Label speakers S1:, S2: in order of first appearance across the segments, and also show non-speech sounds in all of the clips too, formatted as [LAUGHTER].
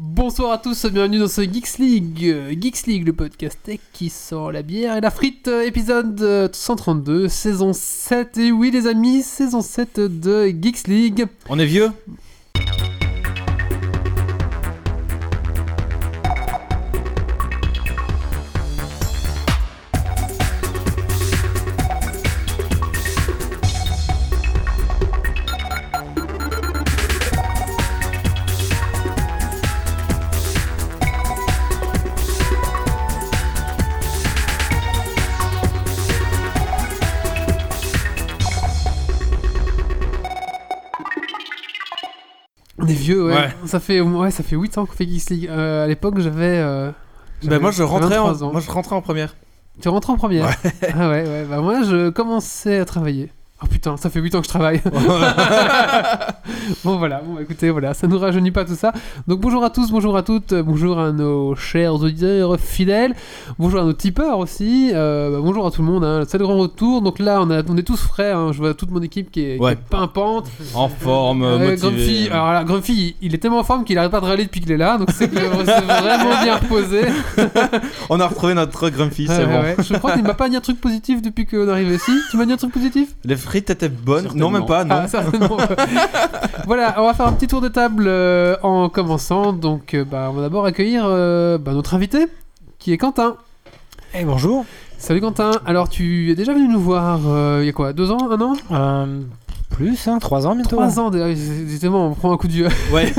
S1: Bonsoir à tous, bienvenue dans ce Geeks League, euh, Geeks League, le podcast tech qui sort la bière et la frite, euh, épisode euh, 132, saison 7, et oui les amis, saison 7 de Geeks League.
S2: On est vieux
S1: On est vieux, ouais.
S2: Ouais.
S1: Ça fait au moins- ouais, ça fait 8 ans qu'on fait Geeks League. Euh, à l'époque, j'avais euh, j'avais
S2: Bah moi je rentrais en
S1: 23 ans.
S2: moi je rentrais en première.
S1: Tu rentres en première. [LAUGHS] Ah ouais, ouais, bah moi je commençais à travailler. Oh putain, ça fait 8 ans que je
S2: [LAUGHS]
S1: travaille. [LAUGHS] bon voilà, bon bah, écoutez, voilà, ça nous rajeunit pas tout ça. Donc bonjour à tous, bonjour à toutes, euh, bonjour à nos chers auditeurs fidèles, bonjour à nos tipeurs aussi, euh, bah, bonjour à tout le monde, hein. c'est le grand retour. Donc là on, a- on est tous frais, hein. je vois toute mon équipe qui est, qui
S2: Ouais.
S1: est pimpante.
S2: En forme,
S1: Euh,
S2: motivé.
S1: Grumpy, alors là, Grumpy, il est tellement en forme qu'il arrête pas de râler depuis qu'il est là, donc c'est que c'est vraiment bien reposé.
S2: On a retrouvé notre Grumpy, c'est
S1: Ouais,
S2: bon.
S1: ouais, ouais. Je crois qu'il m'a pas dit un truc positif depuis qu'on est arrivé. Si, tu m'as dit un truc positif
S2: [LAUGHS] Les frites étaient bonnes Non
S3: Certainement.
S2: même pas, non.
S1: Ah, certainement. voilà, on va faire un petit tour de table euh, en commençant. Donc, euh, bah, on va d'abord accueillir euh, bah, notre invité, qui est Quentin.
S3: Eh bonjour.
S1: Salut Quentin. Alors, tu es déjà venu nous voir euh, il y a quoi Deux ans Un an
S3: Euh, plus, hein, 3 ans bientôt.
S1: Trois ans déjà. Justement, on prend un coup de vieux.
S2: Ouais.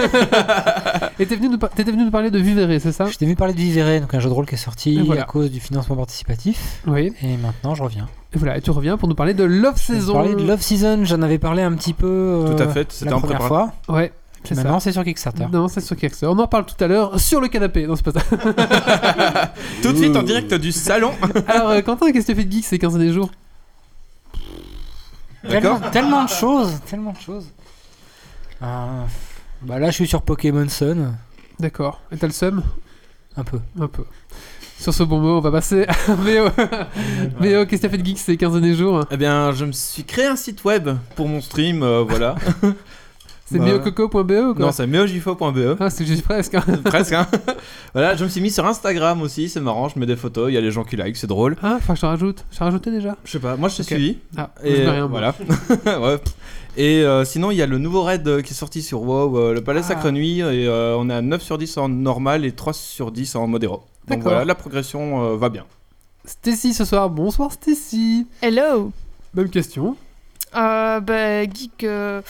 S1: [LAUGHS] Et t'es venu, nous par- t'étais venu nous parler de Vivere, c'est ça
S3: Je t'ai vu parler de Vivere, donc un jeu de rôle qui est sorti
S1: Et voilà.
S3: à cause du financement participatif.
S1: Oui.
S3: Et maintenant, je reviens.
S1: Et voilà, et tu reviens pour nous parler de Love
S3: Je vais
S1: Saison.
S3: parler de Love Season, j'en avais parlé un petit peu. euh,
S2: Tout à fait, c'était
S3: la
S2: en
S3: première
S2: préparation.
S3: fois.
S1: Ouais, c'est ça.
S3: Maintenant, c'est sur Kickstarter.
S1: Non, c'est sur Kickstarter. On en parle tout à l'heure sur le canapé. Non, c'est pas ça.
S2: [LAUGHS]
S1: [LAUGHS]
S2: Tout de suite en direct du salon.
S1: Alors, euh, Quentin, qu'est-ce que tu fais de geek ces 15 derniers jours
S3: Tellement, tellement de choses, tellement de choses.
S2: Ah,
S3: Euh, bah là, je suis sur Pokémon Sun,
S1: D'accord. Et t'as le seum
S3: un peu.
S1: Un peu. Sur ce bon mot, on va passer à [LAUGHS]
S2: [LAUGHS]
S1: Méo. Méo, qu'est-ce que t'as fait de geek ces 15 derniers jours
S2: eh bien, je me suis créé un site web pour mon stream, euh,
S1: [LAUGHS]
S2: voilà.
S1: C'est
S2: Bah,
S1: meococo.be Ah, ou quoi
S2: non, c'est meojifo.be.
S1: Ah, c'est juste presque. hein.
S2: [LAUGHS] Presque, hein. voilà, je me suis mis sur Instagram aussi, c'est marrant, je mets des photos, il y a les gens qui likent, c'est drôle.
S1: Ah, faut que je te rajoute. Je t'ai rajouté déjà.
S2: Je sais pas, moi je t'ai
S1: Ok.
S2: suivi.
S1: Ah, je
S2: Et
S1: mets rien. moi.
S2: voilà. [LAUGHS] Ouais. Et euh, sinon, il y a le nouveau raid euh, qui est sorti sur WoW, euh, le Palais
S1: Ah.
S2: Sacre Nuit, et euh, on est à 9 sur 10 en normal et 3 sur 10 en modéro. Donc
S1: D'accord.
S2: voilà, la progression euh, va bien.
S1: Stacy ce soir. Bonsoir Stacy.
S4: Hello
S1: Même question.
S4: euh, Bah, geek, euh,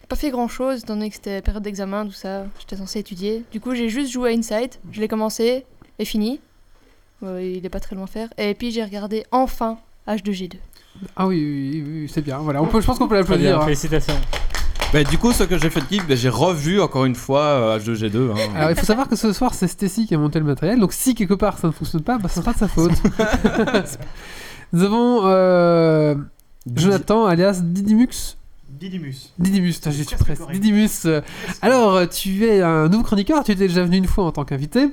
S4: j'ai pas fait grand chose, étant donné que c'était période d'examen, tout ça, j'étais censé étudier. Du coup, j'ai juste joué à Inside, je l'ai commencé et fini. Euh, il est pas très loin à faire. Et puis, j'ai regardé enfin H2G2.
S1: Ah oui, oui, oui, oui, c'est bien. Voilà, on peut, je pense qu'on peut
S5: Très bien,
S1: l'applaudir. hein.
S5: félicitations.
S2: Bah, du coup, ce que j'ai fait de geek, bah, j'ai revu encore une fois euh, H2G2. hein.
S1: Alors, il Ah faut savoir que ce soir, c'est Stacy qui a monté le matériel. Donc, si quelque part ça ne fonctionne pas, bah, ce sera de sa
S6: [LAUGHS]
S1: faute. Nous avons euh, Jonathan alias Didimux.
S6: Didymus.
S1: Didymus, putain, j'ai
S6: Presque
S1: presque.
S6: correct.
S1: Didymus, euh, alors euh, tu es un nouveau chroniqueur, tu étais déjà venu une fois en tant qu'invité,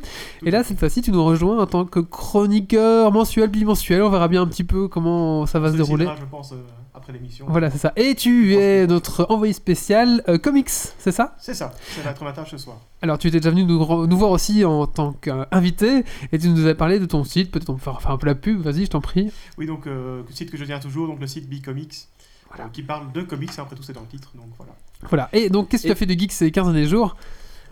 S1: et là cette fois-ci tu nous rejoins en tant que chroniqueur mensuel, bimensuel, on verra bien un petit peu comment ça va se
S6: Sollicitera,
S1: dérouler.
S6: Je pense euh, après l'émission.
S1: Voilà, c'est ça. Et tu es notre envoyé spécial euh, comics, c'est ça
S6: C'est ça, ça va être ma tâche ce soir.
S1: Alors tu étais déjà venu nous, re- nous voir aussi en tant qu'invité, et tu nous as parlé de ton site, peut-être on peut faire faire un peu la pub, vas-y, je t'en prie.
S6: Oui, donc euh, le site que je tiens toujours, donc le site B-Comics,
S1: Voilà.
S6: euh, qui parle de comics, hein, après tout c'est dans le titre, donc voilà.
S1: Voilà, et donc qu'est-ce que
S2: Et-
S1: tu as fait de geek ces 15 derniers jours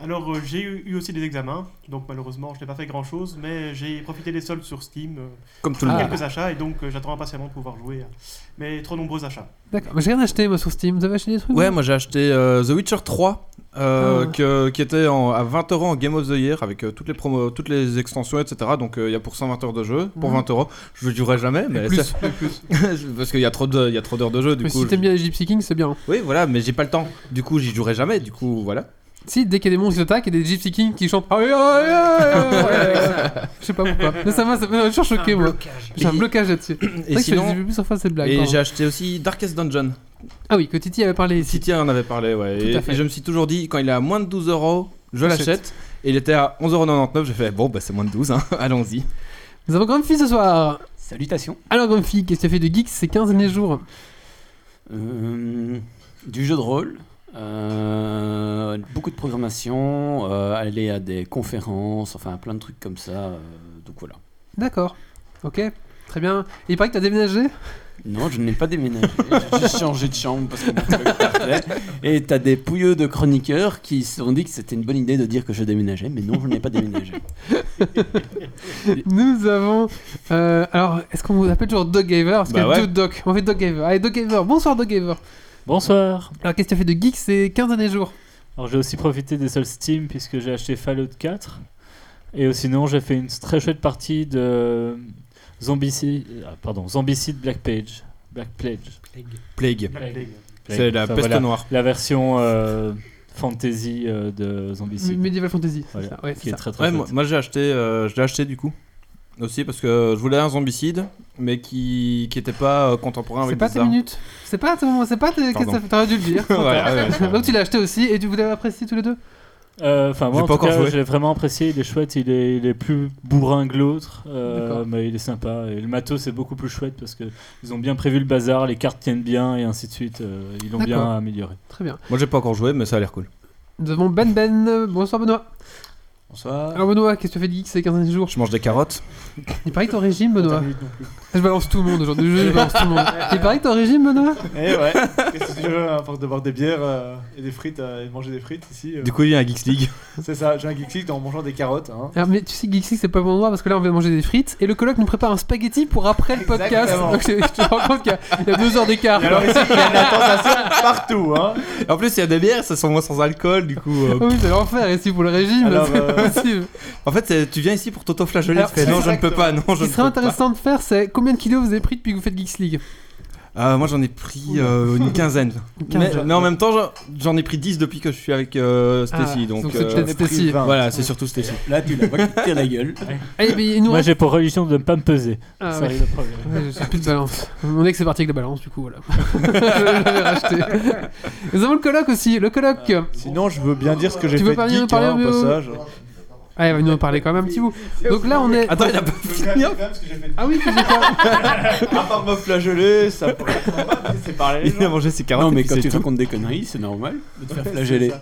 S6: Alors euh, j'ai eu eu aussi des examens, donc malheureusement je n'ai pas fait grand chose, mais j'ai profité des soldes sur Steam, euh,
S2: Comme tout le
S1: Ah.
S2: monde.
S6: quelques achats, et donc euh, j'attends impatiemment de pouvoir jouer, euh, mais trop nombreux achats.
S1: D'accord, j'ai rien acheté moi sur Steam, vous avez acheté des trucs
S2: Ouais,
S1: vous
S2: moi j'ai acheté euh, The Witcher 3. euh,
S1: Ah.
S2: que- qui était en- à 20 euros en Game of the Year avec euh, toutes les promos, toutes les extensions, etc. Donc euh, il y a pour 120 heures de jeu, pour
S1: Mhm.
S2: 20 euros. Je ne jouerai jamais, mais ça-
S1: plus,
S2: [LAUGHS] parce qu'il y a trop de- il y a trop d'heures de jeu. Du
S1: Mais
S2: coup,
S1: si
S2: je-
S1: t'aimes bien les Gypsy Kings, c'est bien.
S2: Oui, voilà, mais j'ai pas le temps. Du coup, j'y jouerai jamais. Du coup, voilà.
S1: Si, dès qu'il y a des monstres qui
S2: [LAUGHS]
S1: s'attaquent, il y a des Gypsy Kings qui chantent. Ah oui, ah oui, ah oui, ah oui, ah oui. Je sais pas pourquoi. Mais ça m'a ça m'a toujours choqué, moi. J'ai un
S2: Et-
S1: blocage là-dessus.
S2: Et
S1: C'est vrai que je
S2: sinon,
S1: faisais plus en face cette blague.
S2: et
S1: pardon.
S2: j'ai acheté aussi Darkest Dungeon.
S1: Ah oui, que Titi avait parlé ici.
S2: City en avait parlé, ouais.
S1: Tout
S2: Et,
S1: à fait.
S2: et je me suis toujours dit, quand il est à moins de 12 euros, je
S1: J'achète.
S2: l'achète. Et il était à 11,99€. J'ai fait, bon, bah c'est moins de 12, hein. [LAUGHS] allons-y.
S1: Nous avons Grumpy ce soir.
S7: Salutations.
S1: Alors Grumpy, qu'est-ce que tu as fait de geek ces 15 derniers jours
S7: Euh, du jeu de rôle,
S5: Euh, beaucoup de programmation, euh, aller à des conférences, enfin plein de trucs comme ça. euh, donc voilà.
S1: D'accord. Ok. Très bien. Il paraît que t'as déménagé
S5: Non, je n'ai pas déménagé. [LAUGHS] J'ai changé de chambre parce que mon coloc partait. Et t'as des pouilleux de chroniqueurs qui se sont dit que c'était une bonne idée de dire que je déménageais, mais non, je n'ai pas déménagé.
S1: [LAUGHS] Nous avons. euh, alors, est-ce qu'on vous appelle toujours Dog Gaver Parce qu'il y
S2: Bah
S1: a
S2: ouais.
S1: deux Doc. On fait Dog Gaver. Allez, Dog Gaver. Bonsoir, Dog Gaver.
S7: Bonsoir.
S1: Alors, qu'est-ce que tu as fait de geek ces 15 années jours
S7: Alors j'ai aussi profité des soldes Steam puisque j'ai acheté Fallout 4. Et euh, sinon j'ai fait une très chouette partie de Zombicide, ah, pardon, Zombicide Black Page. Black Pledge.
S2: Plague.
S6: Black Plague.
S2: C'est la
S7: Enfin,
S2: peste
S7: voilà,
S2: noire.
S7: La version euh, fantasy euh, de Zombicide.
S1: Medieval Fantasy. c'est
S7: Voilà,
S1: ça, ouais, c'est
S7: qui est
S1: ça.
S7: très très
S2: Ouais, moi,
S7: chouette.
S2: moi, j'ai acheté, euh, je l'ai acheté du coup. Aussi parce que je voulais un zombicide, mais qui qui était pas euh, contemporain
S1: C'est
S2: avec
S1: pas
S2: des
S1: tes
S2: armes.
S1: minutes. C'est pas ton- C'est pas tes. Qu'est-ce que
S2: Pardon.
S1: t'as fait T'aurais dû le dire.
S2: Voilà, [LAUGHS] ouais, ouais.
S1: Donc, tu l'as acheté aussi et tu vous l'avez apprécié tous les deux
S7: Euh, Enfin,
S2: J'ai
S7: moi, en
S2: pas
S7: tout
S2: encore
S7: cas,
S2: joué.
S7: j'ai vraiment apprécié. Il est chouette, il est, il est plus bourrin que l'autre, euh,
S1: D'accord.
S7: mais il est sympa. Et le matos, c'est beaucoup plus chouette parce que ils ont bien prévu le bazar, les cartes tiennent bien et ainsi de suite. euh, ils l'ont
S1: D'accord.
S7: bien amélioré.
S1: Très bien.
S2: Moi j'ai pas encore joué, mais ça a l'air cool.
S1: Nous avons Ben Ben. Bonsoir, Benoît.
S5: Bonsoir.
S1: Alors, Benoît, qu'est-ce que tu as fait de geek ces 15 années jours
S2: Je mange des carottes.
S1: Il paraît que ton régime, Benoît.
S6: minutes non plus.
S1: Je balance tout le monde aujourd'hui. Je balance tout le
S7: [LAUGHS]
S1: monde. Il paraît que ton régime, Benoît
S6: Eh ouais, qu'est-ce que tu veux, hein, à force de boire des bières euh, et des frites euh, et de manger des frites ici euh,
S2: Du coup, il y a un Geeks League.
S6: C'est ça, j'ai un geek en mangeant des carottes. Hein.
S1: Alors, Ah, mais tu sais, Geeksy, c'est pas le bon endroit parce que là, on vient de manger des frites et le coloc nous prépare un spaghetti pour après le podcast.
S6: Exactement.
S1: Donc, je, je te rends compte qu'il y a- il y a deux heures d'écart.
S6: Et alors ici, il y a de la tentation partout. Hein.
S2: En plus, il y a des bières, ça sent moins sans alcool, du coup. euh,
S1: Ah oui, c'est l'enfer ici pour le régime,
S6: Alors,
S1: c'est pas
S6: euh,
S1: possible.
S2: En fait, c'est- tu viens ici pour t'autoflageoler.
S1: Alors,
S2: Tu fais non, je ne peux pas, non,
S1: Ce
S2: je
S1: qui
S2: ne
S1: serait
S2: peux pas.
S1: intéressant de faire, c'est combien de kilos vous avez pris depuis que vous faites Geeks League
S2: Ah, moi, j'en ai pris euh, une quinzaine.
S1: Une
S2: Mais,
S1: quinzaine.
S2: mais en même temps, j'en- j'en ai pris 10 depuis que je suis avec euh, Stacy.
S1: Ah,
S2: donc,
S1: donc
S2: euh,
S1: c'est peut-être
S6: J'ai pris
S1: Stacy.
S6: 20.
S2: voilà, c'est surtout Stacy.
S5: Là, tu la vois qui te tire la gueule.
S1: Allez, Eh, mais il nous
S7: Moi,
S1: reste-
S7: j'ai pour religion de ne pas me peser.
S1: Ah,
S7: Ça
S1: ouais.
S7: arrive le problème.
S1: Ouais, je suis plus de balance. Mon ex est parti avec la balance, du coup, voilà. je l'avais racheté. Nous avons le coloc aussi. Le coloc.
S6: Sinon, je veux bien dire ce que j'ai
S1: Tu
S6: fait
S1: veux
S6: de
S1: pas venir nous
S6: geek
S1: parler
S6: hein,
S1: au-
S6: au passage.
S1: Allez, il va nous en parler quand même un petit bout. Donc là, on est.
S2: Attends, il a pas fini. hein.
S1: Ah oui, que j'ai pas.
S6: À part me flageoler, ça pourrait être sympa de
S2: [LAUGHS]
S6: laisser parler les
S2: Il a
S6: gens.
S2: mangé ses carottes.
S5: Non,
S2: et
S5: mais
S2: puis
S5: quand
S2: c'est
S5: tu
S2: tout.
S5: racontes des conneries, c'est normal de te faire
S6: Ouais, [LAUGHS]
S5: flageller.
S6: c'est ça.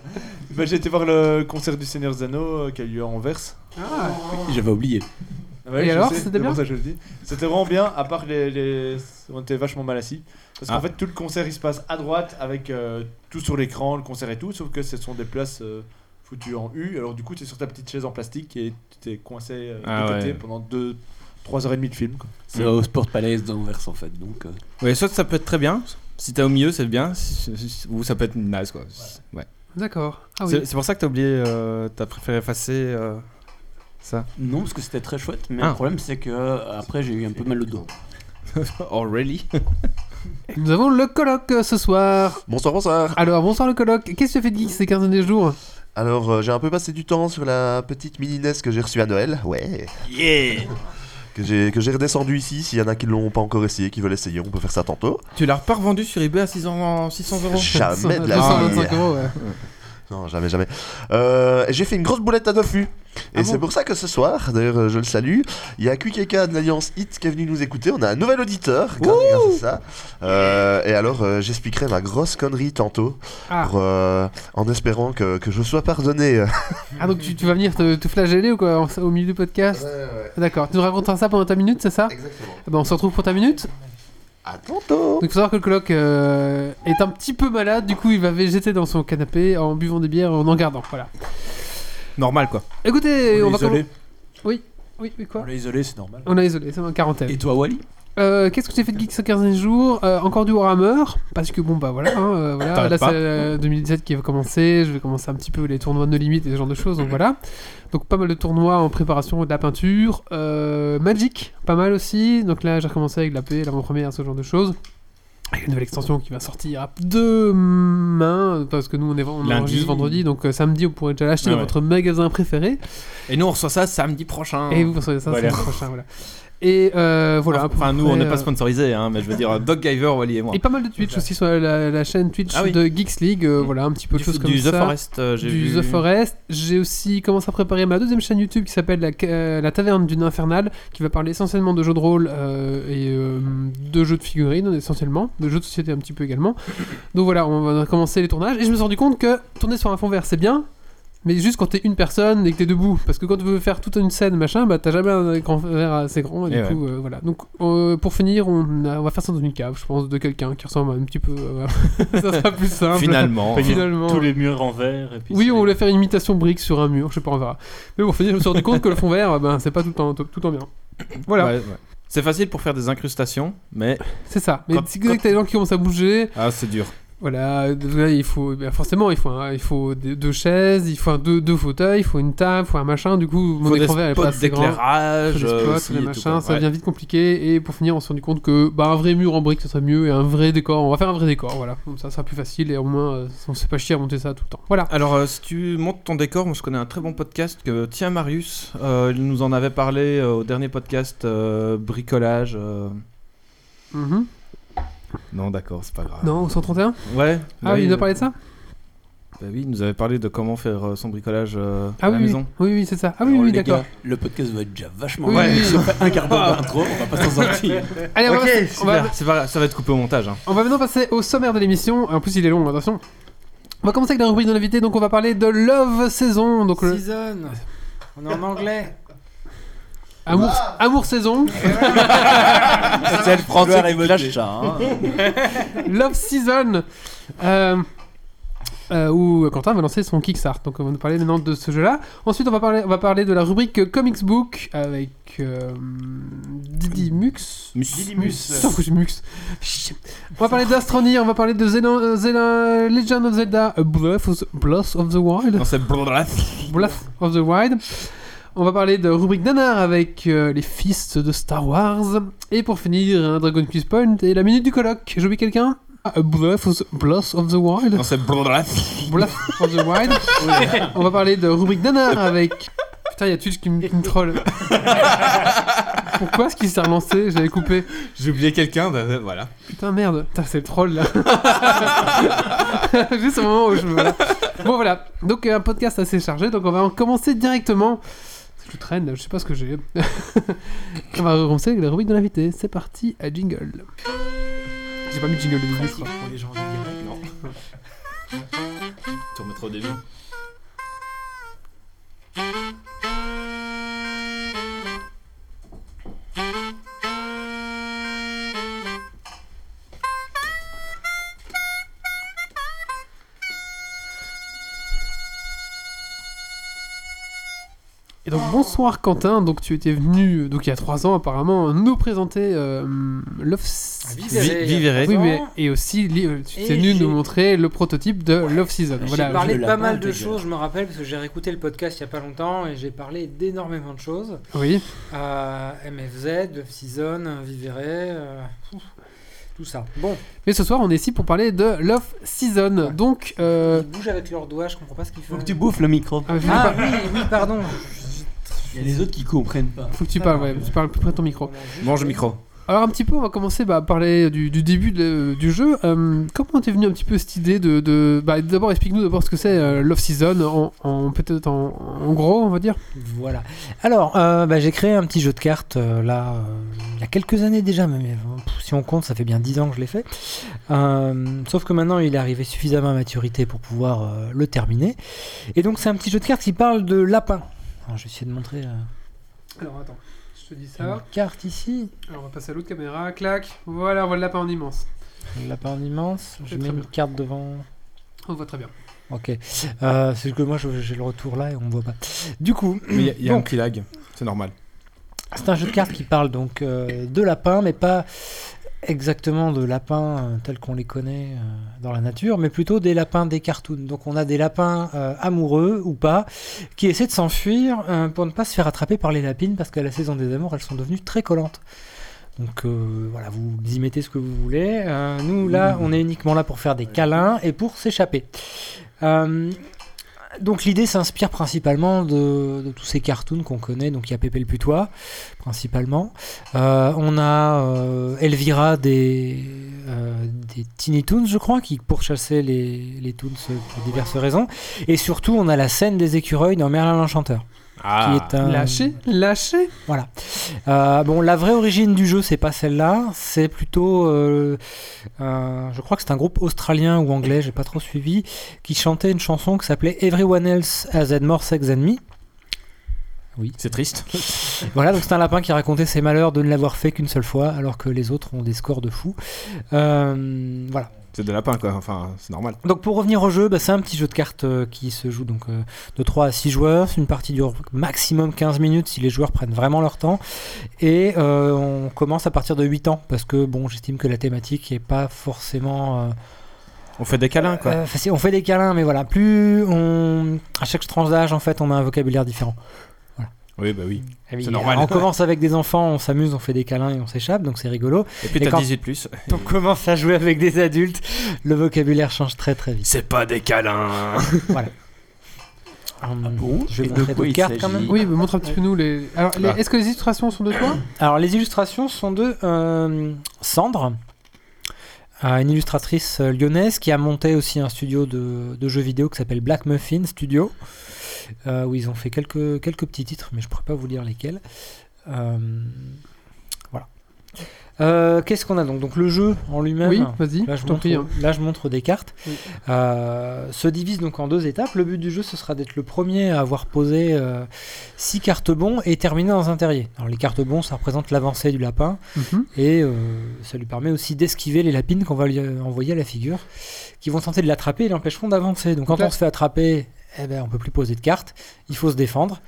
S6: Bah, j'ai été voir le concert du Seigneur Zano qui a lieu à Anvers.
S1: Ah.
S5: J'avais oublié.
S6: Ah ouais,
S1: Et
S6: je
S1: alors,
S6: sais,
S1: c'était
S6: c'est
S1: bien
S6: pour ça que je le dis. C'était vraiment bien, à part les, les- on était vachement mal assis. Parce
S2: Ah.
S6: qu'en fait, tout le concert il se passe à droite avec euh, tout sur l'écran, le concert et tout, sauf que ce sont des places euh, foutues en U. Alors, du coup, tu es sur ta petite chaise en plastique et tu t'es coincé euh,
S2: Ah
S6: de côté
S2: ouais.
S6: pendant 2 3 heures et demie de film. quoi.
S5: C'est au Sport Palace d'Anvers en fait. Donc, euh,
S2: Ouais, soit ça peut être très bien. Si t'es au milieu, c'est bien. si- si- Ou ça peut être naze, quoi. Ouais.
S1: D'accord. Ah
S2: C'est
S1: oui.
S2: c'est pour ça que t'as [LAUGHS] oublié. euh, t'as préféré effacer euh, ça.
S5: Non, parce que c'était très chouette, mais
S2: Ah.
S5: le problème c'est que euh, après j'ai eu un peu mal au dos.
S2: [LAUGHS] Already.
S1: [LAUGHS] Nous avons le colloque euh, ce soir.
S8: Bonsoir, bonsoir.
S1: Alors, bonsoir le colloque. Qu'est-ce que tu fais de geek ces 15 derniers jours
S8: Alors, euh, j'ai un peu passé du temps sur la petite mini NES que j'ai reçue à Noël. Ouais.
S5: Yeah
S8: Que j'ai que j'ai redescendu ici. S'il y en a qui l'ont pas encore essayé, qui veulent essayer, on peut faire ça tantôt.
S2: Tu l'as pas revendu sur eBay à 600 600 euros Ah,
S8: Jamais de la vie.
S1: 225 euros, ouais.
S8: Non, jamais, jamais. Euh, j'ai fait une grosse boulette à Dofu. Et
S1: Ah
S8: c'est
S1: bon
S8: pour ça que ce soir, d'ailleurs, euh, je le salue, il y a QKK de l'Alliance Hit qui est venu nous écouter. On a un nouvel auditeur grâce, grâce à ça. Euh, et alors, euh, j'expliquerai ma grosse connerie tantôt.
S1: Ah.
S8: pour, euh, en espérant que, que je sois pardonné. euh,
S1: Ah, donc tu, tu vas venir te, te flageller ou quoi en- au milieu du podcast D'accord. Tu nous raconteras ça pendant ta minute, c'est ça
S8: Exactement.
S1: Eh ben, On se retrouve pour ta minute.
S8: À tantôt.
S1: Donc, il faut savoir que le colloque euh, est un petit peu malade. Du coup, il va végéter dans son canapé en buvant des bières, en en gardant. Voilà.
S2: Normal, quoi.
S1: Écoutez, on, va
S5: isolé.
S1: commencer- Oui, oui, oui, quoi
S5: On l'a isolé, c'est normal.
S1: On a isolé, c'est en quarantaine.
S5: Et toi, Wally
S1: Euh, qu'est-ce que j'ai fait de Geek ce 15 jours Euh, Encore du Warhammer, parce que bon bah voilà, hein, euh, voilà.
S2: T'arrêtes
S1: là c'est
S2: pas.
S1: euh, 2017 qui va commencer, je vais commencer un petit peu les tournois de limites et ce genre de choses, donc voilà. Donc pas mal de tournois en préparation de la peinture, Euh, Magic, pas mal aussi, donc là j'ai recommencé avec la P, l'avant-première, ce genre de choses. Avec une nouvelle extension qui va sortir à demain, parce que nous on est on
S2: Lundi.
S1: enregistre vendredi, donc euh, samedi vous pourrez déjà l'acheter
S2: Ah
S1: dans
S2: ouais.
S1: votre magasin préféré.
S2: Et nous, on reçoit ça samedi prochain.
S1: Et vous recevez ça
S7: Voilà.
S1: samedi prochain, voilà. Et euh, voilà. à peu
S2: Enfin, nous, on
S1: près,
S2: n'est pas
S1: euh,
S2: sponsorisé, hein, mais je veux dire, Doc Giver, Wally et moi.
S1: Et pas mal de Twitch aussi sur la, la chaîne Twitch
S2: Ah oui.
S1: de Geeks League. euh,
S2: Mm.
S1: Voilà, un petit peu de
S2: du
S1: choses comme
S2: du
S1: ça.
S2: The Forest, euh, j'ai
S1: du
S2: vu.
S1: The Forest. J'ai aussi commencé à préparer ma deuxième chaîne YouTube qui s'appelle la, euh, La Taverne d'une Infernale, qui va parler essentiellement de jeux de rôle euh, et euh, de jeux de figurines, essentiellement, de jeux de société un petit peu également. Donc voilà, on va commencer les tournages. Et je me suis rendu compte que tourner sur un fond vert, c'est bien. Mais juste quand t'es une personne et que t'es debout, parce que quand tu veux faire toute une scène, machin, bah t'as jamais un écran vert assez grand, et, du
S2: Et
S1: coup, euh, voilà. Donc euh, pour finir, on, a- on va faire ça dans une cave, je pense, de quelqu'un qui ressemble un petit peu. euh, voilà. [LAUGHS] ça sera plus simple.
S2: Finalement.
S7: Pas une-
S1: Finalement.
S7: Tous les murs en verre. Et puis
S1: Oui,
S7: c'est-
S1: on voulait faire une imitation brique sur un mur, je sais pas, on verra. Mais bon, finir, je me suis rendu compte que le fond vert, ben, c'est pas tout le temps, tout, le temps bien. Voilà,
S2: Ouais, ouais. C'est facile pour faire des incrustations, mais
S1: [LAUGHS] c'est ça. Mais
S2: Quand-
S1: si que t'as des gens qui commencent à bouger,
S2: ah, c'est dur.
S1: voilà, euh, là, il faut, ben, forcément, il faut, un- il faut des- deux chaises, il faut un- deux, deux fauteuils, il faut une table, il faut un machin. Du coup, mon
S2: Faut des
S1: écran vert est
S2: spots
S1: pas assez grand. Faut
S2: d'éclairage,
S1: des
S2: euh,
S1: spots,
S2: aussi,
S1: des
S2: et tout,
S1: machins,
S2: quoi.
S1: ça
S2: Ouais.
S1: devient vite compliqué. Et pour finir, on s'est rendu compte que bah, un vrai mur en brique, ça serait mieux, et un vrai décor, on va faire un vrai décor, voilà. Comme ça, ça sera plus facile, et au moins, euh, on se fait pas chier à monter ça tout le temps. Voilà.
S2: Alors, euh, si tu montes ton décor, moi je connais un très bon podcast que tiens Marius, euh, il nous en avait parlé euh, au dernier podcast euh, bricolage. euh.
S1: Mhm.
S2: Non, d'accord, c'est pas grave.
S1: Non, au 131
S2: Ouais.
S1: Ah oui, il nous a parlé de ça
S2: Bah oui, il nous avait parlé de comment faire euh, son bricolage euh,
S1: Ah
S2: à
S1: oui,
S2: la
S1: oui,
S2: maison.
S1: oui, oui, c'est ça. Ah oui,
S5: Alors,
S1: oui,
S5: les
S1: d'accord.
S5: gars, Le podcast va être déjà vachement
S1: Oui,
S5: long.
S1: oui.
S5: Si on fait un quart d'heure d'intro, on va pas s'en sortir.
S1: Allez, on, va,
S8: Ok,
S1: on, va,
S2: C'est pas grave, ça va être coupé au montage. hein.
S1: on va maintenant passer au sommaire de l'émission. En plus, il est long, attention. On va commencer avec la rubrique de l'invité, donc on va parler de Love Saison, donc le
S3: Season. On est en anglais. Ah.
S1: amour, amour Saison,
S5: C'est le français qui hein. lâche ça. hein.
S1: Love Season, euh, euh, où Quentin va lancer son Kickstart. Donc on va nous parler maintenant de ce jeu-là. Ensuite, on va parler, on va parler de la rubrique Comics Book avec euh, Didi Mux.
S6: Didymus.
S1: Sauf que je muxe. Chut. On va parler d'Astronir, on va parler de Zelda, euh, Zelda- Legend of Zelda, A Breath of the, Breath of the Wild.
S2: Non, c'est blablabla.
S1: Breath of the Wild. On va parler de rubrique nanar avec euh, les fils de Star Wars. Et pour finir, un Dragon Quest Point et la minute du colloque. J'ai oublié quelqu'un Ah, A Breath of the, Breath of the Wild.
S2: Non, c'est blablabla.
S1: Breath of the
S2: [LAUGHS]
S1: Wild. On va parler de rubrique nanar avec. Putain, il y a Twitch qui me qui me troll. Pourquoi est-ce qu'il s'est relancé J'avais coupé.
S2: J'ai oublié quelqu'un, bah, euh, voilà.
S1: Putain, merde. Putain, c'est le troll là. [LAUGHS] Juste au moment où je. voilà. Bon, voilà. Donc, euh, un podcast assez chargé. Donc, on va en commencer directement. Je traîne, là, je sais pas ce que j'ai. [LAUGHS] on va commencer avec la rubrique de l'invité. C'est parti à jingle. J'ai pas mis de jingle de début, je crois.
S6: Pour les gens direct, non.
S2: [LAUGHS] Tu remettras au début.
S1: Et donc, bonsoir Quentin. Donc, tu étais venu, euh, donc il y a trois ans apparemment, nous présenter euh, Love.
S2: Vi- Vivere.
S1: Oui, mais et aussi, li- euh, tu
S3: Ah, Et
S1: es venu
S3: j'ai-
S1: nous montrer le prototype de Love Season.
S3: j'ai
S1: Voilà,
S3: parlé
S5: je
S3: de
S5: l'ai
S3: pas
S5: pas
S3: mal de
S5: intégré.
S3: choses, je me rappelle, parce que j'ai réécouté le podcast il y a pas longtemps et j'ai parlé d'énormément de choses.
S1: oui.
S3: Euh, MFZ, Love Season, Vivere, euh, pff, tout ça. Bon,
S1: Mais ce soir, on est ici pour parler de Love Season. Donc, euh...
S3: ils bougent avec leurs doigts, je comprends pas ce qu'ils font.
S5: Faut que tu bouffes le micro.
S1: ah, faut, que tu
S3: Ah
S1: parles-
S3: oui, oui, pardon.
S5: Il y a les autres qui comprennent pas.
S1: faut que tu parles, ouais, tu parles plus près de ton micro.
S2: Mange le micro.
S1: Alors, un petit peu, on va commencer bah, à parler du, du début de- du jeu. Euh, comment t'es venu un petit peu cette idée de. de- bah, d'abord, explique-nous d'abord ce que c'est euh, Love Season, en, en- peut-être en, en gros, on va dire.
S3: Voilà. Alors, euh, bah, j'ai créé un petit jeu de cartes euh, là, euh, il y a quelques années déjà, mais, mais, euh, pff, si on compte, ça fait bien 10 ans que je l'ai fait. Euh, sauf que maintenant, il est arrivé suffisamment à maturité pour pouvoir euh, le terminer. Et donc, c'est un petit jeu de cartes qui parle de lapin. Alors, je vais essayer de montrer euh,
S1: Alors, attends, je te dis
S3: une
S1: ça.
S3: carte ici.
S1: Alors, on va passer à l'autre caméra, clac. Voilà, on voit le lapin en immense.
S3: Le Lapin immense. Je
S1: C'est
S3: mets
S1: très
S3: une
S1: bien.
S3: carte devant.
S1: On voit très bien.
S3: Ok. Euh, c'est que moi, je- j'ai le retour là et on me voit pas. Du coup,
S2: Mais il y a, il y a un
S3: Donc.
S2: petit lag, c'est normal.
S3: C'est un jeu de cartes qui parle donc euh, de lapins, mais pas exactement de lapins euh, tels qu'on les connaît euh, dans la nature, mais plutôt des lapins des cartoons. Donc on a des lapins euh, amoureux ou pas, qui essaient de s'enfuir euh, pour ne pas se faire attraper par les lapines, parce qu'à la saison des amours, elles sont devenues très collantes. Donc euh, voilà, vous y mettez ce que vous voulez. Euh, nous, là, on est uniquement là pour faire des câlins et pour s'échapper. Euh, donc l'idée s'inspire principalement de, de tous ces cartoons qu'on connaît. Donc il y a Pépé le Putois, principalement. Euh, on a euh, Elvira des, euh, des Teeny Toons, je crois, qui pourchassait les, les Toons pour diverses raisons. Et surtout, on a la scène des écureuils dans Merlin l'Enchanteur. Qui est un...
S1: Lâché, lâché.
S3: Euh, bon, la vraie origine du jeu, c'est pas celle-là. C'est plutôt, euh, un- je crois que c'est un groupe australien ou anglais, j'ai pas trop suivi, qui chantait une chanson qui s'appelait Everyone Else Has Had More Sex Than Me.
S2: [LAUGHS]
S5: C'est triste.
S3: Voilà, donc c'est un lapin qui racontait ses malheurs de ne l'avoir fait qu'une seule fois, alors que les autres ont des scores de fou. Euh, voilà.
S2: C'est des lapins, quoi. Enfin, c'est normal.
S3: Donc pour revenir au jeu, bah, c'est un petit jeu de cartes euh, qui se joue donc euh, de 3 à 6 joueurs. Une partie dure maximum 15 minutes si les joueurs prennent vraiment leur temps. Et euh, on commence à partir de 8 ans parce que bon, j'estime que la thématique n'est pas forcément... euh,
S2: On fait des câlins, quoi.
S3: euh, facile. on fait des câlins, mais voilà, plus on... À chaque tranche d'âge, en fait, on a un vocabulaire différent.
S2: Oui, bah oui.
S3: Ah Oui,
S2: C'est normal.
S3: On commence avec des enfants, on s'amuse, on fait des câlins et on s'échappe, donc c'est rigolo.
S2: [LAUGHS] Et puis
S3: Et
S2: t'as
S3: quand-
S2: 18 plus.
S3: On commence à jouer avec des adultes, le vocabulaire change très très
S2: [LAUGHS]
S3: vite.
S2: C'est pas des câlins.
S3: Hum,
S5: bon
S3: je vais
S5: Et de
S3: montrer
S5: quoi
S3: d'autres
S5: il
S3: cartes quand
S5: s'agit
S3: même.
S1: Oui, mais montre un petit peu nous les. Alors, les- est-ce que les illustrations sont de
S2: [COUGHS]
S1: toi
S3: Alors, les illustrations sont de euh, Sandre, euh, une illustratrice euh, lyonnaise qui a monté aussi un studio de, de jeux vidéo qui s'appelle Black Muffin Studio, euh, où ils ont fait quelques, quelques petits titres, mais je ne pourrais pas vous dire lesquels. Euh, voilà. Euh, Qu'est-ce qu'on a donc Donc, le jeu en lui-même.
S1: Oui, vas-y.
S3: Là je,
S1: je t'en
S3: montre,
S1: prie. hein.
S3: là, je montre des cartes.
S1: Oui.
S3: Euh, se divise donc en deux étapes. Le but du jeu, ce sera d'être le premier à avoir posé euh, six cartes bons et terminer dans un terrier. Alors, les cartes bons, ça représente l'avancée du lapin
S1: Mhm.
S3: et euh, ça lui permet aussi d'esquiver les lapines qu'on va lui euh, envoyer à la figure, qui vont tenter de l'attraper et l'empêcheront d'avancer. Donc, quand
S1: Donc là-
S3: on se fait attraper, eh ben, on peut plus poser de cartes. Il faut se défendre.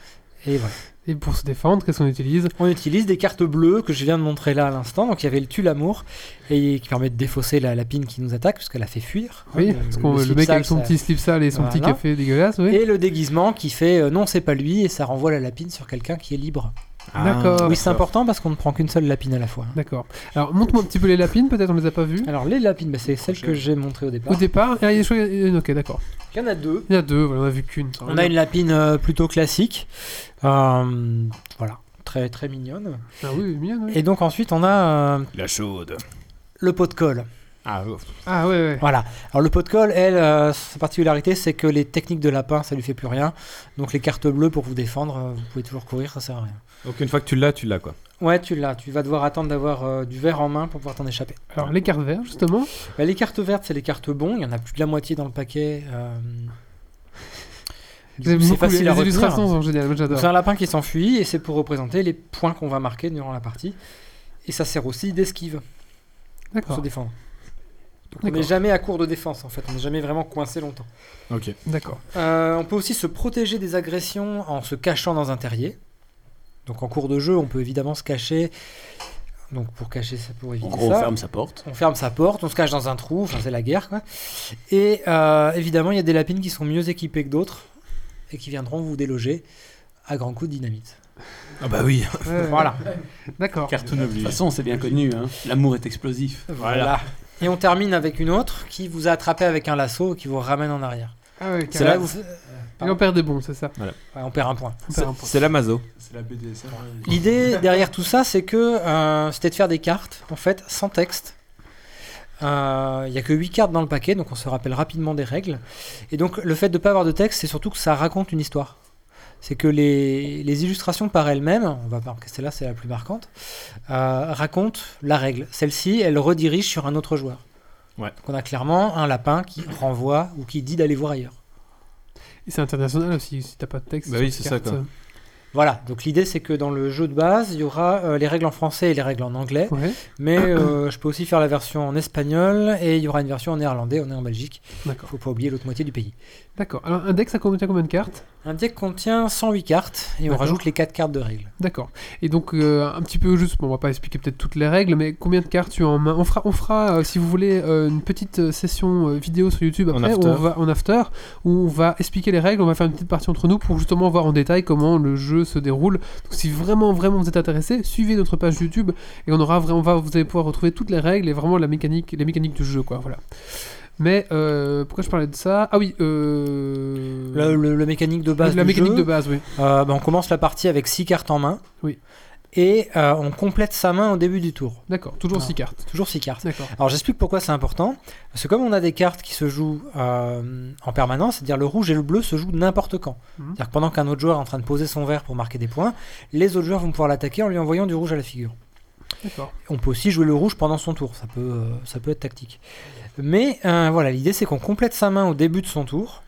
S3: Et voilà.
S1: Et pour se défendre, qu'est-ce qu'on utilise
S3: On utilise des cartes bleues que je viens de montrer là à l'instant. Donc il y avait le tue l'amour et qui permet de défausser la lapine qui nous attaque puisqu'elle a fait fuir.
S1: Oui,
S3: Hein,
S1: parce qu'on le,
S3: slip
S1: mec avec
S3: sale,
S1: son
S3: ça-
S1: petit slip sale et son petit
S3: Voilà.
S1: café dégueulasse, oui.
S3: Et le déguisement qui fait euh, non c'est pas lui et ça renvoie la lapine sur quelqu'un qui est libre.
S1: D'accord. Ah,
S3: oui c'est important parce qu'on ne prend qu'une seule lapine à la fois. hein.
S1: D'accord. Alors, montre-moi un petit peu les lapines, peut-être on les a pas vues.
S3: Alors les lapines, bah, c'est celles que j'ai montrées au départ.
S1: Au départ, ah, il y a des choses- euh, Ok, d'accord.
S3: Il y en a deux.
S1: Il y en a deux, voilà, on a vu qu'une. ça
S3: On
S1: va.
S3: a une lapine euh, plutôt classique. Euh, voilà, très très mignonne.
S1: Ah oui, mignonne, oui.
S3: Et donc ensuite on a euh,
S2: La chaude.
S3: le pot de colle.
S2: [LAUGHS] Ah,
S1: Ah ouais, ouais.
S3: Voilà. Alors le pot de colle, elle, euh, sa particularité, c'est que les techniques de lapin, ça lui fait plus rien. Donc les cartes bleues pour vous défendre, euh, vous pouvez toujours courir, ça sert à rien.
S2: Donc une fois que tu l'as, tu l'as, quoi.
S3: Ouais, tu l'as. Tu vas devoir attendre d'avoir euh, du verre en main pour pouvoir t'en échapper.
S1: Alors, les cartes vertes, justement.
S3: Bah, les cartes vertes, c'est les cartes bons. Il y en a plus de la moitié dans le paquet. euh, du
S1: J'aime
S3: coup, C'est
S1: beaucoup
S3: facile
S1: les,
S3: à
S1: les
S3: retenir.
S1: illustrations sont géniales, moi, j'adore.
S3: C'est un lapin qui s'enfuit et c'est pour représenter les points qu'on va marquer durant la partie. Et ça sert aussi d'esquive pour se
S1: D'accord.
S3: défendre. Donc, on
S1: D'accord.
S3: n'est jamais à court de défense en fait. On n'est jamais vraiment coincé longtemps.
S2: Ok.
S1: D'accord.
S3: Euh, on peut aussi se protéger des agressions en se cachant dans un terrier. Donc en cours de jeu, on peut évidemment se cacher. Donc pour cacher ça, pour éviter
S5: En gros, on
S3: ça,
S5: ferme sa porte.
S3: on ferme sa porte, on se cache dans un trou. Enfin, c'est la guerre, quoi. Et euh, évidemment, il y a des lapines qui sont mieux équipées que d'autres et qui viendront vous déloger à grands coups de dynamite. Euh,
S2: Ah bah oui.
S1: Ouais,
S5: [LAUGHS]
S3: Voilà.
S1: D'accord.
S7: Cartoon
S5: De
S7: oblige.
S5: toute façon, c'est bien connu. hein. L'amour est explosif.
S3: Voilà. Et on termine avec une autre qui vous a attrapé avec un lasso et qui vous ramène en arrière.
S1: Ah ouais,
S3: Et là,
S1: carrément.
S3: vous- euh,
S1: Et on perd des bons, c'est ça.
S3: ouais, on perd un point.
S1: On perd un point.
S2: C'est l'Amazo.
S6: C'est la BDSM.
S3: L'idée derrière tout ça, c'est que euh, c'était de faire des cartes, en fait, sans texte. Euh, Il n'y a que 8 cartes dans le paquet, donc on se rappelle rapidement des règles. Et donc le fait de ne pas avoir de texte, c'est surtout que ça raconte une histoire. C'est que les, les illustrations par elles-mêmes, on va pas que celle-là c'est la plus marquante, euh, racontent la règle. Celle-ci, elle redirige sur un autre joueur.
S2: Ouais.
S3: Donc on a clairement un lapin qui renvoie ou qui dit d'aller voir ailleurs.
S1: Et c'est international aussi, si t'as pas de texte.
S2: Bah
S1: sur
S2: oui,
S1: tes
S2: c'est ça,
S1: cartes.
S3: Voilà, donc l'idée c'est que dans le jeu de base, il y aura euh, les règles en français et les règles en anglais.
S1: Ouais,
S3: Mais euh, je peux aussi faire la version en espagnol et il y aura une version en néerlandais, on est en Belgique.
S1: d'accord.
S3: Faut pas oublier l'autre moitié du pays.
S1: D'accord. Alors, un deck, ça contient combien de cartes
S3: Un deck contient 108 cartes et on
S1: D'accord.
S3: rajoute les 4 cartes de règles.
S1: D'accord. Et donc, euh, un petit peu juste, bon, on va pas expliquer peut-être toutes les règles, mais combien de cartes tu as en main On fera, on fera euh, si vous voulez, euh, une petite euh, session euh, vidéo sur YouTube
S2: En
S1: après, où
S2: after.
S1: on va, en after, où on va expliquer les règles, on va faire une petite partie entre nous pour justement voir en détail comment le jeu se déroule. Donc, si vraiment, vraiment vous êtes intéressé, suivez notre page YouTube et on aura vraiment, on va, vous allez pouvoir retrouver toutes les règles et vraiment la mécanique, les mécaniques du jeu, quoi. Voilà. Mais euh, pourquoi je parlais de ça Ah oui, euh...
S3: Le, le- le mécanique de base.
S1: la
S3: du
S1: mécanique
S3: jeu.
S1: de base, oui.
S3: Euh, bah, on commence la partie avec 6 cartes en main.
S1: Oui.
S3: Et euh, on complète sa main au début du tour.
S1: D'accord, toujours
S3: Ah.
S1: 6 cartes.
S3: Toujours 6 cartes.
S1: D'accord.
S3: Alors j'explique pourquoi c'est important. Parce que comme on a des cartes qui se jouent euh, en permanence, c'est-à-dire le rouge et le bleu se jouent n'importe quand.
S1: Mhm.
S3: C'est-à-dire que pendant qu'un autre joueur est en train de poser son verre pour marquer des points, les autres joueurs vont pouvoir l'attaquer en lui envoyant du rouge à la figure.
S1: D'accord.
S3: On peut aussi jouer le rouge pendant son tour, ça peut, euh, ça peut être tactique. Mais euh, voilà, l'idée c'est qu'on complète sa main au début de son tour.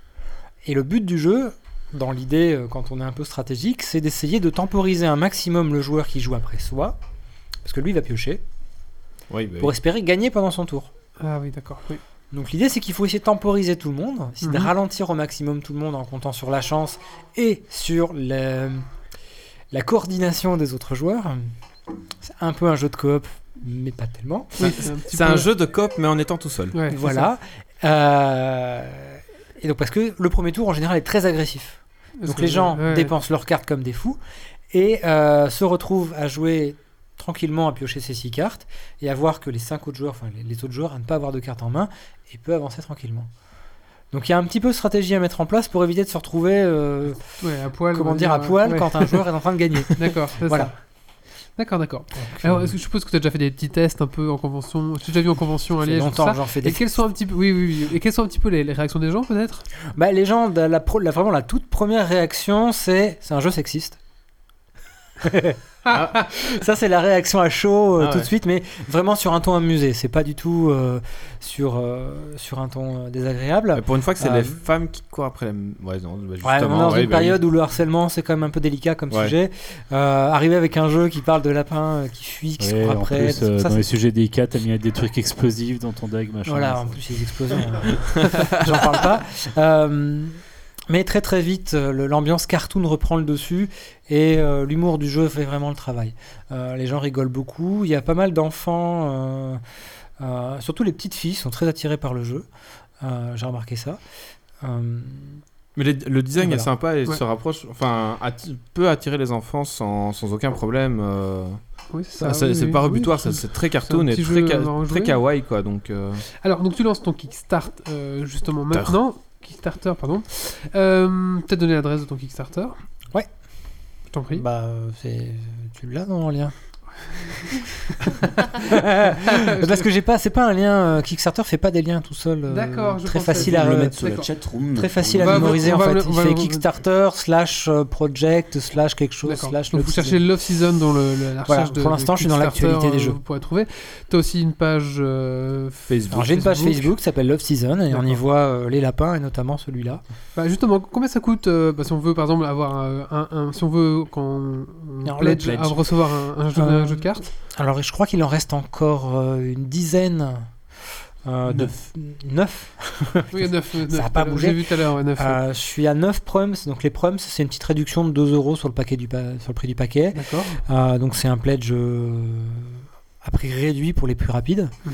S3: Et le but du jeu, dans l'idée, euh, quand on est un peu stratégique, c'est d'essayer de temporiser un maximum le joueur qui joue après soi. Parce que lui il va piocher
S2: Oui, bah oui.
S3: pour espérer gagner pendant son tour.
S1: Ah oui, d'accord. Oui.
S3: Donc l'idée c'est qu'il faut essayer de temporiser tout le monde, essayer de
S1: Mhm.
S3: ralentir au maximum tout le monde en comptant sur la chance et sur la, la coordination des autres joueurs. C'est un peu un jeu de coop, mais pas tellement.
S1: Oui, c'est un, petit
S2: C'est un
S1: peu-
S2: jeu de cop, mais en étant tout seul.
S1: Ouais, c'est ça.
S3: voilà. Euh, et donc parce que le premier tour en général est très agressif.
S1: Parce
S3: Donc
S1: que-
S3: les gens
S1: ouais,
S3: dépensent leurs cartes comme des fous et euh, se retrouvent à jouer tranquillement, à piocher ces six cartes et à voir que les cinq autres joueurs, enfin les, les autres joueurs, à ne pas avoir de cartes en main et peut avancer tranquillement. Donc il y a un petit peu de stratégie à mettre en place pour éviter de se retrouver, euh,
S1: ouais, à poil. on
S3: comment
S1: va
S3: dire, à
S1: ouais.
S3: poil
S1: Ouais.
S3: quand un joueur est en train de gagner.
S1: [LAUGHS] D'accord, c'est
S3: Voilà.
S1: ça. D'accord, d'accord. Alors, est-ce que je suppose que tu as déjà fait des petits tests un peu en convention. Tu as déjà vu en convention à
S3: Ça fait
S1: Liège tout
S3: longtemps que
S1: ça
S3: j'en fais
S1: et
S3: des.
S1: quelles sont un petit peu, oui, oui, oui. Et quelles sont un petit peu les, les réactions des gens peut-être
S3: Bah, les gens, la, la pro- la- vraiment la toute première réaction, c'est c'est un
S2: [LAUGHS]
S3: jeu sexiste.
S2: Ah.
S3: Ça, c'est la réaction à chaud euh,
S6: Ah
S3: tout
S6: ouais.
S3: de suite, mais vraiment sur un ton amusé. C'est pas du tout euh, sur, euh, sur un ton euh, désagréable.
S2: Mais pour une fois que c'est
S3: Euh,
S2: les femmes qui courent après la. m- Ouais, non, bah,
S3: Ouais,
S2: justement,
S3: dans
S2: ouais, bah oui.
S3: une période où le harcèlement c'est quand même un peu délicat comme
S2: Ouais.
S3: sujet, euh, arriver avec un jeu qui parle de lapins euh, qui fuient, qui se
S7: Ouais,
S3: courent
S7: en
S3: après,
S7: plus, euh,
S3: tout ça,
S7: dans
S3: c'est-
S7: les sujets délicats, t'as mis des trucs explosifs dans ton deck, machin.
S3: Voilà, en plus les explosions, euh, [LAUGHS] j'en parle pas. Euh, mais très très vite, euh, le- l'ambiance cartoon reprend le dessus et euh, l'humour du jeu fait vraiment le travail. Euh, les gens rigolent beaucoup, il y a pas mal d'enfants, euh, euh, surtout les petites filles sont très attirées par le jeu, Euh, j'ai remarqué ça. Euh,
S2: Mais les- le design
S3: Voilà.
S2: est sympa et
S1: Ouais.
S2: se rapproche. Enfin, atti- peut attirer les enfants sans, sans aucun problème. euh.
S1: Oui,
S2: Ça, c'est c'est pas rebutoire, ça, c'est très cartoon et
S1: petit
S2: très,
S1: jeu
S2: ca-
S1: à avoir
S2: très
S1: joué.
S2: kawaii, quoi. Donc, euh,
S1: Alors, donc tu lances ton Kickstarter euh, justement
S2: Tar.
S1: maintenant. Kickstarter, pardon. Euh, Peut-être donner l'adresse de ton Kickstarter.
S3: Ouais.
S1: Je t'en prie.
S3: Bah, euh, c'est- tu l'as dans le lien. Parce que j'ai pas, c'est pas un lien. euh, Kickstarter fait pas des liens tout seul. euh,
S1: D'accord, je
S3: Très
S1: pensais.
S3: facile
S5: Il
S3: à
S5: a le
S1: euh,
S5: mettre sur la
S1: d'accord.
S5: chatroom.
S3: Très facile
S1: On va-
S3: à mémoriser
S1: on
S3: en
S1: va-
S3: fait.
S1: on
S3: Il
S1: va-
S3: fait Kickstarter slash euh, project slash quelque chose
S1: D'accord.
S3: slash.
S1: Donc vous
S3: le petit-
S1: cherchez Love Season dans le, le- la recherche
S3: Voilà,
S1: de.
S3: pour
S1: de
S3: l'instant, je suis dans
S1: Kickstarter,
S3: l'actualité des
S1: euh,
S3: jeux.
S1: Vous pourrez trouver. T'as aussi une page euh, Facebook.
S3: Alors j'ai une page Facebook qui s'appelle Love Season et on y
S1: D'accord.
S3: voit euh, les lapins et notamment celui-là.
S1: Bah, justement, combien ça coûte euh, bah, si on veut par exemple avoir euh, un, un- si on veut quand on on
S3: Alors,
S1: pledge,
S3: le pledge.
S1: à recevoir un, un jeu,
S3: Euh,
S1: un jeu de cartes.
S3: Alors je crois qu'il en reste encore euh, une dizaine. euh, de- Neuf.
S1: Oui, il y a 9.
S3: Ça a pas bougé.
S1: J'ai vu tout à l'heure, ouais, neuf, ouais.
S3: Euh, je suis à 9 proms, donc les proms c'est une petite réduction de 2 euros sur le paquet du pa- sur le prix du paquet.
S1: D'accord.
S3: Euh, donc c'est un pledge euh, à prix réduit pour les plus rapides.
S1: Mhm.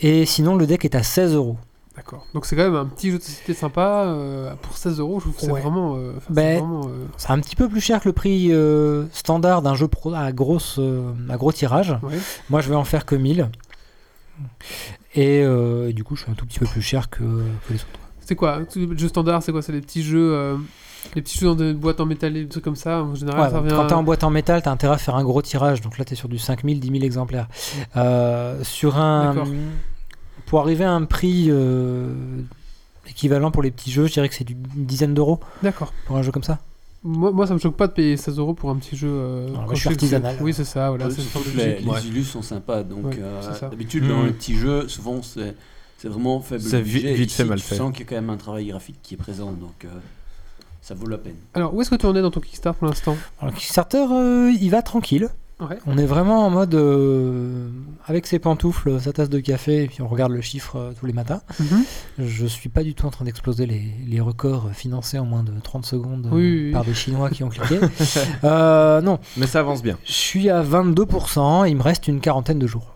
S3: Et sinon le deck est à 16 euros.
S1: D'accord. Donc c'est quand même un petit jeu de société sympa euh, pour 16 euros. Je trouve que c'est
S3: Ouais.
S1: vraiment. euh, enfin,
S3: Ben,
S1: c'est vraiment, euh,
S3: C'est un petit peu plus cher que le prix euh, standard d'un jeu pro à, grosse, euh, à gros tirage.
S1: ouais.
S3: Moi je vais en faire que 1000. Et euh, du coup je suis un tout petit peu plus cher que, que les autres.
S1: C'est quoi Le jeu standard, c'est quoi C'est des petits jeux. euh, Les petits jeux dans des boîtes en métal et des trucs comme ça, en général,
S3: Ouais,
S1: ça revient.
S3: quand t'es
S1: à-
S3: en boîte en métal, t'as intérêt à faire un gros tirage. Donc là t'es sur du 5000, 10 000 exemplaires. Euh, sur un...
S1: D'accord.
S3: Pour arriver à un prix euh, équivalent pour les petits jeux, je dirais que c'est du- une dizaine d'euros
S1: D'accord.
S3: pour un jeu comme ça.
S1: Moi, moi, ça me choque pas de payer 16 euros pour un petit jeu. euh,
S3: Alors,
S1: quand
S3: je suis
S1: sais que c'est-
S3: artisanal.
S1: Oui, c'est ça, Ah, voilà.
S5: Euh,
S1: c'est
S5: surtout
S1: le
S5: que les,
S1: logique.
S5: les
S2: Ouais.
S5: illus sont sympas. Donc,
S1: Ouais,
S5: euh,
S1: c'est ça.
S5: d'habitude,
S2: Mhm.
S5: dans
S1: Mm.
S5: les petits jeux, souvent, c'est, c'est vraiment faible.
S2: C'est vi-
S5: budget.
S2: vite fait,
S5: Ici,
S2: mal
S5: Tu
S2: fait.
S5: sens qu'il y a quand même un travail graphique qui est présent. Donc, euh, ça vaut la peine.
S1: Alors, où est-ce que tu en es dans ton Kickstarter pour l'instant
S3: Alors, le Kickstarter, euh, il va tranquille.
S1: Ouais.
S3: On est vraiment en mode euh, avec ses pantoufles, sa tasse de café, et puis on regarde le chiffre euh, tous les matins.
S1: Mhm.
S3: Je suis pas du tout en train d'exploser les, les records financés en moins de 30 secondes euh,
S1: Oui, oui, oui.
S3: par des Chinois qui
S1: [LAUGHS]
S3: ont cliqué. Euh, non,
S2: Mais ça avance bien.
S3: je suis à 22%, il me reste une quarantaine de jours.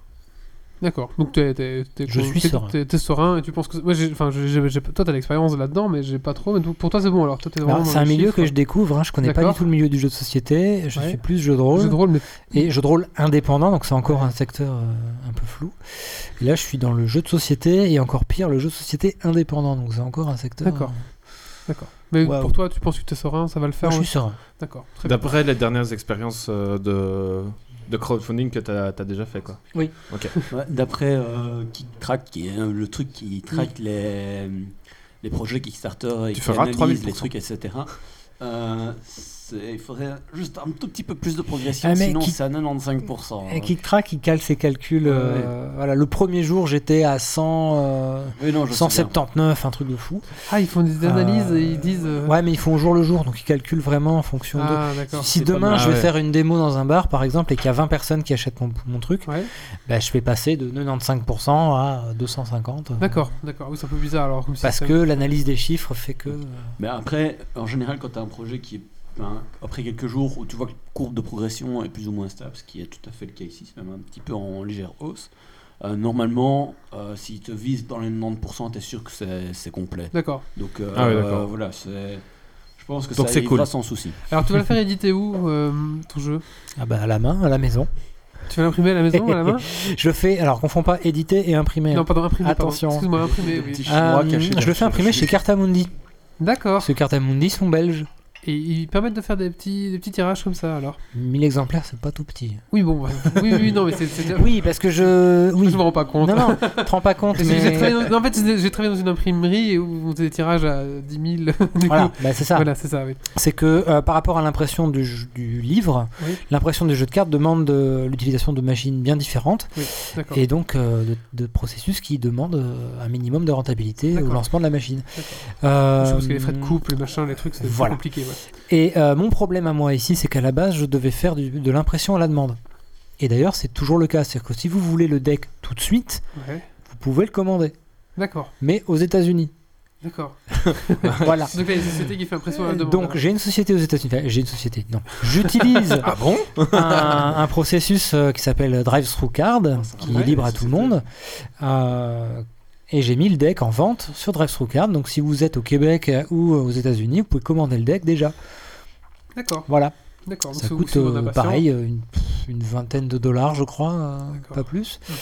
S1: D'accord. Donc t'es, t'es, t'es,
S3: Je suis
S1: t'es-
S3: serein.
S1: t'es- t'es serein et tu penses que. Moi, j'ai- enfin, j'ai- j'ai- j'ai- toi, t'as l'expérience là-dedans, mais j'ai pas trop. Mais donc, pour toi, c'est bon. Alors, toi, t'es vraiment.
S3: Alors,
S1: dans
S3: c'est
S1: les
S3: un milieu
S1: chiffres.
S3: que je découvre, hein, je connais pas
S1: D'accord.
S3: du tout le milieu du jeu de société, je
S1: Ouais.
S3: suis plus jeu de rôle,
S1: Jeu de rôle, mais
S3: et jeu de rôle indépendant, donc c'est encore un secteur euh, un peu flou. Et là je suis dans le jeu de société, et encore pire, le jeu de société indépendant, donc c'est encore un secteur... euh,
S1: D'accord. Mais
S3: Waouh.
S1: pour toi, tu penses que t'es serein, ça va le
S3: Moi,
S1: faire
S3: je
S1: ouais.
S3: suis serein.
S1: D'accord. Très bien.
S2: D'après les dernières expériences euh, de, de crowdfunding que tu as, déjà fait, quoi.
S1: [LAUGHS]
S5: Ouais, D'après euh, Kicktrack, qui est euh, le truc qui traque
S1: Mm.
S5: les, les projets Kickstarter et
S2: Tu
S5: qui
S2: feras
S5: analyse
S2: 3000%.
S5: les trucs, etc. euh, c'est- il faudrait juste un tout petit peu plus de progression,
S3: Ah, mais
S5: sinon
S3: qui-
S5: c'est à 95%.
S1: Eh,
S3: Et Kicktrack, il cale ses calculs. euh, voilà, le premier jour, j'étais à 100, euh,
S5: Oui, non, je sais bien.
S3: 179, un truc de fou.
S1: Ah, ils font des analyses
S3: Euh,
S1: et ils disent. euh,
S3: Ouais, mais ils font au jour le jour, donc ils calculent vraiment en fonction de.
S1: Ah, d'accord.
S3: Si
S5: c'est pas
S3: demain
S2: mal.
S3: je vais
S2: Ah ouais.
S3: faire une démo dans un bar par exemple et qu'il y a 20 personnes qui achètent mon, mon truc,
S1: Ouais.
S3: bah, je vais passer de 95% à 250. euh,
S1: D'accord, d'accord. Oui, c'est un peu bizarre alors. comme
S3: Parce
S1: système.
S3: que l'analyse des chiffres fait que. euh,
S5: Mais après, en général, quand tu as un projet qui est. ben, après quelques jours où tu vois que la courbe de progression est plus ou moins stable, ce qui est tout à fait le cas ici, c'est même un petit peu en légère hausse, euh, normalement, euh, s'ils te visent dans les 90%, tu es sûr que c'est c'est complet.
S1: D'accord.
S5: Donc euh,
S2: Ah ouais, d'accord.
S5: euh, voilà, c'est. Je pense que
S2: Donc
S5: ça
S2: c'est
S5: y
S2: cool.
S5: va sans souci.
S1: Alors, tu vas le faire éditer où euh, ton jeu
S3: Ah bah à la main, à la maison.
S1: Tu vas l'imprimer à la maison, à la main
S3: [LAUGHS] Je fais. Alors, confonds pas éditer et imprimer.
S1: Non, pardon, imprimer. pardon.
S3: Attention.
S1: Excuse-moi, imprimer,
S5: Petit
S1: oui.
S5: chinois
S3: Euh,
S5: caché
S3: je le fais
S5: derrière
S3: imprimer
S5: son
S3: chez Cartamundi.
S1: D'accord.
S3: Parce que Cartamundi sont belges.
S1: Et ils permettent de faire des petits, des petits tirages comme ça alors
S3: 1000 exemplaires, c'est pas tout petit.
S1: Oui, bon, bah, oui, oui, non, mais c'est. c'est-
S3: Oui, parce que je. Oui.
S1: Je me rends pas compte. [LAUGHS]
S3: Non, non, te rends pas compte.
S1: Parce que
S3: mais-
S1: j'ai travaillé dans- non, en fait, j'ai j'ai travaillé dans une imprimerie et où on faisait des tirages à 10 000. [LAUGHS] du
S3: Voilà,
S1: coup.
S3: bah, c'est ça.
S1: Voilà, c'est ça, oui.
S3: C'est que euh, par rapport à l'impression du, j- du livre,
S1: Oui.
S3: l'impression du jeu de cartes demande de- l'utilisation de machines bien différentes
S1: D'accord.
S3: et donc euh, de, de processus qui demandent euh, un minimum de rentabilité au
S1: D'accord.
S3: lancement de la machine.
S1: Je
S3: Euh,
S1: pense que les frais de coupe, les machins, les trucs, c'est
S3: voilà.
S1: compliqué. ouais.
S3: Et euh, mon problème à moi ici, c'est qu'à la base, je devais faire du- de l'impression à la demande. Et d'ailleurs, c'est toujours le cas. C'est-à-dire que si vous voulez le deck tout de suite,
S1: Ouais.
S3: vous pouvez le commander,
S1: D'accord,
S3: mais aux États-Unis.
S1: d'accord. [LAUGHS]
S3: voilà.
S1: Donc là, il y a une société qui fait impression à la demande.
S3: Donc
S1: hein.
S3: j'ai une société aux États-Unis. Enfin, J'ai une société. Non, j'utilise
S2: [LAUGHS] Ah bon
S3: un, un processus euh, qui s'appelle Drive Through Card, qui
S1: Ah, vrai,
S3: est libre à tout le monde. Euh, et j'ai mis le deck en vente sur Drive Through Card. Donc si vous êtes au Québec euh, ou aux États-Unis, vous pouvez commander le deck déjà.
S1: D'accord,
S3: Voilà.
S1: d'accord. Donc,
S3: Ça
S1: si-
S3: coûte
S1: si on a
S3: euh,
S1: patience-
S3: pareil euh, une, pff, une vingtaine de dollars, je crois, euh,
S1: D'accord.
S3: pas plus.
S1: Mhm.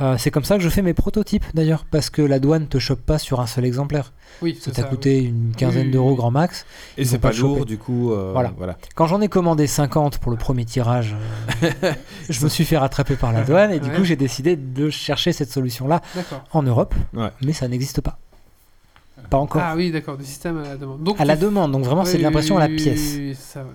S3: Euh, c'est comme ça que je fais mes prototypes d'ailleurs, parce que la douane te chope pas sur un seul exemplaire.
S1: Oui,
S3: Ça
S1: c'est
S3: t'a
S1: ça,
S3: coûté une
S1: Oui,
S3: quinzaine
S1: oui,
S3: d'euros
S1: oui.
S3: grand max.
S2: Et c'est
S3: vont pas
S2: pas
S3: le choper.
S2: lourd, du coup. euh,
S3: Voilà.
S2: voilà.
S3: Quand j'en ai commandé 50 pour le premier tirage,
S2: [LAUGHS]
S3: euh, je me suis fait rattraper par la douane et du
S1: Ouais.
S3: coup j'ai décidé de chercher cette solution-là
S1: oui. D'accord.
S3: en Europe,
S2: Ouais.
S3: mais ça n'existe pas. Pas encore.
S1: Ah oui, d'accord, du système à la demande. Donc,
S3: à la
S1: tu-
S3: demande, donc vraiment c'est de
S1: Oui,
S3: l'impression à la
S1: oui,
S3: pièce.
S1: oui, ça va.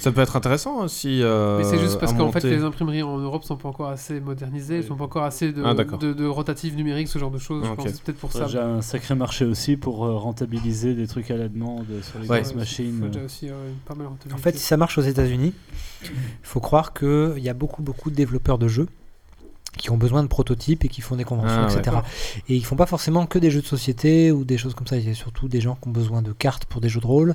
S2: Ça peut être intéressant hein, si. euh,
S1: Mais c'est juste parce
S2: à
S1: qu'en fait,
S2: monter-
S1: les imprimeries en Europe sont pas encore assez modernisées, sont pas encore assez de,
S2: Ah, d'accord.
S1: de, de rotatives numériques, ce genre de choses. Je
S2: Ok.
S1: pense que c'est peut-être pour
S7: J'ai
S1: ça.
S7: un sacré marché aussi pour euh, rentabiliser des trucs à la demande sur les
S2: Ouais.
S7: grosses machines.
S1: Faut déjà aussi euh, pas mal rentabilité.
S3: En fait, si ça marche aux États-Unis, il faut croire qu'il y a beaucoup, beaucoup de développeurs de jeux qui ont besoin de prototypes et qui font des conventions,
S2: Ah, ouais.
S3: etc. Et ils font pas forcément que des jeux de société ou des choses comme ça. Il y a surtout des gens qui ont besoin de cartes pour des jeux de rôle.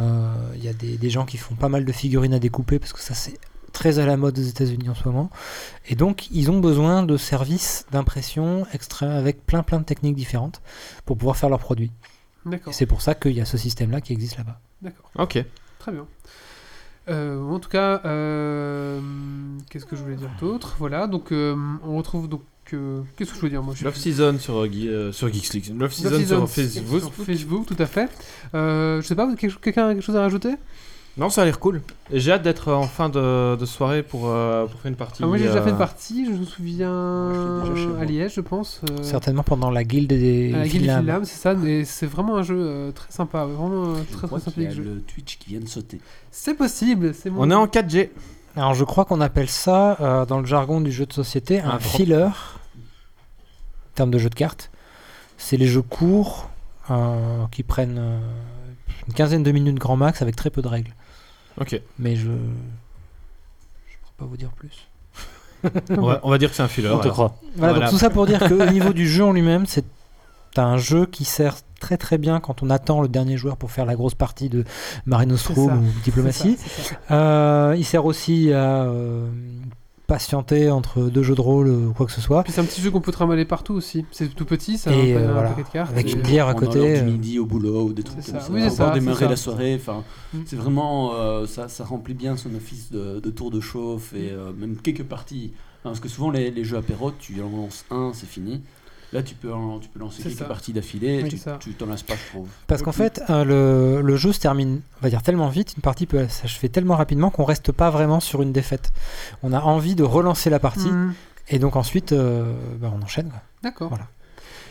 S3: Euh, Il y a des, des gens qui font pas mal de figurines à découper parce que ça, c'est très à la mode aux États-Unis en ce moment. Et donc, ils ont besoin de services d'impression extra avec plein, plein de techniques différentes pour pouvoir faire leurs produits. Et
S1: D'accord,
S3: c'est pour ça qu'il y a ce système-là qui existe là-bas.
S1: d'accord,
S2: Ok.
S1: très bien. Euh, en tout cas, euh, qu'est-ce que je voulais dire d'autre Voilà, donc euh, on retrouve donc. euh, qu'est-ce que je voulais dire moi je suis-
S2: Love Season sur, euh, Gui- euh, sur Geeks League. Love Season,
S1: Love
S2: sur
S1: Season
S2: Facebook.
S1: sur Facebook, tout à fait. Euh, je sais pas, vous- quelque- quelqu'un a quelque chose à rajouter
S2: Non, ça a l'air cool. Et j'ai hâte d'être euh, en fin de, de soirée pour, euh, pour faire une partie.
S1: Ah, Moi j'ai déjà
S2: euh,
S1: fait une partie, je me souviens
S5: Moi, je l'ai déjà chez moi.
S1: à Liège, je pense. euh,
S3: Certainement pendant la guilde des
S1: À la Guilde des
S3: Finlames.
S1: Finlames, Euh, c'est ça, mais c'est vraiment un jeu euh, très sympa, vraiment euh,
S5: Je
S1: très
S5: crois
S1: très
S5: qu'il y
S1: sympathique
S5: a
S1: jeu.
S5: le Twitch qui vient de sauter.
S1: C'est possible, c'est mon.
S2: On est en 4G.
S3: Alors je crois qu'on appelle ça, euh, dans le jargon du jeu de société, un,
S2: Un drop.
S3: filler, en termes de jeu de cartes. C'est les jeux courts euh, qui prennent euh, une quinzaine de minutes grand max avec très peu de règles.
S2: Ok.
S3: Mais je... Je ne peux pas vous dire plus.
S2: [LAUGHS] On va, on va dire que c'est un filler.
S7: On te
S2: alors.
S7: croit.
S3: Voilà,
S2: Voilà.
S3: donc tout ça pour dire qu'au niveau du jeu en lui-même, c'est un jeu qui sert très très bien quand on attend le dernier joueur pour faire la grosse partie de Marino
S1: ça,
S3: Strom ou
S1: C'est ça,
S3: Diplomatie.
S1: c'est ça.
S3: Euh, il sert aussi à euh, patienter entre deux jeux de rôle euh, ou quoi que ce soit.
S1: Puis c'est un petit jeu qu'on peut trimballer partout aussi. C'est tout petit, ça.
S3: Et,
S1: un, pa-
S3: euh,
S1: un
S3: voilà.
S1: paquet de cartes.
S3: Avec
S1: et-
S3: une bière à
S5: prendre
S3: côté,
S5: l'heure
S3: euh,
S5: du midi au boulot ou des trucs
S1: C'est
S5: comme
S1: ça.
S5: ça.
S1: Oui, c'est
S5: Pouvoir
S1: ça, c'est
S5: démarrer
S1: ça.
S5: la soirée. Enfin,
S1: Mm.
S5: c'est vraiment euh, ça, ça remplit bien son office de, de tour de chauffe et
S1: Mm.
S5: euh, même quelques parties. Enfin, parce que souvent les, les jeux apéro, tu en lances un, c'est fini. Là, tu peux, en- tu peux lancer
S1: C'est
S5: quelques
S1: ça.
S5: parties d'affilée.
S1: Oui,
S5: tu-
S1: c'est ça.
S5: tu t'en lasses pas, je trouve.
S3: Parce qu'en fait, euh, le, le jeu se termine, on va dire, tellement vite, une partie peut s'achever tellement rapidement qu'on reste pas vraiment sur une défaite. On a envie de relancer la partie,
S1: Mhm.
S3: et donc ensuite, euh, bah, on enchaîne. quoi.
S1: D'accord.
S3: Voilà.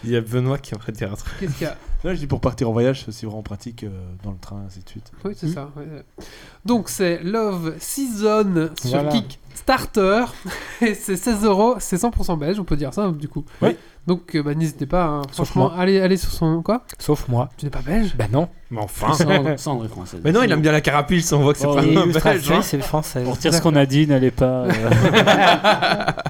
S9: Il y a Benoît qui aimerait dire un truc.
S1: Qu'est-ce
S6: [LAUGHS]
S1: qu'il y a
S6: Là, je dis pour partir en voyage, c'est aussi vraiment pratique euh, dans le train, ainsi de suite.
S1: Oui,
S3: Hmm.
S1: c'est ça. ouais, ouais. Donc, c'est Love Season sur
S3: Voilà.
S1: Kickstarter. [LAUGHS] Et c'est 16 euros. C'est 100% belge, on peut dire ça, du coup.
S3: Oui.
S1: Donc, euh, bah, n'hésitez pas. hein.
S3: Sauf
S1: Franchement,
S3: moi.
S1: allez, allez sur son. Quoi
S3: Sauf moi.
S1: Tu n'es pas belge
S3: Bah non.
S9: Mais enfin
S5: Sans, sans vraie française.
S9: Mais non, il aime bien la carapulse, on voit que c'est
S7: Oh,
S9: pas
S3: Et
S9: un belge.
S3: Illustration,
S9: hein.
S3: c'est français.
S7: Pour retire ce qu'on a dit, n'allez pas. euh,
S1: [LAUGHS]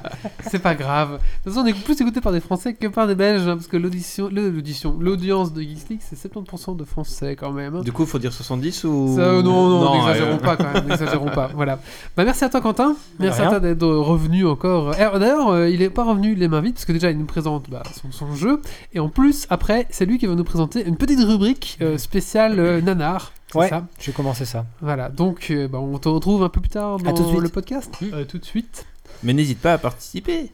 S7: [LAUGHS]
S1: C'est pas grave. De toute façon, on est plus écouté par des Français que par des Belges. hein, parce que l'audition, le- l'audition, l'audience de Geeks League, c'est 70% de Français quand même. hein.
S2: Du coup, faut dire 70 ou.
S1: Ça, euh, non, non, n'exagérons
S9: euh,
S1: pas quand même, n'exagérons
S2: [LAUGHS]
S1: pas. Voilà. Bah, merci à toi, Quentin. Merci à
S3: rien.
S1: toi d'être euh, revenu encore. Eh, D'ailleurs, euh, il n'est pas revenu les mains vides, parce que déjà, il nous présente bah, son, son jeu. Et en plus, après, c'est lui qui va nous présenter une petite rubrique euh, spéciale euh, nanar. C'est
S3: Ouais,
S1: ça
S3: j'ai commencé ça.
S1: Voilà. Donc, euh, bah, on te retrouve un peu plus tard dans
S3: tout de suite.
S1: le podcast. Euh, tout de suite.
S9: Mais n'hésite pas à participer.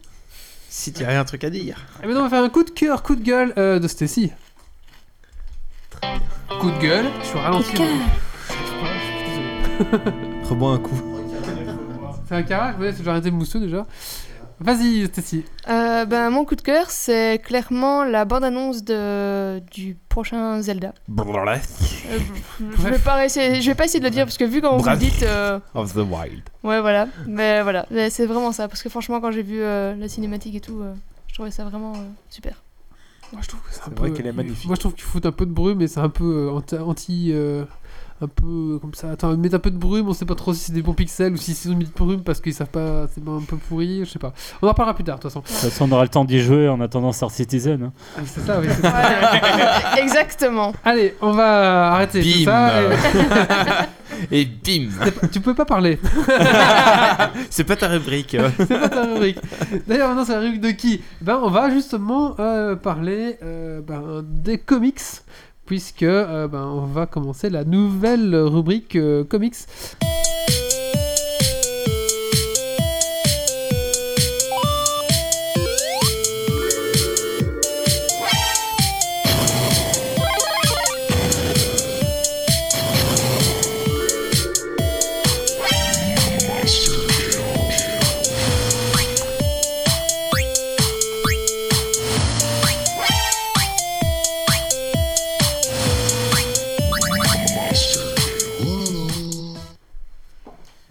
S9: Si tu as un truc à
S1: [LAUGHS]
S9: dire.
S1: Et maintenant, Eh ben, on va faire un coup de cœur, coup de gueule euh, de Stacy. Coup de gueule. Je suis ralenti.
S4: Coup de cœur.
S1: [LAUGHS]
S9: Rebois un coup.
S1: C'est un carrage, ouais, j'ai arrêté le mousseux déjà. Vas-y, Stacy.
S4: Euh, ben, mon coup de cœur, c'est clairement la bande-annonce de... du prochain Zelda. Euh, je, vais
S1: Bref.
S4: pas essayer, je vais pas essayer de le dire parce que vu quand vous le
S9: Bref.
S4: dites. euh,
S9: Of the Wild.
S4: Ouais, voilà. Mais voilà, Mais c'est vraiment ça. Parce que franchement, quand j'ai vu euh, la cinématique et tout, euh, je trouvais ça vraiment euh, super.
S1: Moi je trouve que c'est un
S6: C'est
S1: peu. euh,
S6: vrai qu'elle est magnifique.
S1: Moi je trouve qu'il fout un peu de brume, mais c'est un peu euh, anti. anti, euh, un peu euh, comme ça. Attends, ils mettent un peu de brume, on sait pas trop si c'est des bons pixels ou si c'est mis de brume parce qu'ils savent pas. C'est pas un peu pourri, je sais pas. On en reparlera plus tard de toute façon.
S7: De toute façon, on aura le temps d'y jouer en attendant Star Citizen. hein.
S1: Ah, c'est ça, oui. c'est ça.
S4: Voilà. [LAUGHS] Exactement.
S1: Allez, on va arrêter tout
S9: Bim.
S1: ça. et- [LAUGHS]
S9: Et bim
S1: t'es pas- tu peux pas parler.
S9: C'est pas ta
S1: [LAUGHS]
S9: rubrique.
S1: C'est pas ta rubrique. D'ailleurs, maintenant, c'est la rubrique de qui Ben, on va justement euh, parler euh, ben, des comics, puisque euh, ben, on va commencer la nouvelle rubrique euh, comics.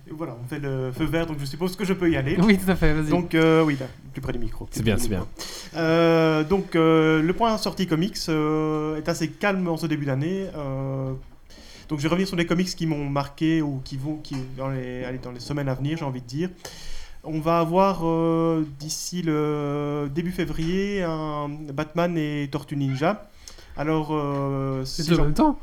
S10: Et voilà, on fait le feu vert, donc je suppose que je peux y aller.
S1: Oui, tout à fait, vas-y.
S10: Donc, euh, oui, là, plus près du micro.
S9: C'est bien, c'est bien.
S10: Euh, donc, euh, le point sortie comics euh, est assez calme en ce début d'année. euh, donc, je vais revenir sur les comics qui m'ont marqué ou qui vont qui, dans, les, allez, dans les semaines à venir, j'ai envie de dire. On va avoir euh, d'ici le début février un Batman et Tortue Ninja. Alors, euh,
S1: C'est
S10: si
S1: deux en
S10: j'en-
S1: même temps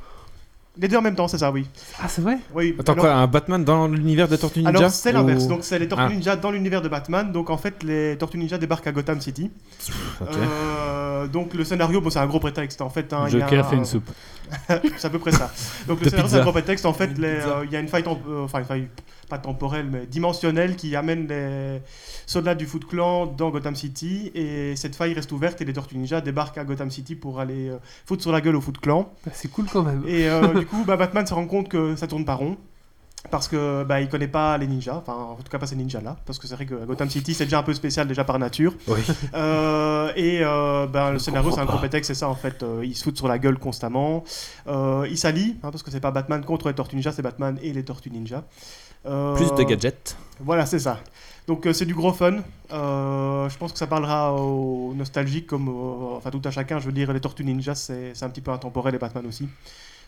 S10: les deux en même temps, c'est ça, oui.
S1: Ah, c'est vrai
S10: oui
S2: Attends
S10: alors-
S2: quoi, un Batman dans l'univers des Tortues Ninja
S10: alors c'est l'inverse,
S2: Ou-
S10: donc c'est les Tortues
S2: Ah.
S10: Ninja dans l'univers de Batman, donc en fait les Tortues Ninja débarquent à Gotham City.
S2: Ok.
S10: Euh, donc le scénario, bon c'est un gros prétexte en fait. hein, il y a
S7: Joker
S10: un-
S7: fait une soupe.
S10: [LAUGHS] C'est à peu près ça. Donc le
S2: De
S10: scénario c'est
S2: pizza.
S10: un gros prétexte, en fait
S2: Une
S10: les,
S2: pizza.
S10: euh, il y a une faille, temp- euh, enfin une faille pas temporelle mais dimensionnelle qui amène les soldats du Foot Clan dans Gotham City et cette faille reste ouverte et les Tortues Ninja débarquent à Gotham City pour aller euh, foutre sur la gueule au Foot Clan.
S1: Bah, C'est cool quand même.
S10: Et euh, du coup, bah, Batman se rend compte que ça tourne pas rond. Parce que bah, il connaît pas les ninjas, enfin en tout cas pas ces ninjas là, parce que c'est vrai que Gotham City c'est déjà un peu spécial déjà par nature.
S9: Oui.
S10: [LAUGHS] Euh, et euh, bah, le scénario c'est un gros prétexte, c'est ça en fait, euh, ils se foutent sur la gueule constamment, euh, ils s'allient, hein, parce que c'est pas Batman contre les Tortues Ninja, c'est Batman et les Tortues Ninja. Euh,
S2: Plus de gadgets.
S10: Voilà c'est ça. Donc euh, c'est du gros fun. Euh, je pense que ça parlera aux nostalgiques comme euh, enfin tout à chacun. Je veux dire les Tortues Ninja c'est c'est un petit peu intemporel et Batman aussi.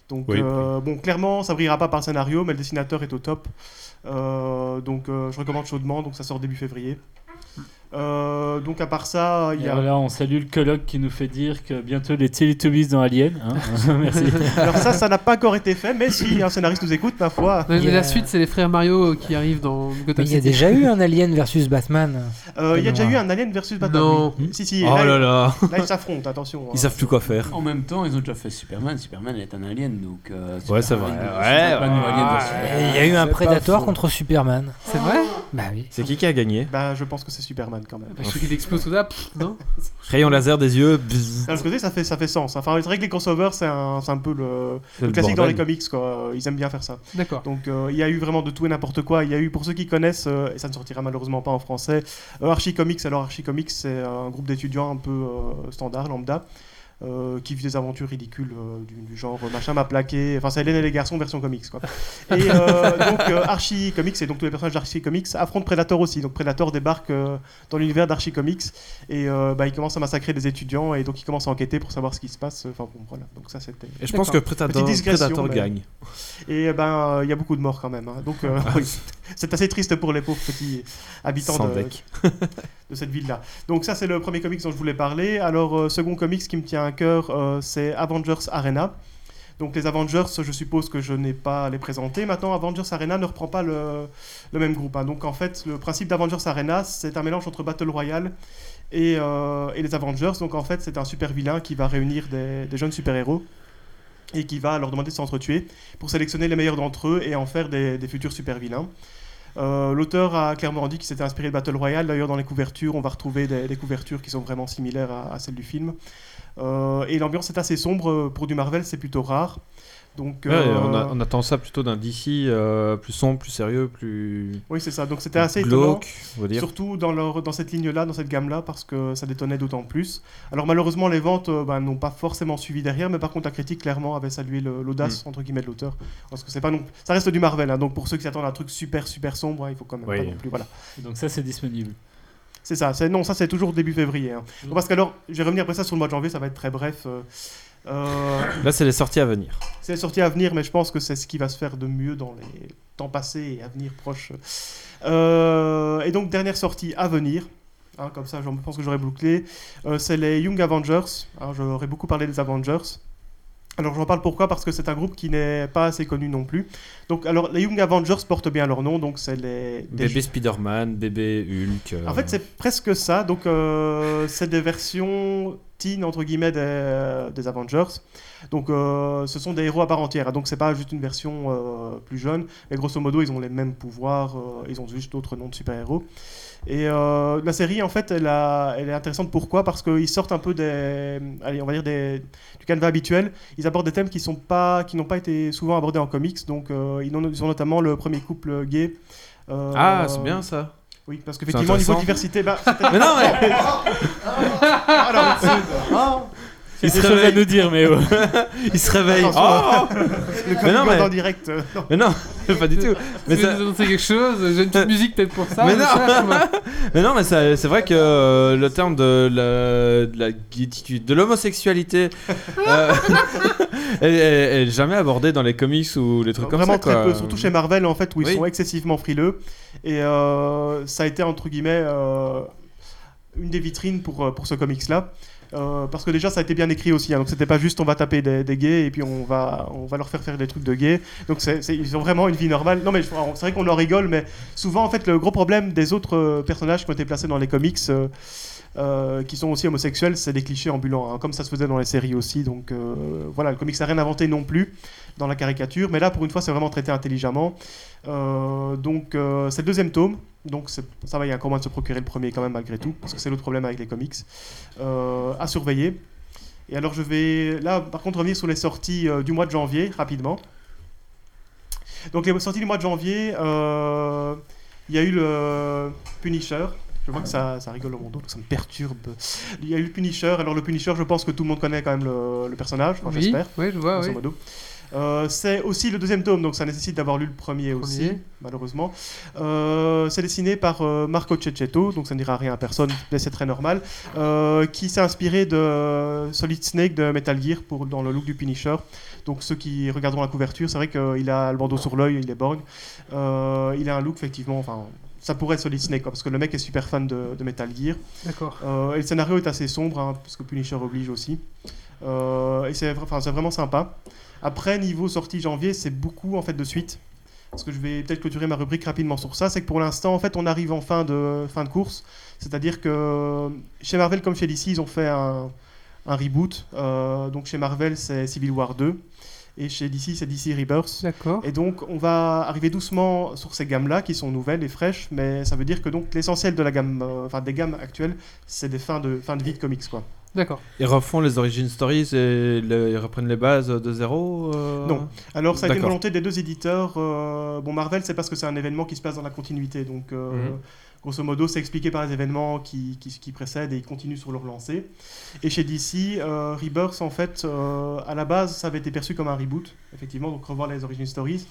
S10: Donc
S9: Oui.
S10: euh, bon clairement ça brillera pas par le scénario mais le dessinateur est au top. Euh, donc euh, je recommande chaudement donc ça sort début février. Euh, donc à part ça, il
S7: Et
S10: y
S1: [LAUGHS]
S10: a...
S7: [LAUGHS] alors là, on salue le colloque qui nous fait dire que bientôt les Teletubbies dans Alien. hein. [LAUGHS] Merci.
S10: [LAUGHS] Alors ça, ça n'a pas encore été fait, mais si un scénariste nous écoute, ma foi...
S1: Mais
S3: Il y a-
S1: La suite, c'est les frères Mario euh, qui arrivent dans
S3: Mais
S1: Gotham
S3: il y a
S1: City.
S3: déjà
S1: [LAUGHS]
S3: eu un Alien versus Batman.
S10: Euh, il y a déjà
S3: Donne-moi.
S10: eu un Alien versus Batman.
S1: Non.
S10: oui. Si, si,
S2: Oh
S10: là,
S2: là là,
S10: là, ils s'affrontent, attention. hein.
S2: ils savent plus quoi faire.
S5: En même temps, ils ont déjà fait Superman. Superman est un alien, donc. euh,
S2: Ouais,
S5: Superman
S2: c'est vrai.
S5: versus
S2: Ouais,
S5: Batman ou Alien versus
S3: Et
S5: Superman.
S3: Il y a eu un
S9: C'est pas
S3: Predator
S9: faux.
S3: contre Superman.
S1: C'est vrai
S3: Bah oui.
S2: C'est qui qui a gagné
S10: Bah, je pense que c'est Superman quand même.
S1: Bah, Je sais qu'il explose tout ça, pff, non
S2: Rayon laser des yeux. bzzz,
S10: D'un autre côté, ça fait, ça fait sens. Enfin, c'est vrai que les crossovers, c'est un, c'est un peu le,
S2: c'est le
S10: classique dans les
S2: bordel.
S10: comics, quoi. Ils aiment bien faire ça.
S1: D'accord.
S10: Donc, euh, il y a eu vraiment de tout et n'importe quoi. Il y a eu, pour ceux qui connaissent, euh, et ça ne sortira malheureusement pas en français, euh, Archie Comics. Alors, Archie Comics, c'est un groupe d'étudiants un peu euh, standard, lambda. euh, qui vivent des aventures ridicules euh, du, du genre euh, machin m'a plaqué. Enfin, c'est Hélène et les garçons version comics quoi. Et
S2: [LAUGHS]
S10: euh, donc euh, Archie Comics et donc tous les personnages d'Archie Comics affrontent Predator aussi. Donc Predator débarque euh, dans l'univers d'Archie Comics et euh, bah, il commence à massacrer des étudiants et donc il commence à enquêter pour savoir ce qui se passe. Enfin bon, voilà. Donc ça c'était.
S2: Et je pense que Predator,
S10: Petite digression,
S2: Predator
S10: mais-
S2: gagne. Ah,
S10: Et euh, ben, euh, il y a beaucoup de morts quand même. hein. Donc, euh, [LAUGHS] oui, c'est assez triste pour les pauvres petits habitants
S2: Sans
S10: de,
S2: bec.
S10: [LAUGHS] de cette ville-là. Donc, ça, c'est le premier comics dont je voulais parler. Alors, euh, second comics qui me tient à cœur, euh, c'est Avengers Arena. Donc, les Avengers, je suppose que je n'ai pas à les présenter. Maintenant, Avengers Arena ne reprend pas le, le même groupe. hein. Donc, en fait, le principe d'Avengers Arena, c'est un mélange entre Battle Royale et, euh, et les Avengers. Donc, en fait, c'est un super vilain qui va réunir des, des jeunes super-héros et qui va leur demander de s'entretuer pour sélectionner les meilleurs d'entre eux et en faire des, des futurs super vilains. Euh, L'auteur a clairement dit qu'il s'était inspiré de Battle Royale. D'ailleurs, dans les couvertures, on va retrouver des, des couvertures qui sont vraiment similaires à, à celles du film. Euh, et l'ambiance est assez sombre. Pour du Marvel, c'est plutôt rare. Donc,
S2: Ouais,
S10: euh,
S2: on, a- on attend ça plutôt d'un DC euh, plus sombre, plus sérieux, plus
S10: oui, c'est ça. Donc, c'était assez étonnant.
S2: glauque, on va dire.
S10: Surtout dans, leur, dans cette ligne-là, dans cette gamme-là, parce que ça détonnait d'autant plus. Alors malheureusement, les ventes euh, ben, n'ont pas forcément suivi derrière, mais par contre, la critique clairement avait salué le-
S2: Mm.
S10: l'audace entre guillemets de l'auteur, parce que c'est pas non, ça reste du Marvel. hein, donc pour ceux qui attendent un truc super super sombre, hein, il faut quand même
S2: Oui.
S10: pas non plus. Voilà,
S7: Donc ça, c'est disponible. Mm.
S10: c'est ça. c'est- Non, ça c'est toujours début février. hein. Bon, parce qu'alors, je vais revenir après ça sur le mois de janvier, ça va être très bref. euh, euh,
S2: Là, c'est les sorties à venir.
S10: c'est sorti à venir, mais je pense que c'est ce qui va se faire de mieux dans les temps passés et à venir proches. Euh, et donc, dernière sortie à venir. hein, comme ça, je pense que j'aurais bouclé. Euh, c'est les Young Avengers. Hein, j'aurais beaucoup parlé des Avengers. Alors, j'en parle pourquoi Parce que c'est un groupe qui n'est pas assez connu non plus. Donc, alors, les Young Avengers portent bien leur nom. Donc, c'est les. des-
S2: Bébé Spider-Man, bébé Hulk. euh,
S10: en fait, c'est presque ça. Donc, euh, c'est des versions teen, entre guillemets, des, des Avengers. Donc, euh, ce sont des héros à part entière. Donc, c'est pas juste une version euh, plus jeune. Mais grosso modo, ils ont les mêmes pouvoirs. euh, ils ont juste d'autres noms de super-héros. Et euh, la série, en fait, elle, a- elle est intéressante. Pourquoi Parce qu'ils sortent un peu des, allez, on va dire des, du canevas habituel. Ils abordent des thèmes qui sont pas, qui n'ont pas été souvent abordés en comics. Donc, euh, ils, ont, ils ont notamment le premier couple gay. euh,
S2: Ah, c'est bien ça.
S10: oui, parce qu'effectivement, niveau
S2: intéressant. [LAUGHS]
S10: diversité, bah, Ah, c'est-
S2: mais non, mais Ah.
S10: alors,
S7: Il
S2: Il se
S7: des choses à
S2: réveille.
S7: nous dire, mais ouais.
S2: [LAUGHS] il se réveille.
S10: Attention.
S2: Oh
S10: [LAUGHS] le
S2: Mais non,
S10: Comic-Con
S2: mais-
S10: en direct. euh, non.
S2: mais non, [LAUGHS] pas du tout.
S1: Mais
S2: Mais
S1: tu veux
S2: ça-
S1: nous annoncer quelque chose J'ai une petite musique peut-être
S3: [LAUGHS]
S1: pour ça.
S2: Mais
S1: je
S2: non.
S1: cherche, moi.
S2: Mais non, mais ça- c'est vrai que euh, le terme de la, de la guillotitude, de l'homosexualité, [LAUGHS] euh, est, est- est jamais abordé dans les comics ou les trucs comme
S10: Vraiment
S2: ça.
S10: très
S2: quoi.
S10: peu, surtout chez Marvel, en fait, où ils
S2: Oui.
S10: sont excessivement frileux. Et euh, ça a été, entre guillemets, euh, une des vitrines pour, euh, pour ce comics-là. Euh, parce que déjà, ça a été bien écrit aussi. hein. donc, c'était pas juste on va taper des, des gays et puis on va, on va leur faire faire des trucs de gays. Donc, c'est- c'est- ils ont vraiment une vie normale. Non, mais je- alors, c'est vrai qu'on en rigole, mais souvent, en fait, le gros problème des autres euh, personnages qui ont été placés dans les comics, euh, euh, qui sont aussi homosexuels, c'est des clichés ambulants, hein, comme ça se faisait dans les séries aussi. Donc euh, voilà, le comics n'a rien inventé non plus dans la caricature, mais là, pour une fois, c'est vraiment traité intelligemment. Euh, donc euh, c'est le deuxième tome, donc c'est- ça va, il y a encore moins de se procurer le premier quand même malgré tout, parce que c'est l'autre problème avec les comics. Euh, à surveiller. Et alors je vais là par contre revenir sur les sorties euh, du mois de janvier rapidement. Donc les sorties du mois de janvier, euh, il y a eu le Punisher. Je vois que ça, ça rigole au monde, donc ça me
S1: bah,
S10: perturbe. [LAUGHS] Il y a eu le Punisher. Alors le Punisher, je pense que tout le monde connaît quand même le, le personnage, enfin,
S1: Oui,
S10: j'espère.
S1: oui, je vois,
S10: grosso
S1: oui.
S10: modo. Euh, c'est aussi le deuxième tome, donc ça nécessite d'avoir lu le premier, aussi,
S1: Premier.
S10: malheureusement. Euh, c'est dessiné par euh, Marco Cecchetto, donc ça ne dira rien à personne, mais c'est très normal, euh, qui s'est inspiré de euh, Solid Snake de Metal Gear pour, dans le look du Punisher. Donc ceux qui regarderont la couverture, c'est vrai qu'il a le bandeau sur l'œil, il est borgne. Euh, il a un look effectivement, enfin ça pourrait solliciter quoi, parce que le mec est super fan de, de Metal Gear.
S1: D'accord.
S10: Euh, et le scénario est assez sombre, hein, parce que Punisher oblige aussi. Euh, et c'est vra- enfin, c'est vraiment sympa. Après, niveau sortie janvier, c'est beaucoup en fait de suite. Parce que je vais peut-être clôturer ma rubrique rapidement sur ça. C'est que pour l'instant, en fait, on arrive en fin de, fin de course. C'est-à-dire que chez Marvel comme chez DC, ils ont fait un, un reboot. Euh, donc chez Marvel, c'est Civil War 2. Et chez DC, c'est DC Rebirth.
S1: D'accord.
S10: Et donc, on va arriver doucement sur ces gammes-là qui sont nouvelles et fraîches, mais ça veut dire que donc l'essentiel de la gamme, euh, enfin des gammes actuelles, c'est des fins de fin de vie de comics quoi.
S1: D'accord.
S2: Ils refont les origin stories et le- ils reprennent les bases de zéro euh,
S10: Non. Alors, ça a été une
S2: D'accord.
S10: volonté des deux éditeurs. euh, bon, Marvel, c'est parce que c'est un événement qui se passe dans la continuité, donc euh,
S2: Mhm.
S10: grosso modo, c'est expliqué par les événements qui, qui, qui précèdent et ils continuent sur leur lancée. Et chez DC, euh, Rebirth, en fait, euh, à la base, ça avait été perçu comme un reboot, effectivement, donc revoir les origin stories.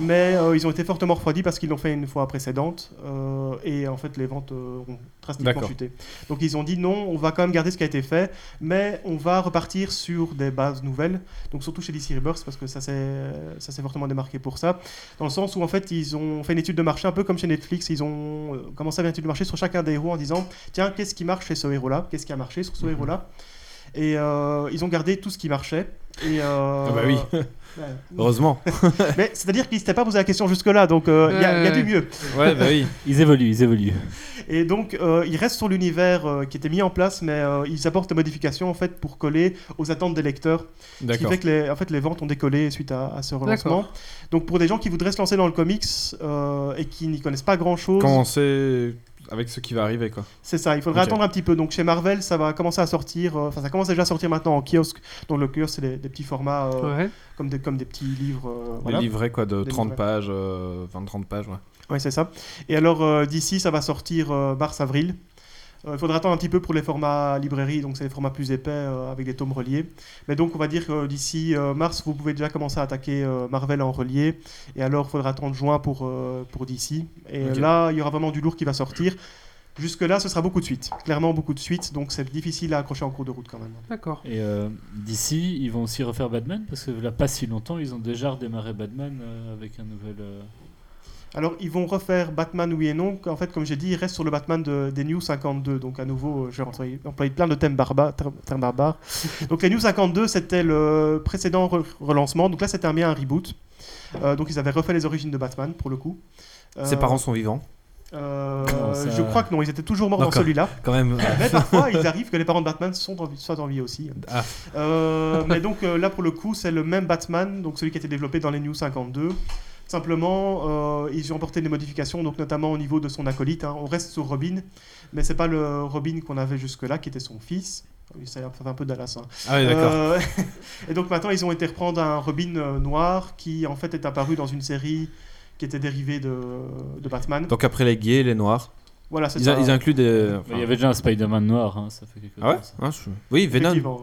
S10: Mais euh, ils ont été fortement refroidis parce qu'ils l'ont fait une fois précédente euh, et en fait les ventes euh, ont drastiquement
S2: D'accord.
S10: chuté. Donc ils ont dit non, on va quand même garder ce qui a été fait, mais on va repartir sur des bases nouvelles. Donc surtout chez DC Rebirth parce que ça s'est ça s'est fortement démarqué pour ça, dans le sens où en fait ils ont fait une étude de marché un peu comme chez Netflix, ils ont euh, commencé à faire une étude de marché sur chacun des héros en disant tiens qu'est-ce qui marche chez ce héros là, qu'est-ce qui a marché
S2: Mhm.
S10: sur ce héros là. Et euh, ils ont gardé tout ce qui marchait. Et euh,
S2: Ah bah oui.
S10: ouais.
S2: Heureusement.
S10: [LAUGHS] Mais c'est-à-dire qu'ils s'étaient pas posé la question jusque-là, donc euh, il y, a- il y a
S1: Ouais.
S10: du mieux.
S2: ouais, bah oui.
S7: Ils évoluent, ils évoluent.
S10: Et donc, euh, ils restent sur l'univers euh, qui était mis en place, mais euh, ils apportent des modifications en fait pour coller aux attentes des lecteurs. Ce qui
S2: D'accord.
S10: fait que les, en fait, les ventes ont décollé suite à, à ce relancement. Donc, pour des gens qui voudraient se lancer dans le comics euh, et qui n'y connaissent pas grand-chose,
S2: Commencer avec ce qui va arriver, quoi.
S10: c'est ça, il faudrait
S2: Ok.
S10: attendre un petit peu. Donc, chez Marvel, ça va commencer à sortir, euh, enfin, ça commence déjà à sortir maintenant en kiosque. Donc, le kiosque, c'est des, des petits formats euh,
S1: Ouais.
S10: comme, des, comme des petits livres. euh, voilà.
S2: Les livrets, quoi, de
S10: Des
S2: 30
S10: livrets.
S2: pages, euh, 20-30 pages, ouais.
S10: Ouais, c'est ça. Et alors, euh, d'ici, ça va sortir euh, mars-avril. Euh, Il faudra attendre un petit peu pour les formats librairie, donc c'est les formats plus épais euh, avec des tomes reliés. Mais donc, on va dire que d'ici euh, mars, vous pouvez déjà commencer à attaquer euh, Marvel en relié. Et alors, il faudra attendre juin pour, euh, pour d'ici. Et
S2: Ok.
S10: là, il y aura vraiment du lourd qui va sortir. Jusque-là, ce sera beaucoup de suite. Clairement, beaucoup de suite. Donc, c'est difficile à accrocher en cours de route quand même.
S1: D'accord.
S7: Et euh, d'ici, ils vont aussi refaire Batman parce que là, pas si longtemps, ils ont déjà redémarré Batman euh, avec un nouvel. euh,
S10: Alors, ils vont refaire Batman, oui et non. En fait, comme j'ai dit, ils restent sur le Batman de- des New 52. Donc, à nouveau, euh, j'ai employé, employé plein de thèmes barba- ter- termes barbares. donc, les New 52, c'était le précédent re- relancement. Donc, là, c'était un bien un reboot. Euh, donc, ils avaient refait les origines de Batman, pour le coup. Euh,
S2: Ses parents sont vivants.
S10: euh,
S7: Non, ça-
S10: Je crois que non, ils étaient toujours morts dans
S2: D'accord.
S10: celui-là.
S2: Quand même. [LAUGHS]
S10: Mais parfois, ils arrivent que les parents de Batman sont en vie- soient en vie aussi.
S2: Ah. [LAUGHS]
S10: Euh, mais donc euh, là, pour le coup, c'est le même Batman, donc celui qui a été développé dans les New 52. Simplement, euh, ils ont apporté des modifications, donc notamment au niveau de son acolyte. hein. On reste sur Robin, mais c'est pas le Robin qu'on avait jusque-là, qui était son fils. Oui, Ça fait un peu Dallas. hein.
S2: Ah, oui, d'accord.
S10: Euh, [LAUGHS] et donc maintenant, ils ont été reprendre un Robin euh, noir qui, en fait, est apparu dans une série qui était dérivée de, de Batman.
S2: Donc après les gays, les noirs.
S10: voilà, c'est
S2: Ils,
S10: ça.
S2: ils incluent des.
S7: mais Il
S2: enfin,
S7: y avait déjà un Spider-Man noir, hein, ça fait quelque
S2: Ah ouais
S7: temps.
S2: Hein, je- Oui, Venom.
S10: Effectivement.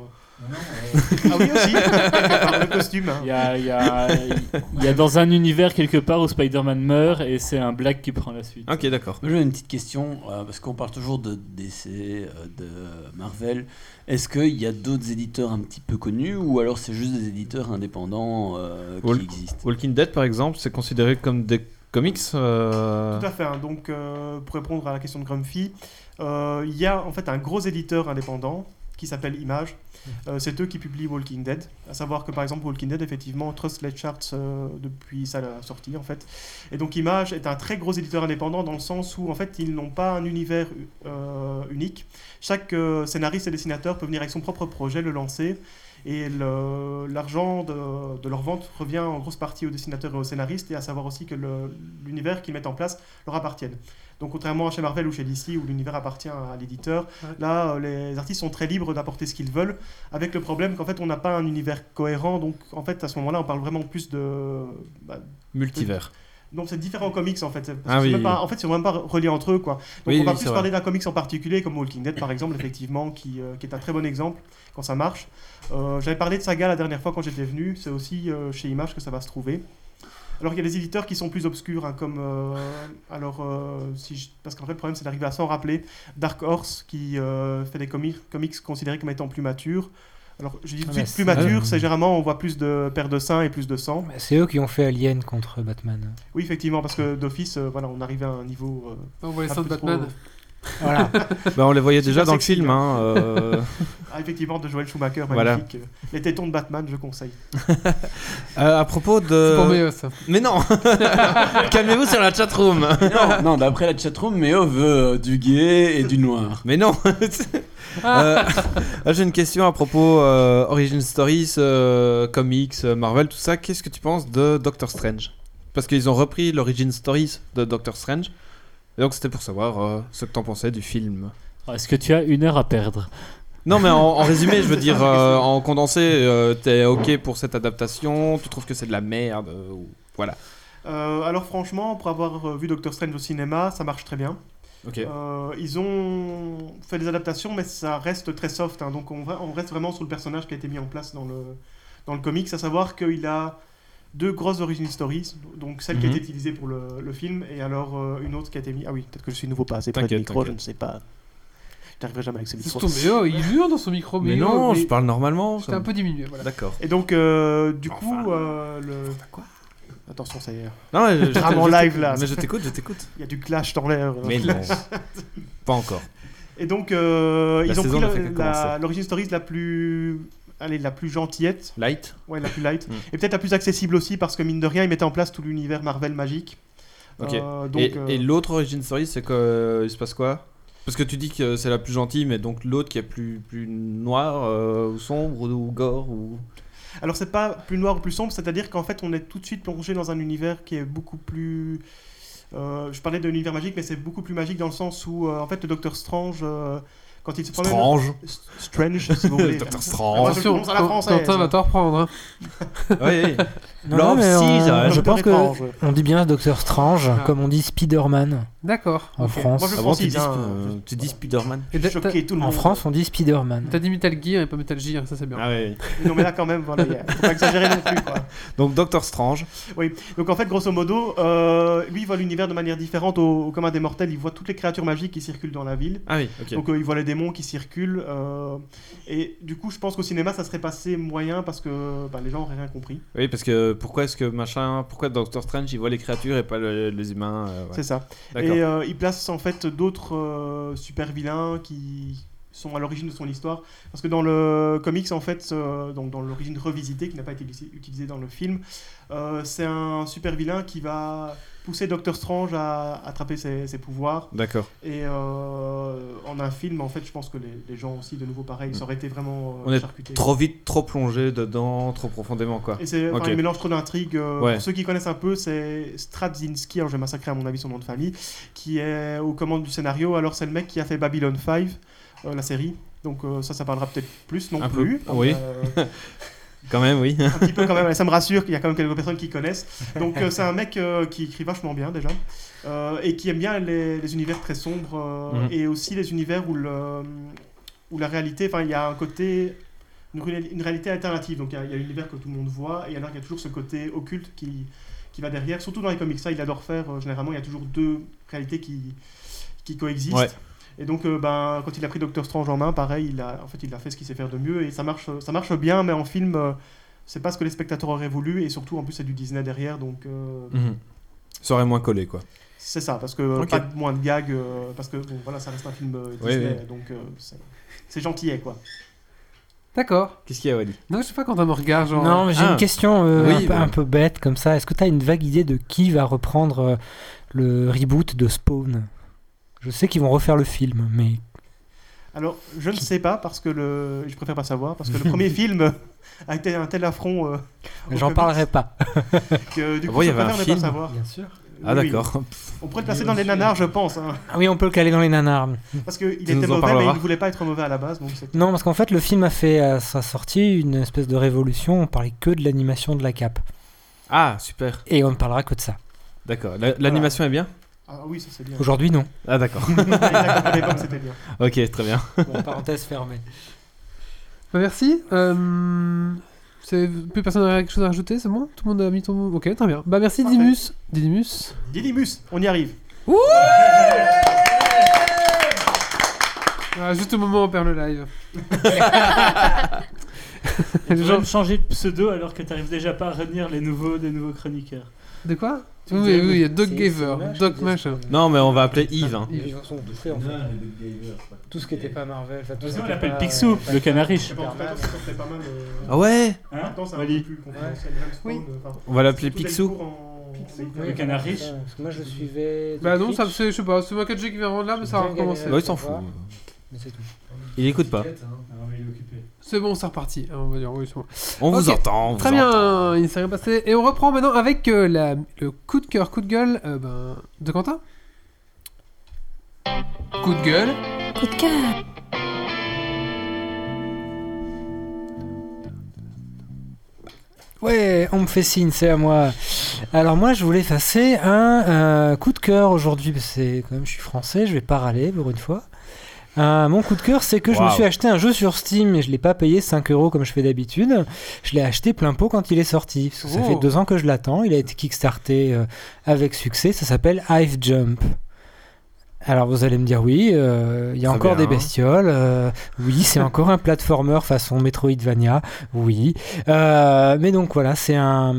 S10: ah oui, aussi.
S7: [LAUGHS]
S10: Par le costume. hein.
S7: Il y a, il y a- il y a dans un univers quelque part où Spider-Man meurt et c'est un Black qui prend la suite.
S2: Ok, d'accord.
S5: Moi, J'ai une petite question, euh, parce qu'on parle toujours de DC, euh, de Marvel. Est-ce qu'il y a d'autres éditeurs un petit peu connus, ou alors c'est juste des éditeurs indépendants euh, qui
S2: Wal-
S5: existent
S2: Walking Dead, par exemple, c'est considéré comme des comics. euh,
S10: Tout à fait. hein. Donc, euh, pour répondre à la question de Grumpy, euh, il y a en fait un gros éditeur indépendant qui s'appelle Image. Euh, c'est eux qui publient Walking Dead. À savoir que par exemple Walking Dead, effectivement, Trust les charts euh, depuis sa sortie en fait. Et donc Image est un très gros éditeur indépendant dans le sens où en fait ils n'ont pas un univers euh, unique. Chaque euh, scénariste et dessinateur peut venir avec son propre projet le lancer. Et le- l'argent de, de leur vente revient en grosse partie aux dessinateurs et aux scénaristes, et à savoir aussi que le- l'univers qu'ils mettent en place leur appartiennent. Donc contrairement à chez Marvel ou chez DC où l'univers appartient à l'éditeur,
S1: Ouais.
S10: là euh, les artistes sont très libres d'apporter ce qu'ils veulent, avec le problème qu'en fait on n'a pas un univers cohérent, donc en fait à ce moment-là on parle vraiment plus de... bah,
S2: Multivers.
S10: donc c'est différents comics en fait. Parce que
S2: Ah
S10: c'est
S2: oui,
S10: même pas-
S2: oui.
S10: en fait c'est même pas relié entre eux quoi. Donc
S2: Oui,
S10: on va
S2: oui,
S10: plus
S2: c'est
S10: parler d'un comics en particulier comme Walking Dead par exemple effectivement qui, euh, qui est un très bon exemple quand ça marche. Euh, J'avais parlé de Saga la dernière fois quand j'étais venu, c'est aussi euh, chez Image que ça va se trouver. Alors qu'il y a des éditeurs qui sont plus obscurs, hein, comme euh, alors euh, si je- parce qu'en fait le problème c'est d'arriver à s'en rappeler. Dark Horse qui euh, fait des comics, comics considérés comme étant plus matures. Alors, je dis tout
S3: Ah,
S10: de
S3: mais
S10: suite plus
S3: c'est-
S10: mature,
S3: Ah.
S10: c'est généralement on voit plus de paires de seins et plus de sang.
S3: Mais C'est eux qui ont fait Alien contre Batman.
S10: Oui, effectivement, parce que d'office, euh, voilà, on arrive à un niveau. euh,
S1: On voit les
S10: un
S1: seins de
S10: peu [LAUGHS]
S1: Batman.
S3: Voilà.
S2: Bah, on les voyait déjà
S10: Super
S2: dans le
S10: sexy,
S2: film. Hein, euh.
S10: [LAUGHS] Ah, effectivement, de Joel Schumacher,
S2: Voilà.
S10: magnifique. euh, Les tétons de Batman, je conseille.
S2: Euh, à propos
S1: C'est pour
S2: de.
S1: mieux ça.
S2: Mais non [LAUGHS] Calmez-vous sur la chatroom
S5: Non, non, d'après la chatroom, Méo veut euh, du gay [LAUGHS] et du noir.
S2: Mais non [LAUGHS] Euh, J'ai une question à propos euh, Origin Stories, euh, comics, euh, Marvel, tout ça. Qu'est-ce que tu penses de Doctor Strange Parce qu'ils ont repris l'Origin Stories de Doctor Strange. Et donc c'était pour savoir euh, ce que t'en pensais du film.
S7: Ah, Est-ce que tu as une heure à
S1: [LAUGHS]
S7: perdre
S2: Non mais en,
S10: [LAUGHS]
S2: en résumé, je veux
S10: Ah,
S2: dire, euh, en condensé, euh, t'es ok pour cette adaptation Tu trouves que c'est de la merde euh, ou- Voilà.
S10: Euh, alors, franchement, pour avoir euh, vu Doctor Strange au cinéma, ça marche très bien.
S2: Ok.
S10: Euh, ils ont fait des adaptations, mais ça reste très soft. hein. donc on, va- on reste vraiment sur le personnage qui a été mis en place dans le, dans le comics, à savoir qu'il a deux grosses origin stories, donc celle qui a
S2: Mhm.
S10: été utilisée pour le, le film, et alors euh, une autre qui a été mise... Ah oui, peut-être que je suis nouveau pas assez près du
S2: T'inquiète,
S10: micro, je
S2: t'inquiète.
S10: ne sais pas. Je n'arriverai Ah. jamais avec ce micro.
S1: Surtout Méo, oh, il jure dans son micro.
S2: mais
S1: Méo,
S2: non,
S1: mais-
S2: je parle normalement.
S1: J'étais un peu diminué. Voilà.
S2: D'accord.
S10: Et donc, euh, du
S2: Enfin.
S10: coup, euh, le... Attention, ça y est.
S2: Non, mais je- je-
S10: Drame en
S2: je-
S10: Ah, live, là.
S2: Mais je t'écoute, je t'écoute.
S10: Il y a du clash dans l'air.
S2: Mais non.
S10: [LAUGHS]
S2: Pas encore.
S10: Et donc, euh,
S2: La
S10: ils ont
S2: saison
S10: pris
S2: n'a
S10: la-
S2: fait que
S10: la-
S2: commencer.
S10: l'origin stories la plus... Allez, la plus gentillette,
S2: Light.
S10: Ouais, la plus light.
S2: Mm.
S10: Et peut-être la plus accessible aussi, parce que mine de rien, ils mettaient en place tout l'univers Marvel magique.
S2: Ok.
S10: Euh, donc,
S2: et
S10: euh,
S2: et l'autre origin story, c'est que euh, il se passe quoi Parce que tu dis que c'est la plus gentille, mais donc l'autre qui est plus plus noire euh, ou sombre ou gore
S10: [LAUGHS]
S2: ou.
S10: Alors, c'est pas plus noir ou plus sombre, c'est-à-dire qu'en fait, on est tout de suite plongé dans un univers qui est beaucoup plus. euh, je parlais de l'univers magique, mais c'est beaucoup plus magique dans le sens où, euh, en fait, le Docteur Strange, euh, quand il se promène. S- Strange, si vous
S2: [LAUGHS]
S10: voulez.
S2: Docteur
S10: Moi,
S2: Strange.
S10: je le prononce à la française.
S1: Quentin va t'en reprendre.
S11: [LAUGHS]
S1: hein.
S2: oui, oui.
S3: Non,
S2: Love
S3: non, mais,
S2: Caesar,
S3: euh,
S2: hein,
S3: je
S10: Docteur
S3: pense que
S10: Étrange.
S3: on dit bien Docteur Strange,
S1: Ah.
S3: comme on dit Spider-Man
S1: D'accord.
S3: en
S1: ok.
S10: Moi,
S3: France.
S10: je
S2: Ah bon, tu
S10: francise,
S2: dis,
S10: hein.
S2: euh, tu dis Spider-Man.
S1: Et
S10: Je
S1: t'as-
S10: suis choqué tout le monde.
S3: En France, on dit Spider-man.
S1: t'as- T'as dit Metal Gear et pas Metal Gear, ça c'est bien.
S2: Ah oui.
S10: Non, mais là, quand même, voilà, y a- faut pas exagérer non plus, quoi.
S2: [LAUGHS] Donc Doctor Strange.
S10: Donc en fait, grosso modo, euh, lui il voit l'univers de manière différente au, au commun des mortels. Il voit toutes les créatures magiques qui circulent dans la ville.
S2: Ah oui. Ok.
S10: Donc euh, il voit les démons qui circulent. euh, et du coup, je pense qu'au cinéma, ça serait passé moyen parce que bah, les gens auraient rien compris.
S2: Oui, parce que pourquoi est-ce que machin, pourquoi Doctor Strange il voit les créatures et pas le- les humains euh, ouais.
S10: C'est ça.
S2: D'accord.
S10: Et euh, il place en fait d'autres super vilains qui sont à l'origine de son histoire. Parce que dans le comics, en fait, euh, donc dans l'origine revisitée qui n'a pas été utilisée- utilisée dans le film, euh, c'est un super vilain qui va pousser Doctor Strange à attraper ses- ses pouvoirs.
S2: D'accord.
S10: Et euh, en un film, en fait, je pense que les, les gens aussi, de nouveau, pareil, ça aurait été vraiment euh,
S2: Hmm. On est
S10: charcuté.
S2: Trop vite, trop plongé dedans, trop profondément quoi.
S10: Et c'est enfin,
S2: Ok.
S10: il mélange trop d'intrigues. euh,
S2: Ouais.
S10: Pour ceux qui connaissent un peu, c'est hein, Stradzinski, alors j'ai massacré à mon avis son nom de famille, qui est aux commandes du scénario. Alors c'est le mec qui a fait Babylon 5, euh, la série. Donc euh, ça, ça parlera peut-être plus non
S2: Un peu,
S10: plus.
S2: oui.
S10: Euh,
S2: [LAUGHS] Quand même, oui.
S10: un petit peu quand même, ça me rassure qu'il y a quand même quelques personnes qui connaissent. Donc euh, c'est un mec euh, qui écrit vachement bien déjà, euh, et qui aime bien les, les univers très sombres, euh,
S2: Mhm.
S10: et aussi les univers où, le, où la réalité, enfin il y a un côté, une, ré- une réalité alternative, donc il y a- il y a l'univers que tout le monde voit, et alors il y a toujours ce côté occulte qui, qui va derrière, surtout dans les comics, ça il adore faire, euh, généralement il y a toujours deux réalités qui, qui coexistent.
S2: Ouais.
S10: Et donc, euh, ben, quand il a pris Doctor Strange en main, pareil, il a, en fait, il a fait ce qu'il sait faire de mieux et ça marche, ça marche bien, mais en film, euh, c'est pas ce que les spectateurs auraient voulu et surtout, en plus, c'est du Disney derrière, donc euh,
S2: [LAUGHS] Mhm. Ça aurait moins collé quoi.
S10: c'est ça, parce que euh,
S2: Ok.
S10: pas de moins de gags, euh, parce que bon, voilà, ça reste un film euh,
S2: Ouais,
S10: Disney,
S2: ouais.
S10: donc euh, c'est- c'est gentillet, quoi.
S1: D'accord.
S2: Qu'est-ce qu'il y a, Wally
S1: Non, je sais pas quand un me regarde, genre.
S3: Non, mais j'ai
S2: Ah.
S3: une question euh,
S2: Oui,
S3: un, peu,
S2: bah.
S3: un peu bête comme ça. Est-ce que tu as une vague idée de qui va reprendre euh, le reboot de Spawn Je sais qu'ils vont refaire le film, mais
S10: Alors, je ne sais pas, parce que le... je préfère pas savoir, parce que
S2: [LAUGHS]
S10: le premier film a été un tel affront euh, au
S3: j'en
S10: comics
S3: parlerai pas.
S10: que
S2: Ah
S10: du coup,
S2: bon, il y
S10: je
S2: avait un
S10: préfère ne
S2: film
S10: pas savoir.
S3: sûr.
S2: Ah,
S10: Oui, oui.
S2: d'accord.
S10: On pourrait le placer dans les nanars, je pense, hein,
S3: Ah oui, on peut le caler dans les nanars.
S10: parce qu'il
S2: nous
S10: était
S2: en
S10: mauvais, mais il
S2: parleras.
S10: ne voulait pas être mauvais à la base, donc c'est
S3: Non, parce qu'en fait, le film a fait à sa sortie une espèce de révolution. On parlait que de l'animation de la cape.
S2: Ah, super.
S3: Et on ne parlera que de ça.
S2: D'accord. La- L'animation est bien
S10: Ah oui, ça c'est bien.
S3: Aujourd'hui, non.
S2: Ah,
S10: [LAUGHS]
S2: d'accord.
S10: à l'époque, c'était bien.
S2: [LAUGHS] ok, très bien.
S3: [LAUGHS] parenthèse fermée.
S1: Bah, merci. Euh, c'est- Plus personne n'a quelque chose à rajouter, c'est bon Tout le monde a mis ton mot Ok, très bien. Bah merci
S10: Parfait.
S1: Didymus. Didymus.
S10: Didymus, on y arrive.
S1: Ah, juste au moment où on perd le live.
S7: Tu
S1: Les gens-
S7: même changer de pseudo alors que t'arrives déjà pas à retenir les nouveaux, des nouveaux chroniqueurs.
S1: De quoi
S3: Tu
S1: Oui,
S3: me dis-
S1: oui, oui, il y a Doc
S3: c'est-
S1: Gaver,
S3: c'est dommage
S1: Doc
S3: qu'ils
S1: machin.
S3: disent-
S2: Non, mais on va appeler Yves. hein.
S3: Ils sont bouffés en fait. Tout ce qui n'était pas Marvel. enfin, tout ce
S7: Vas-y,
S3: qui
S7: on
S3: était
S7: l'appelle
S3: pas,
S7: Picsou,
S3: euh,
S7: le canariche.
S10: Maintenant,
S3: Superman.
S10: ça sortait pas mal. euh,
S2: Ah ouais
S7: Hein
S10: Maintenant, c'est un
S7: Wally.
S10: peu plus confidentiel.
S4: Oui.
S10: James Bond, enfin,
S2: On va l'appeler
S10: tout a eu
S2: Picsou.
S10: cours en-
S3: Oui,
S10: en-
S7: Le canard riche.
S3: Parce que moi je le suivais.
S1: Bah
S3: depuis
S1: non, ça
S3: Twitch,
S1: c'est, je sais pas, c'est ma 4G qui vient rendre là, mais ça va
S3: Bien galéré.
S1: recommencer.
S2: Bah, il s'en fout.
S3: mais c'est tout.
S2: Il écoute pas.
S10: hein.
S1: C'est bon, c'est reparti. Ah, On va dire, oui, c'est bon.
S2: On vous
S1: Ok.
S2: entend. on
S1: Très
S2: vous entend.
S1: bien, il ne s'est rien passé. Et on reprend maintenant avec euh, la, le coup de cœur, coup de gueule euh, ben, de Quentin. Coup de gueule.
S4: Coup de cœur.
S3: Ouais, on me fait signe, c'est à moi. Alors moi, je voulais passer un euh, coup de cœur aujourd'hui. parce que C'est quand même, je suis français, je vais pas râler pour une fois. Euh, mon coup de cœur, c'est que je me
S2: Waouh.
S3: suis acheté un jeu sur Steam et je l'ai pas payé 5 euros comme je fais d'habitude. Je l'ai acheté plein pot quand il est sorti. Parce que ça
S1: Oh.
S3: fait deux ans que je l'attends. Il a été kickstarté euh, avec succès. Ça s'appelle Hive Jump. Alors vous allez me dire oui, euh, il y a
S2: Très
S3: encore
S2: bien.
S3: des bestioles. euh, oui, c'est encore un platformer façon Metroidvania. Oui, euh, mais donc voilà, c'est un.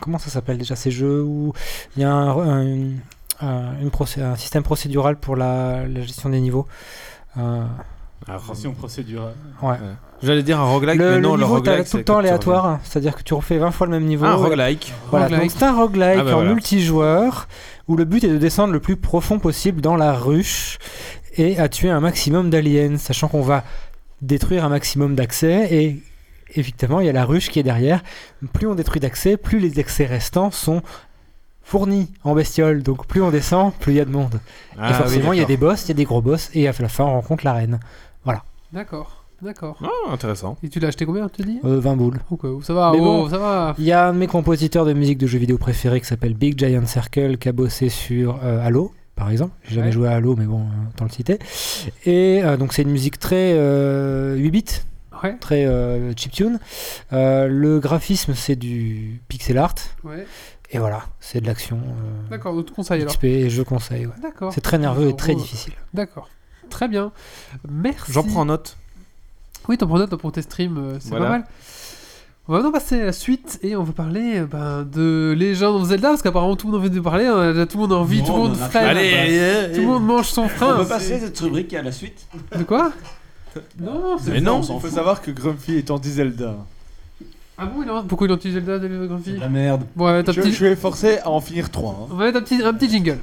S3: Comment ça s'appelle déjà ces jeux où il y a un, un- un- une procé- un système procédural pour la, la gestion des niveaux Euh,
S2: Alors,
S7: Attention procédurale.
S3: ouais.
S2: J'allais dire un roguelike,
S3: Le,
S2: mais
S3: le
S2: non, le
S3: niveau t'as
S2: roguelike.
S3: tout
S2: c'est
S3: le temps
S2: quand tu
S3: aléatoire, hein. c'est-à-dire que tu refais 20 fois le même
S2: reviens.
S3: niveau.
S2: Un roguelike.
S3: Voilà,
S1: Roguelike.
S3: donc c'est un roguelike
S2: Ah bah
S3: en
S2: voilà.
S3: multijoueur où le but est de descendre le plus profond possible dans la ruche et à tuer un maximum d'aliens, sachant qu'on va détruire un maximum d'accès et évidemment il y a la ruche qui est derrière. Plus on détruit d'accès, plus les accès restants sont fournis en bestioles. Donc plus on descend, plus il y a de monde.
S2: Ah,
S3: et
S2: oui,
S3: forcément il y a des
S2: d'accord.
S3: boss, il y a des gros boss et à la fin on rencontre la reine.
S1: D'accord, d'accord.
S2: Ah, intéressant.
S1: Et tu l'as acheté combien, tu dis
S3: Euh, 20 boules.
S1: Ok, Ça va,
S3: Mais
S1: oh,
S3: bon.
S1: ça va.
S3: Il y a un de mes compositeurs de musique de jeux vidéo préférés qui s'appelle Big Giant Circle qui a bossé sur euh, Halo par exemple. J'ai jamais
S1: Ouais.
S3: joué à Halo mais bon, euh, autant le citer. Et euh, donc c'est une musique très 8 bits,
S1: Ouais,
S3: très euh, chiptune. Euh, le graphisme c'est du pixel art
S1: ouais.
S3: et voilà, c'est de l'action euh,
S1: D'accord, donc tu conseilles alors.
S3: XP et je conseille. ouais.
S1: D'accord.
S3: C'est très nerveux et
S1: Alors,
S3: très
S1: euh,
S3: difficile.
S1: D'accord. Très bien. Merci.
S2: J'en prends note.
S1: Oui, t'en prends note pour tes streams, euh, c'est
S2: Voilà.
S1: pas mal. On va maintenant passer à la suite et on va parler euh, ben, de Legend of Zelda parce qu'apparemment tout le monde a envie de parler, euh, là, tout le monde a envie,
S5: Non,
S1: tout le
S5: on
S1: monde
S5: en a
S1: freine,
S5: pas.
S2: Allez, euh,
S1: tout le monde mange son
S5: euh, On
S1: frein.
S5: peut passer cette rubrique à la suite
S1: De quoi Non, c'est
S2: Mais non,
S5: on s'en
S6: Il faut
S5: fout.
S6: savoir que Grumpy est anti-Zelda.
S1: Ah bon, il en- pourquoi il est anti-Zelda de la grande
S5: C'est de
S1: fille
S5: la merde.
S1: Bon, on va mettre un
S6: Je, je
S1: petit,
S6: vais forcer à en finir hein. 3.
S1: on va mettre un petit, un petit jingle.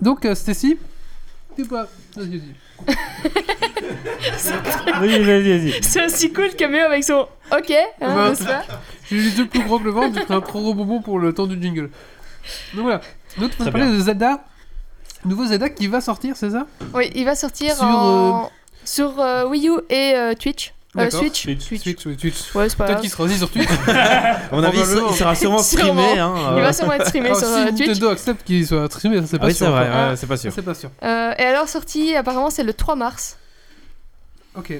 S1: Donc, euh, Stacy Dis pas. Vas-y, vas-y.
S7: Oui, vas-y, vas-y.
S4: [LAUGHS] C'est aussi cool le caméo avec son OK, hein,
S1: Bah.
S4: n'est-ce pas
S1: [LAUGHS] J'ai les yeux plus grands que le ventre, j'ai pris un trop gros bonbon pour le temps du jingle. Donc voilà. Donc, on va
S7: Très
S1: parler de Zelda. Nouveau Zelda qui va sortir, c'est
S4: Euh,
S1: ça
S4: Oui, il va sortir
S1: Sur,
S4: en- sur euh, Wii U et euh, Twitch. Euh,
S1: D'accord.
S4: Switch.
S7: Switch.
S1: Twitch, oui, Twitch.
S4: Ouais, c'est pas
S1: Peut-être
S4: grave.
S1: qu'il sera aussi sur
S4: [LAUGHS]
S1: Twitch.
S2: À mon avis, il sera- il sera sûrement
S4: Sûrement.
S2: streamé. hein,
S4: Il
S2: euh.
S4: va sûrement être streamé
S1: Ah,
S4: sur
S1: si
S4: euh, Twitch.
S1: Nintendo accepte qu'il soit streamé, ça, c'est
S2: Ah
S1: pas
S2: oui,
S1: sûr.
S2: c'est vrai,
S1: encore.
S2: ouais, c'est pas sûr.
S1: C'est pas sûr.
S4: Euh, et alors sortie, apparemment c'est le 3 mars.
S1: Ok.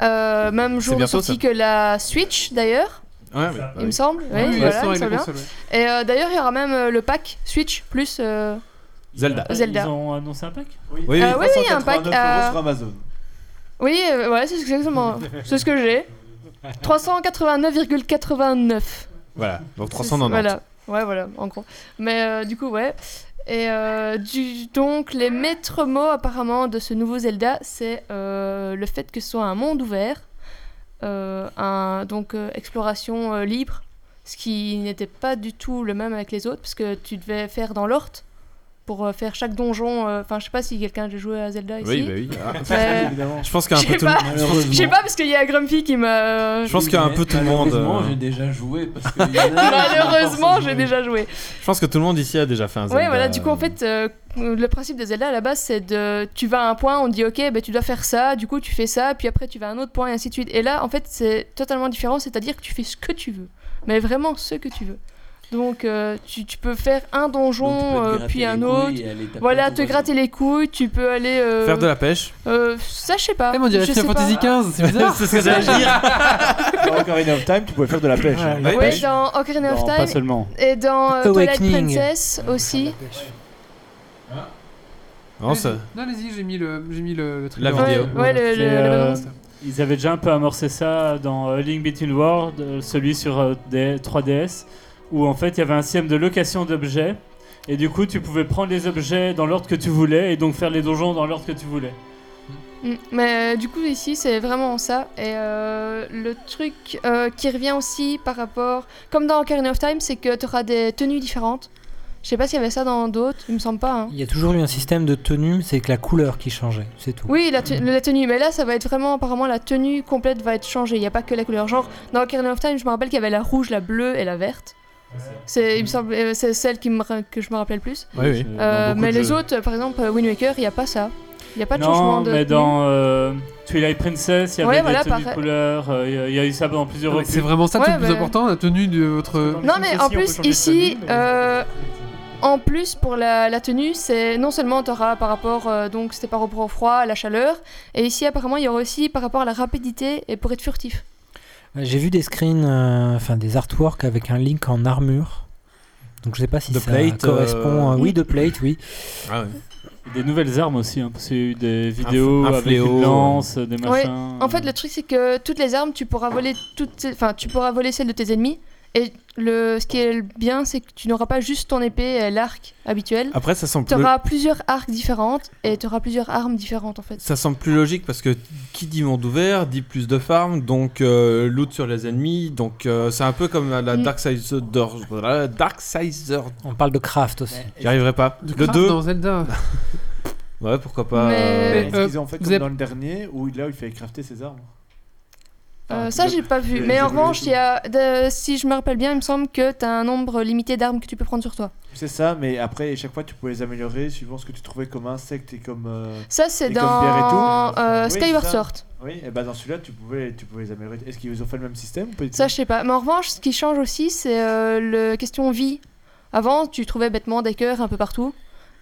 S4: Euh, même jour de
S2: bientôt,
S4: sortie que la Switch d'ailleurs,
S2: Ouais, mais- bah
S4: il me
S2: oui.
S4: semble.
S1: Ah
S4: Ouais,
S1: oui,
S4: voilà,
S1: ça,
S4: il me
S1: il est
S4: semble bien.
S1: console, ouais.
S4: Et euh, d'ailleurs il y aura même euh, le pack Switch plus. euh,
S2: Zelda.
S4: Zelda.
S7: Ah, Ils ont annoncé un pack
S6: Oui,
S2: Oui,
S4: Ah oui, oui, un pack,
S6: 389 euros
S4: euh,
S6: sur Amazon.
S4: Oui, euh, voilà, c'est exactement. c'est ce que j'ai. 389,89.
S2: Voilà, donc
S4: C'est-
S2: 390.
S4: Voilà, ouais, voilà, en gros. Mais euh, du coup, ouais. Et euh, du- donc, les maîtres mots apparemment de ce nouveau Zelda, c'est euh, le fait que ce soit un monde ouvert, euh, un, donc euh, exploration euh, libre, ce qui n'était pas du tout le même avec les autres, parce que tu devais faire dans l'horte pour euh, faire chaque donjon. euh, Enfin, je sais pas si quelqu'un a déjà joué à Zelda ici.
S2: Oui, bah oui.
S5: [LAUGHS]
S2: Ah,
S4: Mais-
S2: Je pense qu'un
S4: Je sais
S2: peu tout le
S4: pas.
S5: Malheureusement. Ah,
S4: je sais pas, parce qu'il y a Grumpy qui m'a.
S2: Je pense qu'il y a un
S5: Mais
S2: peu tout le monde,
S5: malheureusement,
S2: euh.
S5: j'ai déjà joué parce que. il y en a-
S4: Malheureusement, j'ai déjà joué.
S2: Je pense que tout le monde ici a déjà fait un Zelda.
S4: Ouais, voilà, du coup, en fait, euh, le principe de Zelda à la base, c'est de. Tu vas à un point, on te dit, ok, ben, tu dois faire ça, du coup, tu fais ça, puis après, tu vas à un autre point, et ainsi de suite. Et là, en fait, c'est totalement différent, c'est-à-dire que tu fais ce que tu veux. Mais vraiment ce que tu veux. Donc euh, tu, tu peux faire un donjon, euh, puis un autre. Voilà, te
S5: gratter
S4: gratter les couilles, tu peux aller. euh,
S2: Faire de la pêche.
S4: euh, ça, je sais pas.
S1: Eh, mais on dirait
S4: Je
S1: Final
S4: sais pas.
S1: Fantasy XV, [LAUGHS]
S2: [LAUGHS]
S1: c'est bizarre.
S2: C'est ce que j'allais
S6: [LAUGHS]
S2: dire.
S6: Dans Ocarina of Time, tu pouvais faire de la pêche. hein.
S2: Ouais.
S4: Ouais, dans Ocarina
S7: Ah, Non,
S4: of
S7: pas
S4: Time
S7: seulement.
S4: et dans euh, Twilight
S3: Awakening.
S4: Princess aussi.
S2: Non, ça-
S1: Non, allez-y, j'ai mis le, j'ai mis le, le truc.
S2: La
S1: dans-
S4: Ouais,
S2: vidéo.
S4: ouais, le-
S7: Et,
S4: le- la
S7: euh,
S4: bande-annonce.
S7: ils avaient déjà un peu amorcé ça dans euh, Link Between World, euh, celui sur euh, des- 3DS, où en fait il y avait un système de location d'objets. Et du coup, tu pouvais prendre les objets dans l'ordre que tu voulais et donc faire les donjons dans l'ordre que tu voulais.
S4: Mm. Mais euh, du coup, ici, c'est vraiment ça. Et euh, le truc euh, qui revient aussi par rapport. Comme dans Ocarina of Time, c'est que tu auras des tenues différentes. Je sais pas s'il y avait ça dans d'autres, il me semble pas. hein.
S3: Il y a toujours eu un système de tenue, c'est que la couleur qui changeait, c'est tout.
S4: Oui, la, te- la tenue, mais là, ça va être vraiment. Apparemment, la tenue complète va être changée. Il n'y a pas que la couleur. Genre, dans Ocarina of Time, je me rappelle qu'il y avait la rouge, la bleue et la verte. C'est, il me semble, euh, c'est celle qui me ra- que je me rappelle le plus.
S2: Oui, oui.
S4: Euh,
S7: Dans beaucoup
S4: mais
S7: de
S4: les
S7: jeux.
S4: autres, par exemple, euh, Wind Waker, il n'y a pas ça. Il n'y a pas de
S7: non,
S4: changement de.
S7: mais
S4: tenue.
S7: dans euh, Twilight Princess, il y avait
S4: Ouais,
S7: des
S4: voilà,
S7: tenues de
S4: pareil.
S7: couleurs, euh, il y a- il y, a eu ça dans plusieurs
S1: Non, mais
S7: reprises.
S1: C'est vraiment ça
S4: Ouais,
S1: le plus
S4: mais-
S1: important, la tenue de votre.
S4: Non, mais en plus, ici, euh, en plus pour la, la tenue, c'est non seulement tu auras par rapport, euh, donc c'était par rapport au froid, à la chaleur, et ici apparemment il y aura aussi par rapport à la rapidité et pour être furtif.
S3: J'ai vu des screens, euh, enfin des artworks avec un Link en armure. Donc je sais pas si
S2: De
S3: ça
S2: plate,
S3: correspond.
S2: euh,
S3: euh, Oui, de plate, oui.
S2: Ah ouais.
S7: Des nouvelles armes aussi, hein, parce qu'il y a eu des vidéos
S2: un
S7: avec
S2: fléau.
S7: une lance, des machins.
S4: Ouais, En fait, le truc c'est que toutes les armes, tu pourras voler toutes, ces- enfin tu pourras voler celles de tes ennemis, et le, ce qui est bien, c'est que tu n'auras pas juste ton épée et l'arc habituel.
S2: Après, ça semble
S4: Tu
S2: plus...
S4: auras plusieurs arcs différentes et tu auras plusieurs armes différentes en fait.
S2: Ça semble plus logique parce que qui dit monde ouvert dit plus de farm, donc euh, loot sur les ennemis, donc euh, c'est un peu comme la, la
S4: Mm.
S2: Dark Sizer. voilà, Dark Sizer.
S3: On parle de craft aussi.
S2: J'y arriverai pas. Le
S1: Craft
S2: 2
S1: dans Zelda.
S2: Ouais, pourquoi pas. euh,
S6: Euh,
S4: Mais-
S1: euh, Mais-
S6: Est-ce qu'ils ont fait
S1: vous
S6: comme
S1: avez-
S6: dans le dernier où là où il fallait crafter ses armes
S4: Euh,
S2: Ah,
S6: Enfin,
S4: ça,
S6: le-
S4: j'ai pas vu.
S6: les-
S4: Mais
S6: les
S4: en
S6: évolutions.
S4: revanche, il y a, de- si je me rappelle bien, il me semble que t'as un nombre limité d'armes que tu peux prendre sur toi.
S6: C'est ça, mais après, chaque fois, tu pouvais les améliorer suivant ce que tu trouvais comme insecte et comme. euh,
S4: Ça, c'est
S6: Et comme Pierre et
S4: dans
S6: tout.
S4: euh,
S6: Oui,
S4: Skyward
S6: c'est ça.
S4: Sword.
S6: Oui, et bah dans celui-là, tu pouvais, tu pouvais les améliorer. Est-ce qu'ils ont fait le même système ou pas du tout
S4: Ça, je sais pas. Mais en revanche, ce qui change aussi, c'est euh, le question vie. Avant, tu trouvais bêtement des cœurs un peu partout.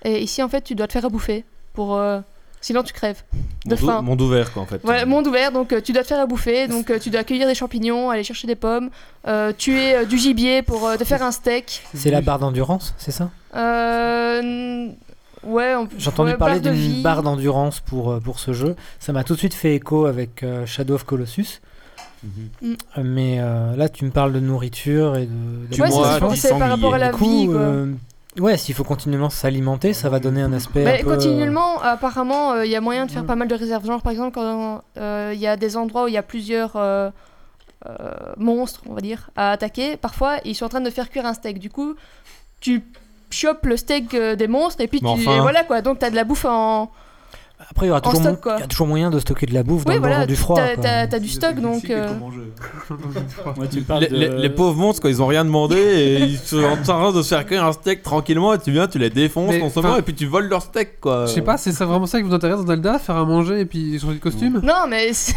S4: Et ici, en fait, tu dois te faire à bouffer. Pour, euh, Sinon, tu crèves. de
S2: monde, ou-
S4: faim.
S2: monde ouvert, quoi, en fait.
S4: Voilà, monde ouvert, donc euh, tu dois te faire à bouffer. Donc, euh, tu dois cueillir des champignons, aller chercher des pommes, euh, tuer euh, du gibier pour euh, te faire un steak.
S3: C'est la barre d'endurance, c'est ça
S4: Euh, n- Ouais, on-
S3: J'ai entendu
S4: ouais,
S3: parler
S4: barre de vie.
S3: d'une barre d'endurance pour, euh, pour ce jeu. Ça m'a tout de suite fait écho avec euh, Shadow of Colossus.
S4: Mm.
S3: Euh, Mais euh, là, tu me parles de nourriture et de.
S2: Tu
S4: ouais,
S2: vois,
S4: c'est-
S2: tu
S4: c'est
S2: sens qu'il
S4: par
S2: y
S4: rapport
S2: a
S4: à la
S3: Du coup,
S4: vie, quoi.
S3: euh, ouais, s'il faut continuellement s'alimenter, ça va donner un aspect.
S4: Mais
S3: un peu,
S4: Bah,
S3: euh,
S4: continuellement, apparemment, euh, il y a moyen de faire pas mal de réserves. Genre, par exemple, quand euh, il y a des endroits où il y a plusieurs euh, euh, monstres, on va dire, à attaquer, parfois, ils sont en train de faire cuire un steak. Du coup, tu chopes le steak euh, des monstres et puis tu...
S2: Mais enfin.
S4: et voilà, quoi. Donc, t'as de la bouffe en...
S3: Après, il y aura
S4: en
S3: toujours,
S4: stock,
S3: mo-
S4: quoi.
S3: il y a toujours moyen de stocker de la bouffe dans
S4: Oui,
S3: le moment
S4: voilà,
S3: du froid.
S4: t'as-
S3: quoi.
S4: t'as t'as du
S6: C'est
S4: stock,
S6: le
S4: donc...
S6: Mexique et
S4: euh,
S6: comment je-
S7: [LAUGHS] Moi, tu parles
S2: Les,
S7: de-
S2: les- les pauvres monstres, quoi, ils ont rien demandé et
S4: [LAUGHS]
S2: ils sont en train de se faire cuire un steak tranquillement. Et tu viens, tu les défonces
S1: Mais,
S2: en ce moment
S1: enfin,
S2: et puis tu voles leur steak, quoi.
S1: Je sais pas, c'est ça vraiment ça qui vous intéresse dans Zelda, faire à manger et puis changer de costume
S4: Non, mais [LAUGHS] c'est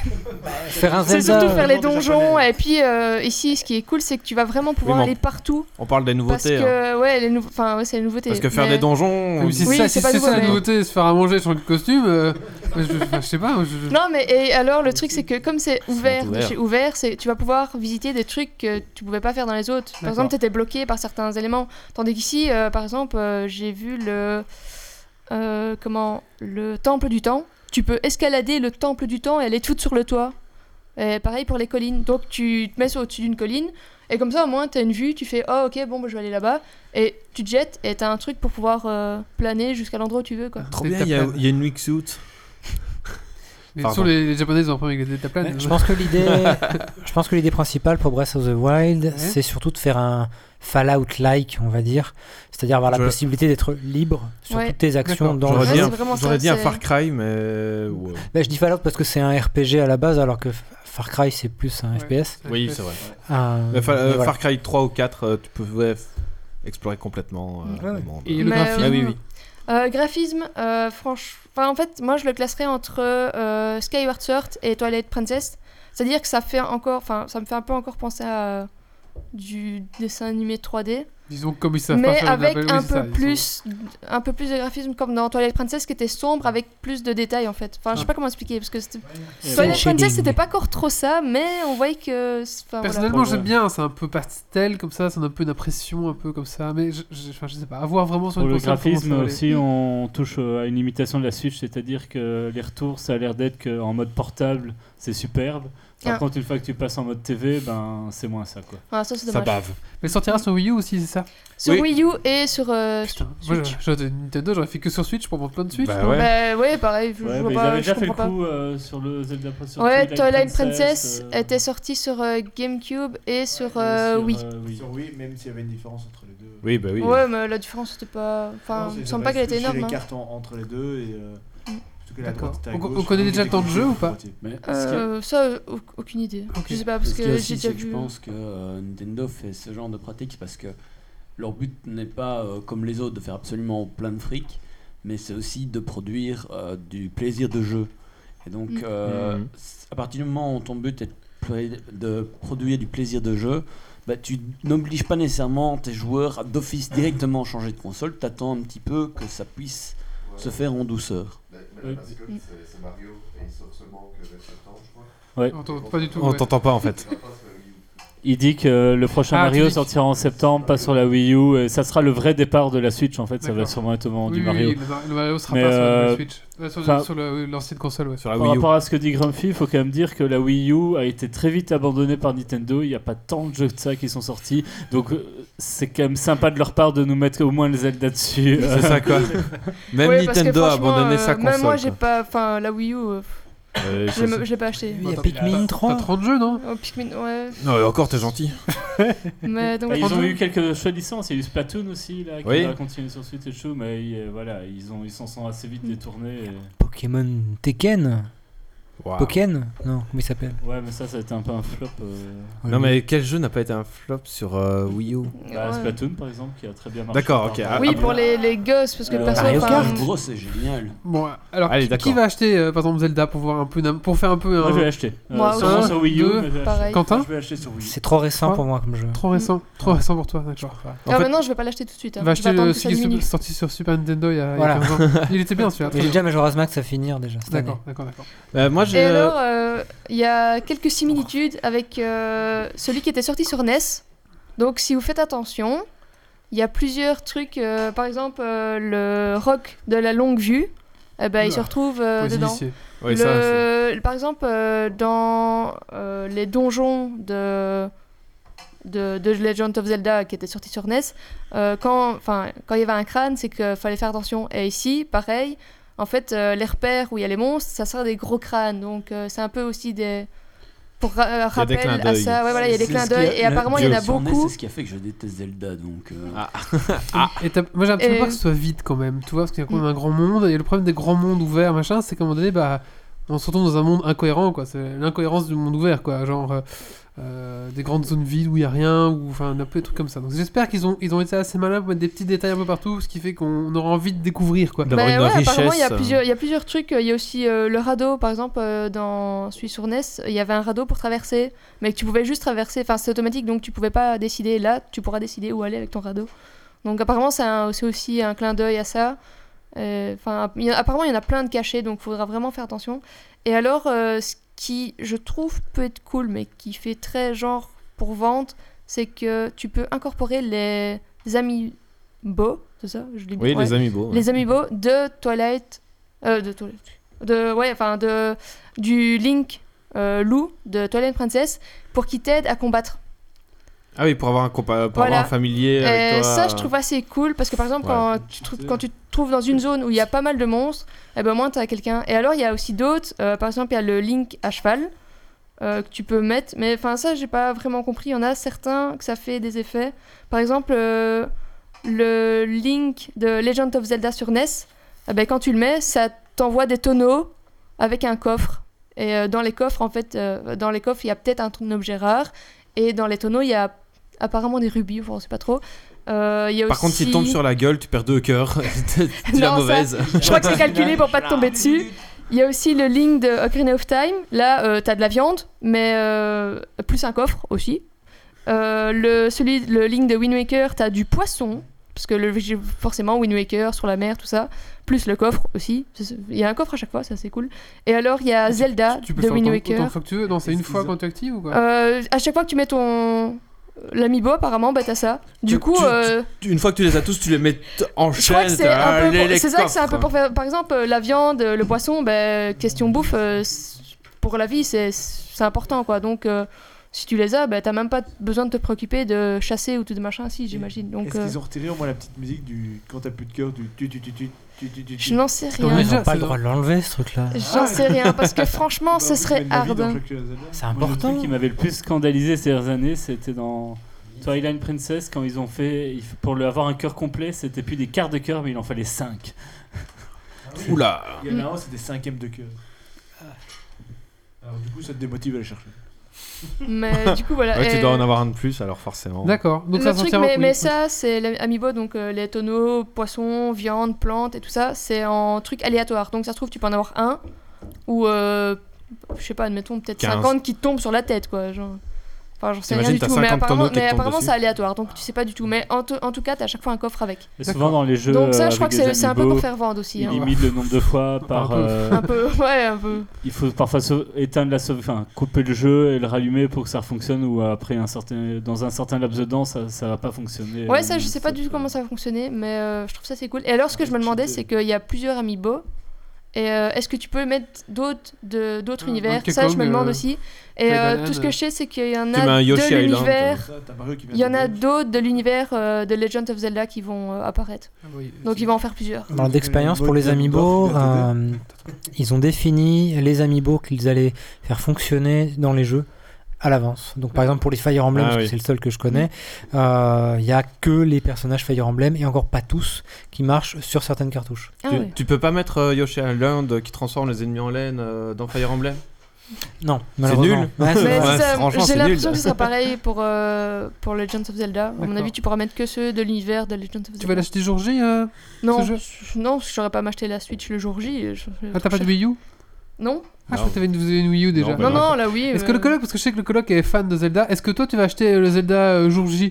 S3: Faire un
S4: c'est
S3: Zelda.
S4: surtout faire les
S6: Zelda
S4: donjons.
S6: japonais.
S4: Et puis, euh, ici, ce qui est cool, c'est que tu vas vraiment pouvoir
S2: mais on-
S4: aller partout.
S2: On parle des
S4: Parce
S2: nouveautés. hein.
S4: que, ouais, les nou- enfin, ouais, c'est les nouveautés.
S2: Parce que faire
S4: mais-
S2: des donjons.
S1: Même si
S4: Oui,
S1: ça-
S4: c'est
S1: si
S4: pas
S1: c'est
S4: nouveau,
S1: ça la
S4: mais-
S1: nouveauté, se faire à manger et changer de costume, euh, je, enfin, je sais pas. moi, je-
S4: Non, mais et alors le truc c'est que comme c'est ouvert, de
S2: ouvert.
S4: chez ouvert, c'est tu vas pouvoir visiter des trucs que tu pouvais pas faire dans les autres. Par
S1: D'accord.
S4: exemple, t'étais bloqué par certains éléments, tandis qu'ici, euh, par exemple, euh, j'ai vu le euh, comment le temple du temps. Tu peux escalader le temple du temps et aller tout sur le toit. Et pareil pour les collines. Donc tu te mets sur- au-dessus d'une colline et comme ça au moins t'as une vue. Tu fais oh ok bon bah, je vais aller là-bas et tu te jettes et t'as un truc pour pouvoir euh, planer jusqu'à l'endroit où tu veux quoi.
S2: Trop
S1: Des
S2: bien, il y, a-
S1: tapettes.
S2: il y a une wingsuit.
S1: Mais
S2: Pardon.
S1: sur les, les japonais, ils ont un problème avec les détaplans.
S3: Je pense
S1: [LAUGHS]
S2: [LAUGHS]
S3: que l'idée, je pense que l'idée principale pour Breath of the Wild,
S1: Ouais.
S3: c'est surtout de faire un Fallout-like, on va dire, c'est-à-dire avoir la
S2: Je-
S3: possibilité d'être libre sur
S4: Ouais.
S3: toutes tes actions
S1: D'accord.
S3: dans le
S2: J'aurais
S4: Ouais,
S2: dit,
S3: jeu.
S4: c'est vraiment
S2: un-
S4: ça,
S2: j'aurais dit un
S4: c'est-
S2: Far Cry, euh, mais. ouais.
S3: Bah, je dis Fallout parce que c'est un RPG à la base, alors que F- Far Cry c'est plus un
S1: Ouais.
S3: FPS.
S2: Oui, c'est vrai.
S3: Euh,
S2: Euh, Fa-
S3: mais
S2: euh,
S3: voilà.
S2: Far Cry 3 ou 4, euh, tu pouvais f- explorer complètement euh,
S3: Ouais, ouais.
S2: le monde.
S1: Et le
S4: Mais,
S1: graphisme.
S4: euh,
S2: Ah oui, oui.
S4: Euh, graphisme, euh, franch- enfin, en fait, moi je le classerais entre euh, Skyward Sword et Twilight Princess. C'est-à-dire que ça fait encore, enfin, ça me fait un peu encore penser à euh, du dessin animé 3D,
S1: Disons comme ils savent pas
S4: mais
S1: faire de la
S4: avec
S1: belle- oui,
S4: un
S1: c'est
S4: peu
S1: ça, ils
S4: plus
S1: sont-
S4: un peu plus de graphisme comme dans Toilette Princess qui était sombre avec plus de détails en fait. Enfin, je sais pas comment expliquer parce que c'était-
S1: Ouais.
S4: Toilette
S1: Cel
S4: Princess
S1: shading.
S4: c'était pas encore trop ça, mais on voyait que c'est- enfin, voilà.
S1: Personnellement, j'aime bien, hein, c'est un peu pastel comme ça, ça donne un peu une impression un peu comme ça, mais je, je, enfin, je sais pas, à voir vraiment sur
S7: Pour
S1: une
S7: le
S1: console, comment ça
S7: graphisme
S1: va aller.
S7: aussi, on touche euh, à une limitation de la Switch, c'est-à-dire que les retours, ça a l'air d'être qu'en mode portable, c'est superbe. Par
S4: Ah.
S7: contre, une fois que tu passes en mode TV, ben c'est moins ça quoi.
S4: Ah, ça, c'est dommage.
S1: Mais sortira sur Wii U aussi, c'est ça
S4: Sur Wii U et sur euh,
S1: Moi, je- j'aurais de Nintendo, j'aurais fait que sur Switch pour vendre plein de Switch.
S7: Bah
S1: non
S7: ouais.
S4: Bah ouais, pareil, je,
S7: Ouais,
S4: je
S7: mais
S4: vois
S7: ils
S4: pas,
S7: avaient
S4: je
S7: déjà fait le
S4: comprends pas.
S7: coup euh, sur le Zelda sur
S4: ouais,
S7: Twilight
S4: Twilight Princess,
S7: euh,
S4: était sorti sur euh, GameCube et sur, euh, Wii.
S6: Sur Wii, même s'il y avait une différence entre les deux.
S2: Oui, bah oui.
S4: Ouais, mais la différence c'était pas. Enfin,
S6: Non,
S4: il me
S6: c'est-
S4: semble
S6: bah,
S4: pas qu'elle était
S6: j'ai
S4: énorme.
S6: les
S4: hein.
S6: cartes en- entre les deux et. euh, surtout que la
S1: D'accord.
S6: droite était à
S1: On-
S6: gauche,
S1: on connaît
S6: donc
S1: déjà le temps de
S6: était
S1: jeu ou pas
S6: droitier.
S5: Mais ce qu'il y a-
S4: Euh, ça, euh, au- aucune idée. Je sais pas parce
S5: Ce qu'il y a
S4: que
S5: aussi,
S4: j'ai déjà
S5: c'est que
S4: vu.
S5: Je pense que euh, Nintendo fait ce genre de pratique parce que leur but n'est pas, euh, comme les autres, de faire absolument plein de fric, mais c'est aussi de produire euh, du plaisir de jeu. Et donc,
S4: Mm.
S5: euh,
S2: Mhm.
S5: c- à partir du moment où ton but est de pla- de produire du plaisir de jeu, bah, tu n'obliges pas nécessairement tes joueurs à d'office directement changer de console, t'attends un petit peu que ça puisse se faire en douceur.
S8: Bah,
S7: Oui.
S8: La mascotte, c'est- c'est Mario, et il sort seulement que vers septembre, je crois.
S7: Ouais.
S1: On t'entend pas du tout.
S2: On
S1: ouais.
S2: t'entend pas en fait.
S7: Il dit que euh, le prochain
S1: Ah, tu
S7: Mario
S1: dis-
S7: sortira en septembre, pas sur la Wii U, et ça sera le vrai départ de la Switch en fait, ça va
S1: D'accord.
S7: sûrement être au moment
S1: Oui,
S7: du
S1: oui,
S7: Mario.
S1: oui, le Mar- le Mario sera
S7: Mais,
S1: pas sur la
S7: euh,
S1: Switch. Euh, sur-
S7: enfin-
S1: Sur le- l'ancienne console, ouais.
S2: Sur la
S7: Par
S2: Wii U.
S7: rapport à ce que dit Grumpy, il faut quand même dire que la Wii U a été très vite abandonnée par Nintendo. Il n'y a pas tant de jeux que ça qui sont sortis. Donc euh, c'est quand même sympa de leur part de nous mettre au moins les ailes là-dessus.
S2: C'est ça
S7: [LAUGHS]
S2: quoi. Même
S4: Ouais, parce que
S2: Nintendo a
S4: franchement,
S2: abandonné
S4: euh,
S2: sa console.
S4: Même moi, j'ai
S2: quoi.
S4: pas. Enfin, la Wii U, euh,
S2: Euh,
S4: je
S2: ça,
S4: l'ai- je l'ai pas acheté.
S3: Il y a
S1: Attends,
S3: Pikmin
S1: t'as-
S3: 3.
S1: T'as 30 jeux, non
S4: Oh, Pikmin, ouais.
S2: c'est- Non, mais encore, t'es gentil.
S4: [LAUGHS] Mais donc,
S7: Et Bah, ils ont
S1: Franchement.
S7: eu quelques choix de licences. Il y a eu Splatoon aussi, là, qui
S2: Oui.
S7: va continuer sur Switch et tout. Mais euh, voilà, ils s'en ils s'en sont assez vite détournés. et-
S3: Pokémon Tekken
S2: Waouh.
S3: Pokken Non, comment il s'appelle
S7: Ouais, mais ça, ça a été un peu un flop. euh,
S2: Non, mais quel jeu n'a pas été un flop sur euh, Wii U
S7: bah,
S4: ouais.
S7: Splatoon, par exemple, qui a très bien marché.
S2: D'accord,
S7: par
S2: ok.
S7: rapport à-
S2: Ah,
S4: Oui,
S2: ah,
S4: pour les, les gosses, parce que
S5: Euh,
S4: perso,
S3: Mario
S4: enfin,
S3: Kart.
S5: Gros, c'est génial.
S1: Bon, euh, alors, qui-
S2: Allez,
S1: qui
S2: d'accord.
S1: va acheter, euh, par exemple, Zelda pour, voir un peu, d'un- pour faire un peu un.
S7: Moi, je vais acheter. Euh,
S4: Moi
S7: sûrement
S1: aussi.
S7: sur Wii U.
S1: Deux,
S7: mais je vais acheter.
S4: pareil.
S1: Quentin
S7: Je vais acheter sur Wii U.
S3: C'est trop récent
S1: Quoi
S3: pour moi comme jeu. Mmh.
S1: Trop récent. Trop récent pour toi, d'accord.
S4: Ah,
S2: En fait-
S4: maintenant, je vais pas l'acheter tout de suite. hein. Je
S1: va acheter
S4: vais attendre
S1: le
S4: que ça
S1: celui qui est
S4: diminue.
S1: sorti sur Super Nintendo Euh, il y a, il y a
S3: Voilà. [LAUGHS]
S1: 15 ans. Il était bien celui-là.
S3: Et j'ai déjà Majora's Max à finir déjà cette année.
S1: D'accord, d'accord, d'accord.
S2: Euh, moi, j'ai.
S4: Et
S2: euh,
S4: alors, euh, il y a quelques similitudes avec euh, celui qui était sorti sur NES. Donc, si vous faites attention, il y a plusieurs trucs. euh, par exemple, euh, le rock de la longue vue, eh ben, il se
S1: Oula.
S4: retrouve euh,
S1: Pour les
S4: dedans.
S1: initiés.
S2: ouais,
S4: Le-
S2: ça, c'est-
S4: par exemple, euh, dans euh, les donjons de, de, de Legend of Zelda qui était sorti sur NES, euh, quand, enfin, quand il y avait un crâne, c'est qu'il fallait faire attention. Et ici, pareil, en fait, euh, les repères où il y a les monstres, ça sert des gros crânes. Donc euh, c'est un peu aussi des. Pour ra- euh,
S2: Il y a des
S4: rappel
S2: clins
S4: à
S2: d'œil.
S4: ça, ouais, voilà, il y a des
S5: C'est
S4: clins
S5: ce qui
S4: d'œil.
S5: a-
S4: Et apparemment, il y en a
S5: Sur E NES,
S4: beaucoup.
S5: C'est ce qui a fait que je déteste Zelda, donc. euh,
S2: Ah.
S4: [LAUGHS]
S1: Et t'as- moi j'ai un petit peu
S4: Et-
S1: peur que ce soit vide quand même, tu vois, parce qu'il y a quand
S4: mm.
S1: même un grand monde, et le problème des grands mondes ouverts, machin, c'est qu'à un moment donné, bah, on se retrouve dans un monde incohérent, quoi. C'est l'incohérence du monde ouvert, quoi. Genre euh, euh, des grandes zones vides où il n'y a rien, ou enfin un peu des trucs comme ça. Donc j'espère qu'ils ont, ils ont été assez malins pour mettre des petits détails un peu partout, ce qui fait qu'on aura envie de découvrir, quoi.
S2: D'avoir
S4: Bah
S2: une
S4: ouais, apparemment, il y, a
S2: richesse, euh.
S4: plusieurs, il y a plusieurs trucs. Il y a aussi euh, le radeau, par exemple, euh, dans celui sur NES, il y avait un radeau pour traverser, mais que tu pouvais juste traverser. Enfin, c'est automatique, donc tu pouvais pas décider. Là, tu pourras décider où aller avec ton radeau. Donc, apparemment, c'est un- c'est aussi un clin d'œil à ça. Euh, Enfin, il y a- apparemment, il y en a plein de cachés, donc il faudra vraiment faire attention. Et alors, euh, ce qui, je trouve, peut être cool, mais qui fait très genre pour vente, c'est que tu peux incorporer les amis beaux, c'est ça Je dis
S2: Oui,
S4: ouais
S2: les amiibo. ouais.
S4: les amiibo de Twilight euh, de Twilight de ouais enfin de du Link euh, Lou de Twilight Princess pour qu'il t'aide à combattre.
S2: Ah oui, pour avoir un, compa- pour
S4: Voilà.
S2: avoir un familier
S4: Euh,
S2: avec toi.
S4: ça je trouve assez cool parce que par exemple
S2: Ouais.
S4: quand tu te trouves- quand tu te trouves dans une zone où il y a pas mal de monstres, eh ben au moins t'as quelqu'un. Et alors il y a aussi d'autres euh, par exemple il y a le Link à cheval euh, que tu peux mettre mais enfin ça j'ai pas vraiment compris, il y en a certains que ça fait des effets. Par exemple euh, le Link de Legend of Zelda sur NES, eh ben, quand tu le mets, ça t'envoie des tonneaux avec un coffre. Et euh, dans les coffres, en fait, euh, dans les coffres, il y a peut-être un, un objet rare. Et dans les tonneaux, il y a apparemment des rubis, enfin, on sait pas trop. Euh, il y a
S2: Par contre,
S4: aussi-
S2: s'il tombe sur la gueule, tu perds deux cœurs. [LAUGHS] tu la
S4: [LAUGHS] Non, ça-
S2: mauvaise.
S4: Je crois que c'est calculé pour pas te tomber dessus. Il y a aussi le link de Ocarina of Time. Là, euh, t'as de la viande, mais euh, plus un coffre aussi. Euh, le, celui, le ligne de Wind Waker, t'as du poisson, parce que le, j'ai- forcément Wind Waker sur la mer, tout ça, plus le coffre aussi. C'est- c'est- Il y a un coffre à chaque fois, c'est assez cool. Et alors il y a Zelda
S1: Tu peux
S4: de
S1: faire
S4: Wind
S1: autant,
S4: Waker.
S1: autant de fois que tu veux. Non, c'est une fois quand tu actives ou quoi
S4: Euh, à chaque fois que tu mets ton l'amiibo, apparemment, bah t'as ça. Du
S2: Tu-
S4: coup,
S2: tu-
S4: euh,
S2: tu- une fois que tu les as tous, tu les mets t- en
S4: je crois
S2: chaîne.
S4: que c'est un
S2: t'as
S4: peu.
S2: hein, les-
S4: pour-
S2: les
S4: C'est ça que c'est un peu
S2: coffres.
S4: pour faire. Par exemple, euh, la viande, euh, le poisson, bah, question bouffe, euh, c'est- pour la vie, c'est c'est important quoi. Donc. euh, si tu les as, bah, t'as même pas besoin de te préoccuper de chasser ou tout de machin, si j'imagine. Donc,
S6: Est-ce
S4: euh,
S6: qu'ils ont retiré au moins la petite musique du quand t'as plus de cœur du tu tu tu tu tu tu tu
S4: Je n'en sais
S3: Ils n'ont
S4: rien.
S1: déjà,
S3: pas
S1: c'est
S3: le droit de l'enlever, ce truc-là.
S4: J'en
S1: Ah
S4: sais rien parce
S1: [LAUGHS]
S4: que franchement,
S1: Bah,
S4: ce serait hard.
S1: euh,
S3: C'est
S7: Moi, le
S3: important.
S7: truc qui m'avait le plus scandalisé ces dernières années, c'était dans Twilight Princess quand ils ont fait il f- pour le avoir un cœur complet, c'était plus des quarts de cœur, mais il en fallait 5.
S2: Oula.
S6: Il y en a un, c'était cinquième de cœur. Alors du coup, ça te démotive à le chercher.
S4: Mais du coup, voilà.
S2: Ouais,
S4: et
S2: tu dois en avoir un de plus, alors forcément.
S1: D'accord. Donc
S4: le
S1: ça
S4: truc,
S1: sortira.
S4: mais,
S1: oui.
S4: mais ça, c'est l'amibo, donc euh, les tonneaux, poissons, viande, plantes et tout ça, c'est en truc aléatoire. Donc ça se trouve, tu peux en avoir un ou euh, je sais pas, admettons peut-être
S2: 15.
S4: 50 qui te tombent sur la tête, quoi. Genre. Enfin, j'en sais rien
S2: T'imagines,
S4: du
S2: t'as
S4: tout, mais
S2: 50
S4: apparemment,
S2: tonneaux qui te
S4: mais
S2: tombent
S4: apparemment
S2: dessus.
S4: c'est aléatoire, donc tu sais pas du tout. Mais en, tout- en tout cas, t'as à chaque fois un coffre avec.
S7: Et souvent dans les jeux
S4: donc ça,
S7: euh,
S4: je crois que
S7: avec
S4: c'est
S7: des
S4: c'est un peu pour
S7: amiibo,
S4: faire vendre aussi.
S7: ils
S4: hein.
S7: limitent le nombre de fois par
S1: Par deux.
S7: euh,
S4: Un peu, [LAUGHS] ouais, un peu.
S7: il faut parfois sau- éteindre la sauve enfin couper le jeu et le rallumer pour que ça fonctionne ou après un certain dans un certain laps de temps ça ça va pas fonctionner. euh,
S4: Ouais,
S2: euh,
S4: ça, je sais pas du tout comment ça va fonctionner, mais euh, je trouve ça c'est cool. Et alors, ce que je me demandais, c'est qu'il y a plusieurs amiibo. Et euh, est-ce que tu peux mettre d'autres de d'autres
S1: Ah,
S4: univers
S1: Donkey
S4: Ça, je me
S1: Kong,
S4: demande
S1: euh,
S4: aussi. Et
S1: la
S4: euh,
S1: banane.
S4: tout ce que je sais, c'est qu'il y en
S2: mets un
S4: a
S2: Yoshi
S4: de
S2: Island,
S4: l'univers.
S6: Ça, t'as Mario qui vient
S4: Il y en
S6: de-
S4: a d'autres de l'univers euh, de Legend of Zelda qui vont euh, apparaître.
S1: Ah oui.
S4: Donc, il va en faire plusieurs.
S3: Dans d'expérience pour les amiibo, euh, ils ont défini les amiibo qu'ils allaient faire fonctionner dans les jeux à l'avance. Donc par exemple pour les Fire Emblem,
S2: Ah
S3: parce que
S2: oui.
S3: c'est le seul que je connais,
S1: Mm.
S3: euh, il y a que les personnages Fire Emblem et encore pas tous qui marchent sur certaines cartouches.
S4: Ah
S2: tu,
S4: ouais.
S2: tu peux pas mettre euh, Yoshi Island euh, qui transforme les ennemis en laine euh, dans Fire Emblem
S3: Non, malheureusement.
S2: nul.
S4: Mais
S3: Ouais, c'est vrai.
S4: c'est ça,
S2: franchement, c'est
S4: Euh, j'ai
S2: nul.
S4: l'impression que ce sera pareil pour, euh, pour Legend of Zelda. À mon
S1: D'accord.
S4: avis, tu pourras mettre que ceux de l'univers de Legend of Zelda.
S1: Tu vas l'acheter jour J euh
S4: Non,
S1: ce jeu
S4: je- non, parce que j'aurais pas m'acheté la Switch le jour J. je- je-
S1: Ah, t'as pas de Wii U
S4: Non,
S1: Ah, je crois que t'avais une, vous avez une Wii U déjà.
S2: Non, bah
S4: non, non, là oui.
S1: Est-ce
S4: euh,
S1: que le coloc, parce que je sais que le coloc est fan de Zelda, est-ce que toi tu vas acheter euh, le Zelda euh, jour J
S8: Je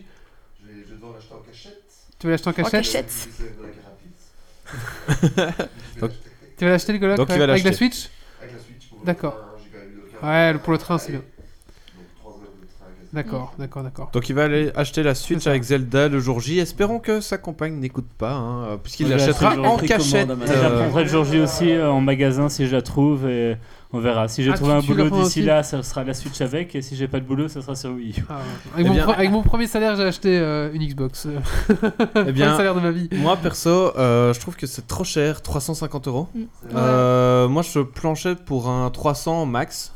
S8: vais, je vais devoir l'acheter en cachette.
S1: Tu vas l'acheter en
S4: En
S1: cachette
S4: cachette.
S8: De la carapace. Je vais
S2: Donc-
S8: l'acheter
S1: Tu vas l'acheter le coloc
S2: Donc, il
S1: ouais,
S2: va
S1: avec la
S2: l'acheter.
S1: Switch
S8: avec la Switch pour le
S1: D'accord.
S8: train, j'ai quand même eu le carapace.
S1: Ouais, le- pour le train, c'est bien.
S8: Donc 3 heures de train, quasiment.
S1: D'accord, d'accord, d'accord.
S2: Donc il va aller acheter la Switch
S1: C'est ça.
S2: avec Zelda le jour J. Espérons que sa compagne n'écoute pas, hein, euh, puisqu'il
S5: Ouais,
S2: l'achètera
S5: c'est
S2: en
S5: précommande,
S2: cachette.
S5: à ma-
S7: Je la
S2: euh,
S7: prendrai le jour J aussi euh, en magasin si je la trouve et on verra. Si j'ai
S1: Ah,
S7: trouvé
S1: tu-
S7: un
S1: tu la
S7: boulot
S1: prends
S7: d'ici
S1: aussi
S7: là, ça sera la Switch avec et si j'ai pas de boulot, ça sera sur Wii U.
S1: Ah, ouais. avec,
S2: Eh
S1: mon
S2: bien-
S1: pre- avec mon premier salaire, j'ai acheté euh, une Xbox. Euh,
S2: Eh
S1: [LAUGHS] premier
S2: bien,
S1: salaire de ma vie.
S2: moi perso, euh, je trouve que c'est trop cher, 350 euros.
S4: Ouais.
S2: Euh, moi, je planchais pour un 300 max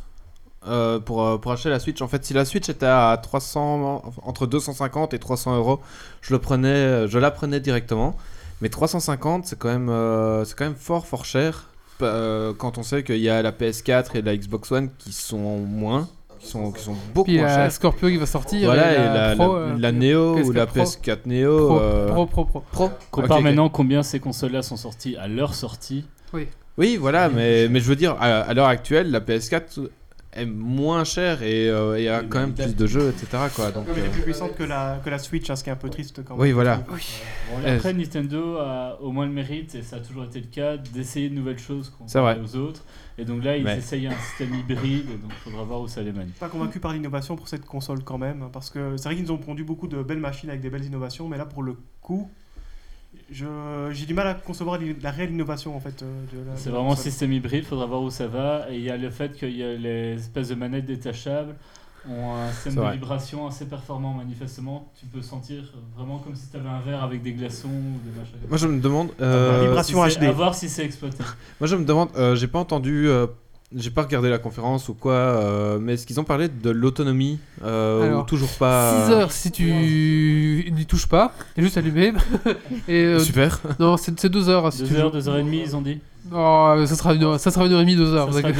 S2: euh, pour, euh, pour acheter la Switch. En fait, si la Switch était à 300, entre 250 et 300 euros, je le prenais, euh, je la prenais directement. Mais 350, c'est quand même, euh, c'est quand même fort, fort cher. euh, quand on sait qu'il y a la PS4 et la Xbox One qui sont moins, qui sont, qui sont beaucoup
S1: Puis il y
S2: moins
S1: a
S2: chères.
S1: Scorpio qui va sortir.
S2: Voilà,
S1: et
S2: et la,
S1: Pro,
S2: la-
S1: euh,
S2: la Neo ou
S1: PS4
S2: la
S1: Pro.
S2: PS4 Neo.
S1: Pro,
S2: euh,
S1: pro, pro, pro.
S2: Pro.
S7: Compare
S2: Ok, ok.
S7: maintenant combien ces consoles-là sont sorties à leur sortie.
S2: Oui, voilà, mais, mais je veux dire, à, à l'heure actuelle, la PS4 est moins chère et euh, il y a
S5: Et
S2: quand même
S5: date.
S2: plus de jeux, etc. Quoi, donc,
S10: Comme elle
S2: euh,
S10: est plus puissante que la, que la Switch, hein, ce qui est un peu triste quand même.
S2: Oui, voilà. Euh,
S7: Bon, Après, Nintendo a au moins le mérite, et ça a toujours été le cas, d'essayer de nouvelles choses
S2: C'est
S7: comparé
S2: vrai.
S7: aux autres. Et donc là, ils
S2: Ouais.
S7: essayent un système hybride, et donc il faudra voir où ça les mène.
S10: pas convaincu par l'innovation pour cette console quand même, hein, parce que c'est vrai qu'ils nous ont pondu beaucoup de belles machines avec des belles innovations, mais là pour le coup, je- j'ai du mal à concevoir l'in- la réelle innovation en fait. euh, de la- de
S7: C'est
S10: la
S7: vraiment un
S10: console.
S7: système hybride, faudra voir où ça va. Et il y a le fait qu'il y a les espèces de manettes détachables ont un
S2: C'est
S7: système de
S2: vrai.
S7: vibration assez performant manifestement. Tu peux sentir vraiment comme si tu avais un verre avec des glaçons ou des machins. comme
S2: Moi,
S7: ça.
S2: je me demande. euh,
S10: Vibration.
S7: Si c'est-
S10: HD.
S7: À voir si c'est exploité.
S2: moi, je me demande. euh, j'ai pas entendu. euh, j'ai pas regardé la conférence ou quoi, euh, mais est-ce qu'ils ont parlé de l'autonomie euh,
S1: Alors,
S2: ou toujours pas
S1: 6 heures si tu n'y touches pas, t'es juste allumé. [LAUGHS] et euh,
S2: Super.
S1: non, c'est 2 heures si tu
S7: Deux
S1: joues.
S7: heures, deux heures et demie, ils ont dit.
S1: Oh, ça sera une heure, ça sera une heure et demie, 2 heures.
S7: Ça sera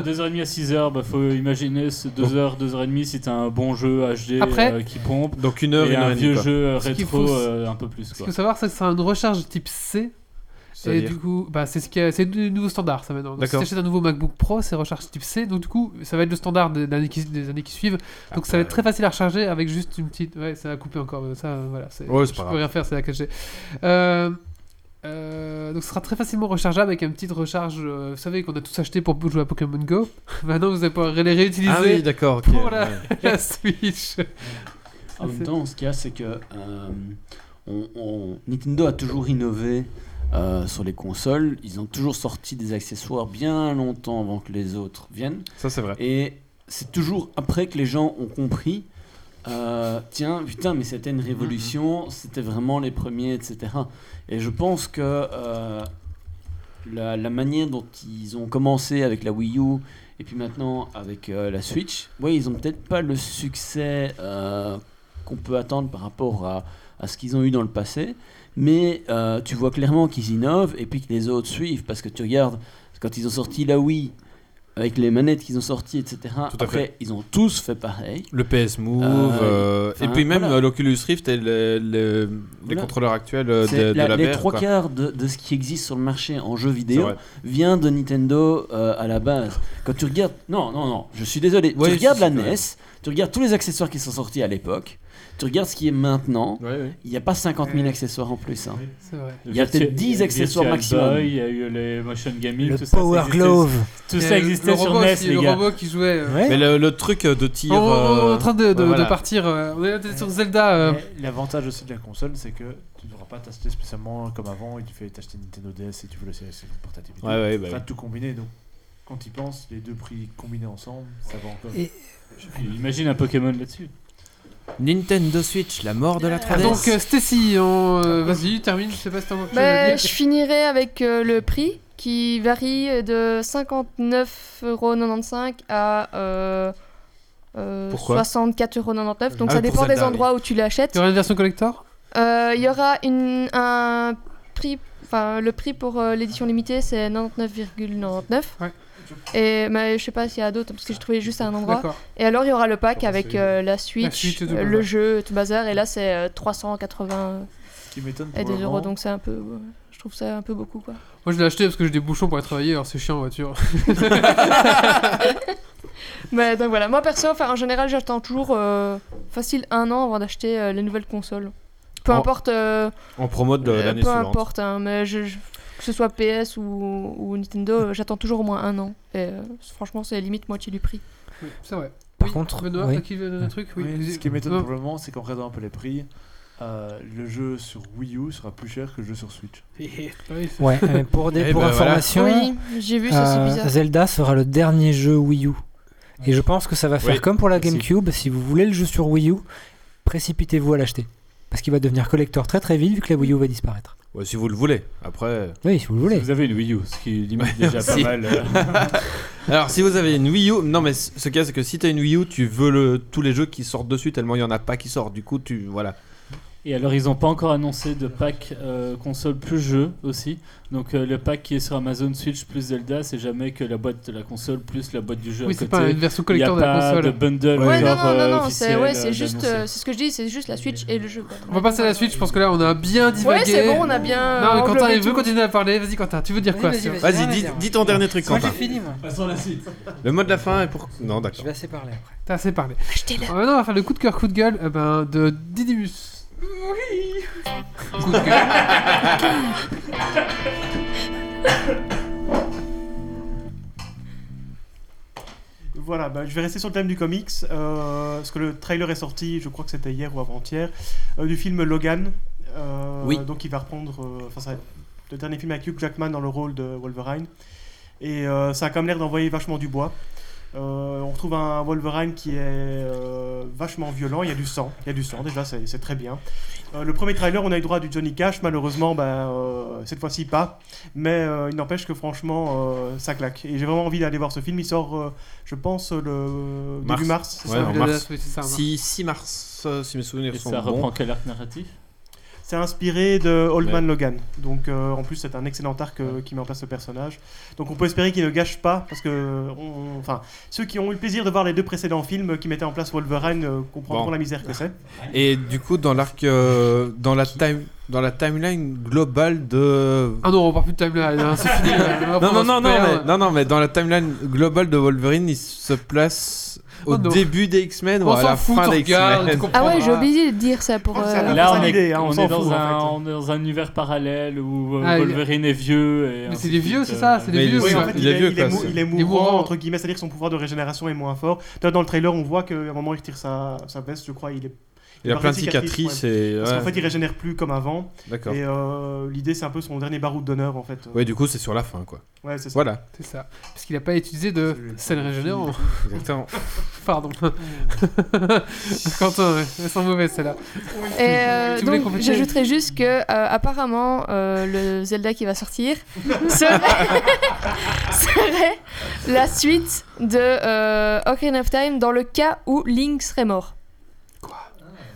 S7: 2h30 à 6h, bah faut imaginer 2h, 2h30 si t'as un bon jeu HD
S1: Après-
S7: euh, qui pompe.
S2: Donc une heure,
S7: Et
S2: une heure et
S7: un
S2: demie,
S7: vieux
S2: quoi.
S7: jeu euh,
S1: Ce qu'il
S7: rétro
S1: faut,
S7: euh, un peu plus
S1: Ce qu'il
S7: quoi.
S1: faut savoir, c'est que c'est une recharge type C. Et
S2: C'est-à-dire
S1: du coup, bah, c'est ce qui est- c'est le nouveau standard ça maintenant. Donc, si
S2: D'accord.
S1: tu achètes un nouveau MacBook Pro, c'est recharge type C. Donc du coup, ça va être le standard des des années qui, des années qui suivent.
S2: Ah,
S1: Donc
S2: bah.
S1: ça va être très facile à recharger avec juste une petite. Ouais, ça va couper encore. euh, Ça, euh, voilà. c'est-
S2: Ouais, c'est
S1: je
S2: pas
S1: peux
S2: grave.
S1: rien faire, c'est la 4G. Euh, euh, donc ce sera très facilement rechargeable avec une petite recharge. euh, vous savez qu'on a tous acheté pour jouer à Pokémon Go. [LAUGHS] maintenant, vous allez pouvoir les réutiliser
S2: Ah oui, d'accord. ok,
S1: pour la,
S2: ouais.
S1: la Switch.
S5: En même
S1: C'est-
S5: temps, ce qu'il y a, c'est que euh, on- on- Nintendo a toujours innové euh, sur les consoles. Ils ont toujours sorti des accessoires bien longtemps avant que les autres viennent.
S2: Ça, c'est vrai.
S5: Et c'est toujours après que les gens ont compris. euh, tiens, putain, mais c'était une
S2: Mm-hmm.
S5: révolution, c'était vraiment les premiers, etc. Et je pense que euh, la, la manière dont ils ont commencé avec la Wii U et puis maintenant avec euh, la Switch, ouais, ils ont peut-être pas le succès euh, qu'on peut attendre par rapport à, à ce qu'ils ont eu dans le passé, mais euh, tu vois clairement qu'ils innovent et puis que les autres suivent parce que tu regardes quand ils ont sorti la Wii avec les manettes qu'ils ont sorties, etc.
S2: à
S5: après, ils ont tous fait pareil.
S2: Le PS Move,
S5: Euh,
S2: euh,
S5: enfin,
S2: et puis même
S5: voilà.
S2: euh, l'Oculus Rift et le- le- les
S5: Voilà.
S2: contrôleurs actuels euh, de,
S5: C'est
S2: de
S5: la-
S2: la
S5: les
S2: VR,
S5: trois
S2: quoi.
S5: quarts de, de ce qui existe sur le marché en jeux
S2: C'est
S5: vidéo
S2: vrai.
S5: vient de Nintendo euh, à la base. Quand tu regardes, non, non, non, je suis désolé.
S2: Ouais,
S5: tu regardes
S2: si,
S5: la
S2: si, quand
S5: NES, tu regardes tous les accessoires qui sont sortis à l'époque, tu regardes ce qui est maintenant. Il n'y a pas 50 000 accessoires en plus. hein.
S1: C'est vrai.
S5: Il y a peut-être 10 accessoires maximum.
S7: Boy, il y a eu les motion gaming,
S3: Le
S7: tout ça, ça
S3: Power
S7: existait-
S3: Glove.
S7: Tout
S1: Et
S7: ça
S1: le-
S7: existait
S1: le
S7: sur
S1: robot
S7: NES,
S1: aussi,
S7: les
S1: le
S7: gars.
S1: robot qui jouait. euh,
S3: Ouais.
S2: Mais le, le truc de tir.
S1: on, on- on est
S2: euh,
S1: en train de, de-
S2: ouais, voilà.
S1: de partir. euh, on est on est sur Zelda. euh,
S6: Mais L'avantage aussi de la console, c'est que tu ne devras pas t'acheter spécialement comme avant et tu fais t'acheter Nintendo DS et tu veux la série sur ton portatif. et tout.
S2: Ouais, ouais, bah
S6: Enfin,
S2: oui.
S6: tout combiné. Donc, quand tu penses, les deux prix combinés ensemble, ça va encore.
S3: Et-
S7: Imagine un Pokémon là-dessus.
S9: Nintendo Switch, la mort de la 3DS.
S1: donc euh, Stacy, on, euh, vas-y, termine. Je sais pas si t'as quelque chose à
S4: Bah,
S1: dire.
S4: je finirai avec euh, le prix qui varie de 59,95€ à euh, euh,
S2: Pourquoi
S4: 64,99€. Donc
S2: Ah
S4: ça
S2: oui, pour
S4: dépend des
S2: Zelda, oui.
S4: endroits où tu l'achètes.
S1: Tu auras une version collector
S4: Euh, Il y aura une, un prix, enfin le prix pour euh, l'édition limitée c'est 99,99.
S1: Ouais.
S4: Et mais je sais pas s'il y a d'autres parce que j'ai trouvé juste à un endroit.
S1: D'accord.
S4: Et alors il y aura le pack avec euh, la Switch,
S1: suite et tout,
S4: euh,
S1: voilà.
S4: le jeu, tout bazar. Et là c'est euh, 380
S6: Ce qui m'étonne pour
S4: et des
S6: le
S4: euros
S6: moment,
S4: donc c'est un peu, ouais, je trouve ça un peu beaucoup quoi.
S1: Moi, je l'ai acheté parce que j'ai des bouchons pour aller travailler. Alors c'est chiant en voiture.
S4: Mais Bah, donc voilà, moi perso, enfin en général, j'attends toujours euh, facile un an avant d'acheter euh, les nouvelles consoles. Peu
S2: En-
S4: importe, euh,
S2: On promote euh,
S4: euh,
S2: l'année
S4: peu
S2: suivante.
S4: importe, hein, mais je- je- que ce soit PS ou, ou Nintendo, euh, j'attends toujours au moins un an. Et euh, franchement, c'est limite moitié du prix.
S1: Oui, c'est vrai.
S3: Par
S1: Oui,
S3: contre,
S1: Benoît,
S3: oui.
S1: t'as qui veut donner un truc Oui.
S6: Oui,
S1: vas-y.
S6: ce qui m'étonne
S1: Non.
S6: pour le moment, c'est qu'en regardant un peu les prix, euh, le jeu sur Wii U sera plus cher que le jeu sur Switch.
S1: [LAUGHS] Oui, c'est-
S3: [LAUGHS] Ouais, euh, pour, des,
S2: Eh
S3: pour
S2: ben voilà.
S3: information,
S4: Oui, j'ai vu, ça
S3: euh,
S4: c'est bizarre.
S3: Zelda sera le dernier jeu Wii U. Et je pense que ça va faire
S2: Oui,
S3: comme pour la
S2: merci.
S3: GameCube. Si vous voulez le jeu sur Wii U, précipitez-vous à l'acheter. Parce qu'il va devenir collector très très vite vu que la Wii U va disparaître.
S2: Ouais, si vous le voulez. Après.
S3: Oui, si vous le voulez.
S7: Vous avez une Wii U, ce qui limite
S2: [LAUGHS]
S7: déjà pas
S2: Si.
S7: mal. euh,
S2: Alors, si vous avez une Wii U, non, mais c- ce cas, c'est que si t'as une Wii U, tu veux le- tous les jeux qui sortent dessus, tellement il y en a pas qui sortent. Du coup, tu. Voilà.
S7: Et alors, ils n'ont pas encore annoncé de pack euh, console plus jeu aussi. Donc, euh, le pack qui est sur Amazon Switch plus Zelda, c'est jamais que la boîte de la console plus la boîte du jeu.
S1: Oui,
S7: à
S1: c'est
S7: côté.
S1: pas une version
S7: Il n'y a
S1: collector de la
S7: pas
S1: console.
S7: de bundle.
S4: Ouais, non,
S7: encore,
S4: non, non,
S7: euh,
S4: non, c'est
S7: officiel,
S4: ouais,
S7: euh,
S4: c'est juste,
S7: d'annoncer.
S4: euh, c'est ce que je dis, c'est juste la Switch et le jeu. quoi.
S1: On va passer à la suite. Je pense que là, on a bien divagué.
S4: Ouais, c'est bon, on a bien.
S1: Non, mais
S4: euh,
S1: Quentin,
S4: englobé
S1: il veut
S4: tout.
S1: continuer à parler. Vas-y, Quentin, tu veux dire quoi sur-
S9: Vas-y, dis, dis ton dernier truc, Quentin.
S3: fini, moi.
S2: Le mot de la fin est pour. Non,
S3: Je
S2: d'accord.
S3: vais assez parler après.
S1: T'as assez parlé.
S4: Achetez-le.
S1: Alors maintenant, on va faire le coup de cœur, coup de gueule euh, ben, de Didymus. Oui Coup de gueule.
S10: Voilà, bah, je vais rester sur le thème du comics, euh, parce que le trailer est sorti, je crois que c'était hier ou avant-hier, euh, du film Logan. Euh,
S9: Oui.
S10: Donc il va reprendre, euh, enfin ça va être le dernier film avec Hugh Jackman dans le rôle de Wolverine. Et euh, ça a quand même l'air d'envoyer vachement du bois. Euh, on retrouve un Wolverine qui est euh, vachement violent, il y a du sang, il y a du sang déjà, c'est c'est très bien. Euh, le premier trailer, on a eu droit à du Johnny Cash, malheureusement, bah, euh, cette fois-ci pas, mais euh, il n'empêche que franchement, euh, ça claque. Et j'ai vraiment envie d'aller voir ce film, il sort euh, je pense euh, le
S2: Mars.
S10: début mars. c'est
S2: Ouais,
S10: ça hein.
S2: en
S1: Oui,
S2: mars.
S1: c'est ça, en mars.
S2: Si 6 mars, euh, si mes souvenirs
S7: Et
S2: sont
S7: ça
S2: bons.
S7: reprend quel arc narratif
S10: C'est inspiré de Old
S6: Ouais.
S10: Man Logan. Donc euh, en plus, c'est un excellent arc euh, qui met en place ce personnage. Donc on peut espérer qu'il ne gâche pas, parce que euh, on- enfin, ceux qui ont eu le plaisir de voir les deux précédents films euh, qui mettaient en place Wolverine euh, comprendront
S2: Bon.
S10: la misère que c'est.
S2: Et du coup, dans l'arc, euh, dans la time, dans la timeline globale de.
S1: Ah non, on repart plus de timeline, hein, c'est fini. là.
S2: Non,
S1: Après, on
S2: non,
S1: va
S2: non, non,
S1: se perdre.
S2: mais, non, non, mais dans la timeline globale de Wolverine, il se place au
S1: Oh non.
S2: début des X-Men ou
S1: On
S2: à la
S1: s'en fout,
S2: fin
S1: tu
S2: des
S1: regardes, tu
S2: X-Men.
S1: comprends.
S4: Ah ouais, j'ai oublié de dire ça pour.
S10: Oh, ça
S1: Ah,
S4: euh,
S10: va.
S7: Là, on
S10: c'est l'idée,
S7: est,
S10: hein, on
S7: on
S10: s'en
S7: est dans,
S10: fout, en
S7: un,
S10: fait.
S7: on est dans un univers parallèle où euh,
S1: Ah, il-
S7: Wolverine est vieux. Et
S1: Mais
S7: ainsi
S1: c'est
S7: de
S1: des
S7: suite,
S1: vieux, c'est
S7: euh,
S1: ça C'est des
S2: mais
S1: vieux.
S2: oui,
S1: ouais.
S10: en fait,
S2: il est vieux,
S10: il est,
S2: quoi,
S10: mou-
S2: c'est-
S10: il est
S1: est
S10: mourant,
S1: mourant.
S10: entre guillemets, c'est-à-dire que son pouvoir de régénération est moins fort. D'ailleurs, Dans le trailer, on voit qu'à un moment, il retire sa, sa veste, je crois, il est
S2: Il a
S10: Par
S2: plein de
S10: les cicatrices,
S2: cicatrices et.
S10: Parce
S2: ouais,
S10: qu'en fait, il régénère plus comme avant.
S2: D'accord.
S10: Et euh, l'idée, c'est un peu son dernier baroud d'honneur, en fait.
S2: Ouais, du coup, c'est sur la fin, quoi.
S10: Ouais, c'est ça.
S2: Voilà,
S1: C'est ça. Parce qu'il a pas utilisé de scène régénérant.
S2: exactement.
S1: [LAUGHS]
S3: [LAUGHS]
S1: Pardon. Quentin, ouais, elles sont mauvaises celles-là.
S4: Et euh,
S1: Tu voulais
S4: donc,
S1: compléter
S4: j'ajouterais juste que, euh, apparemment, euh, le Zelda qui va sortir [LAUGHS] serait, serait la suite de euh, Ocarina of Time dans le cas où Link serait mort.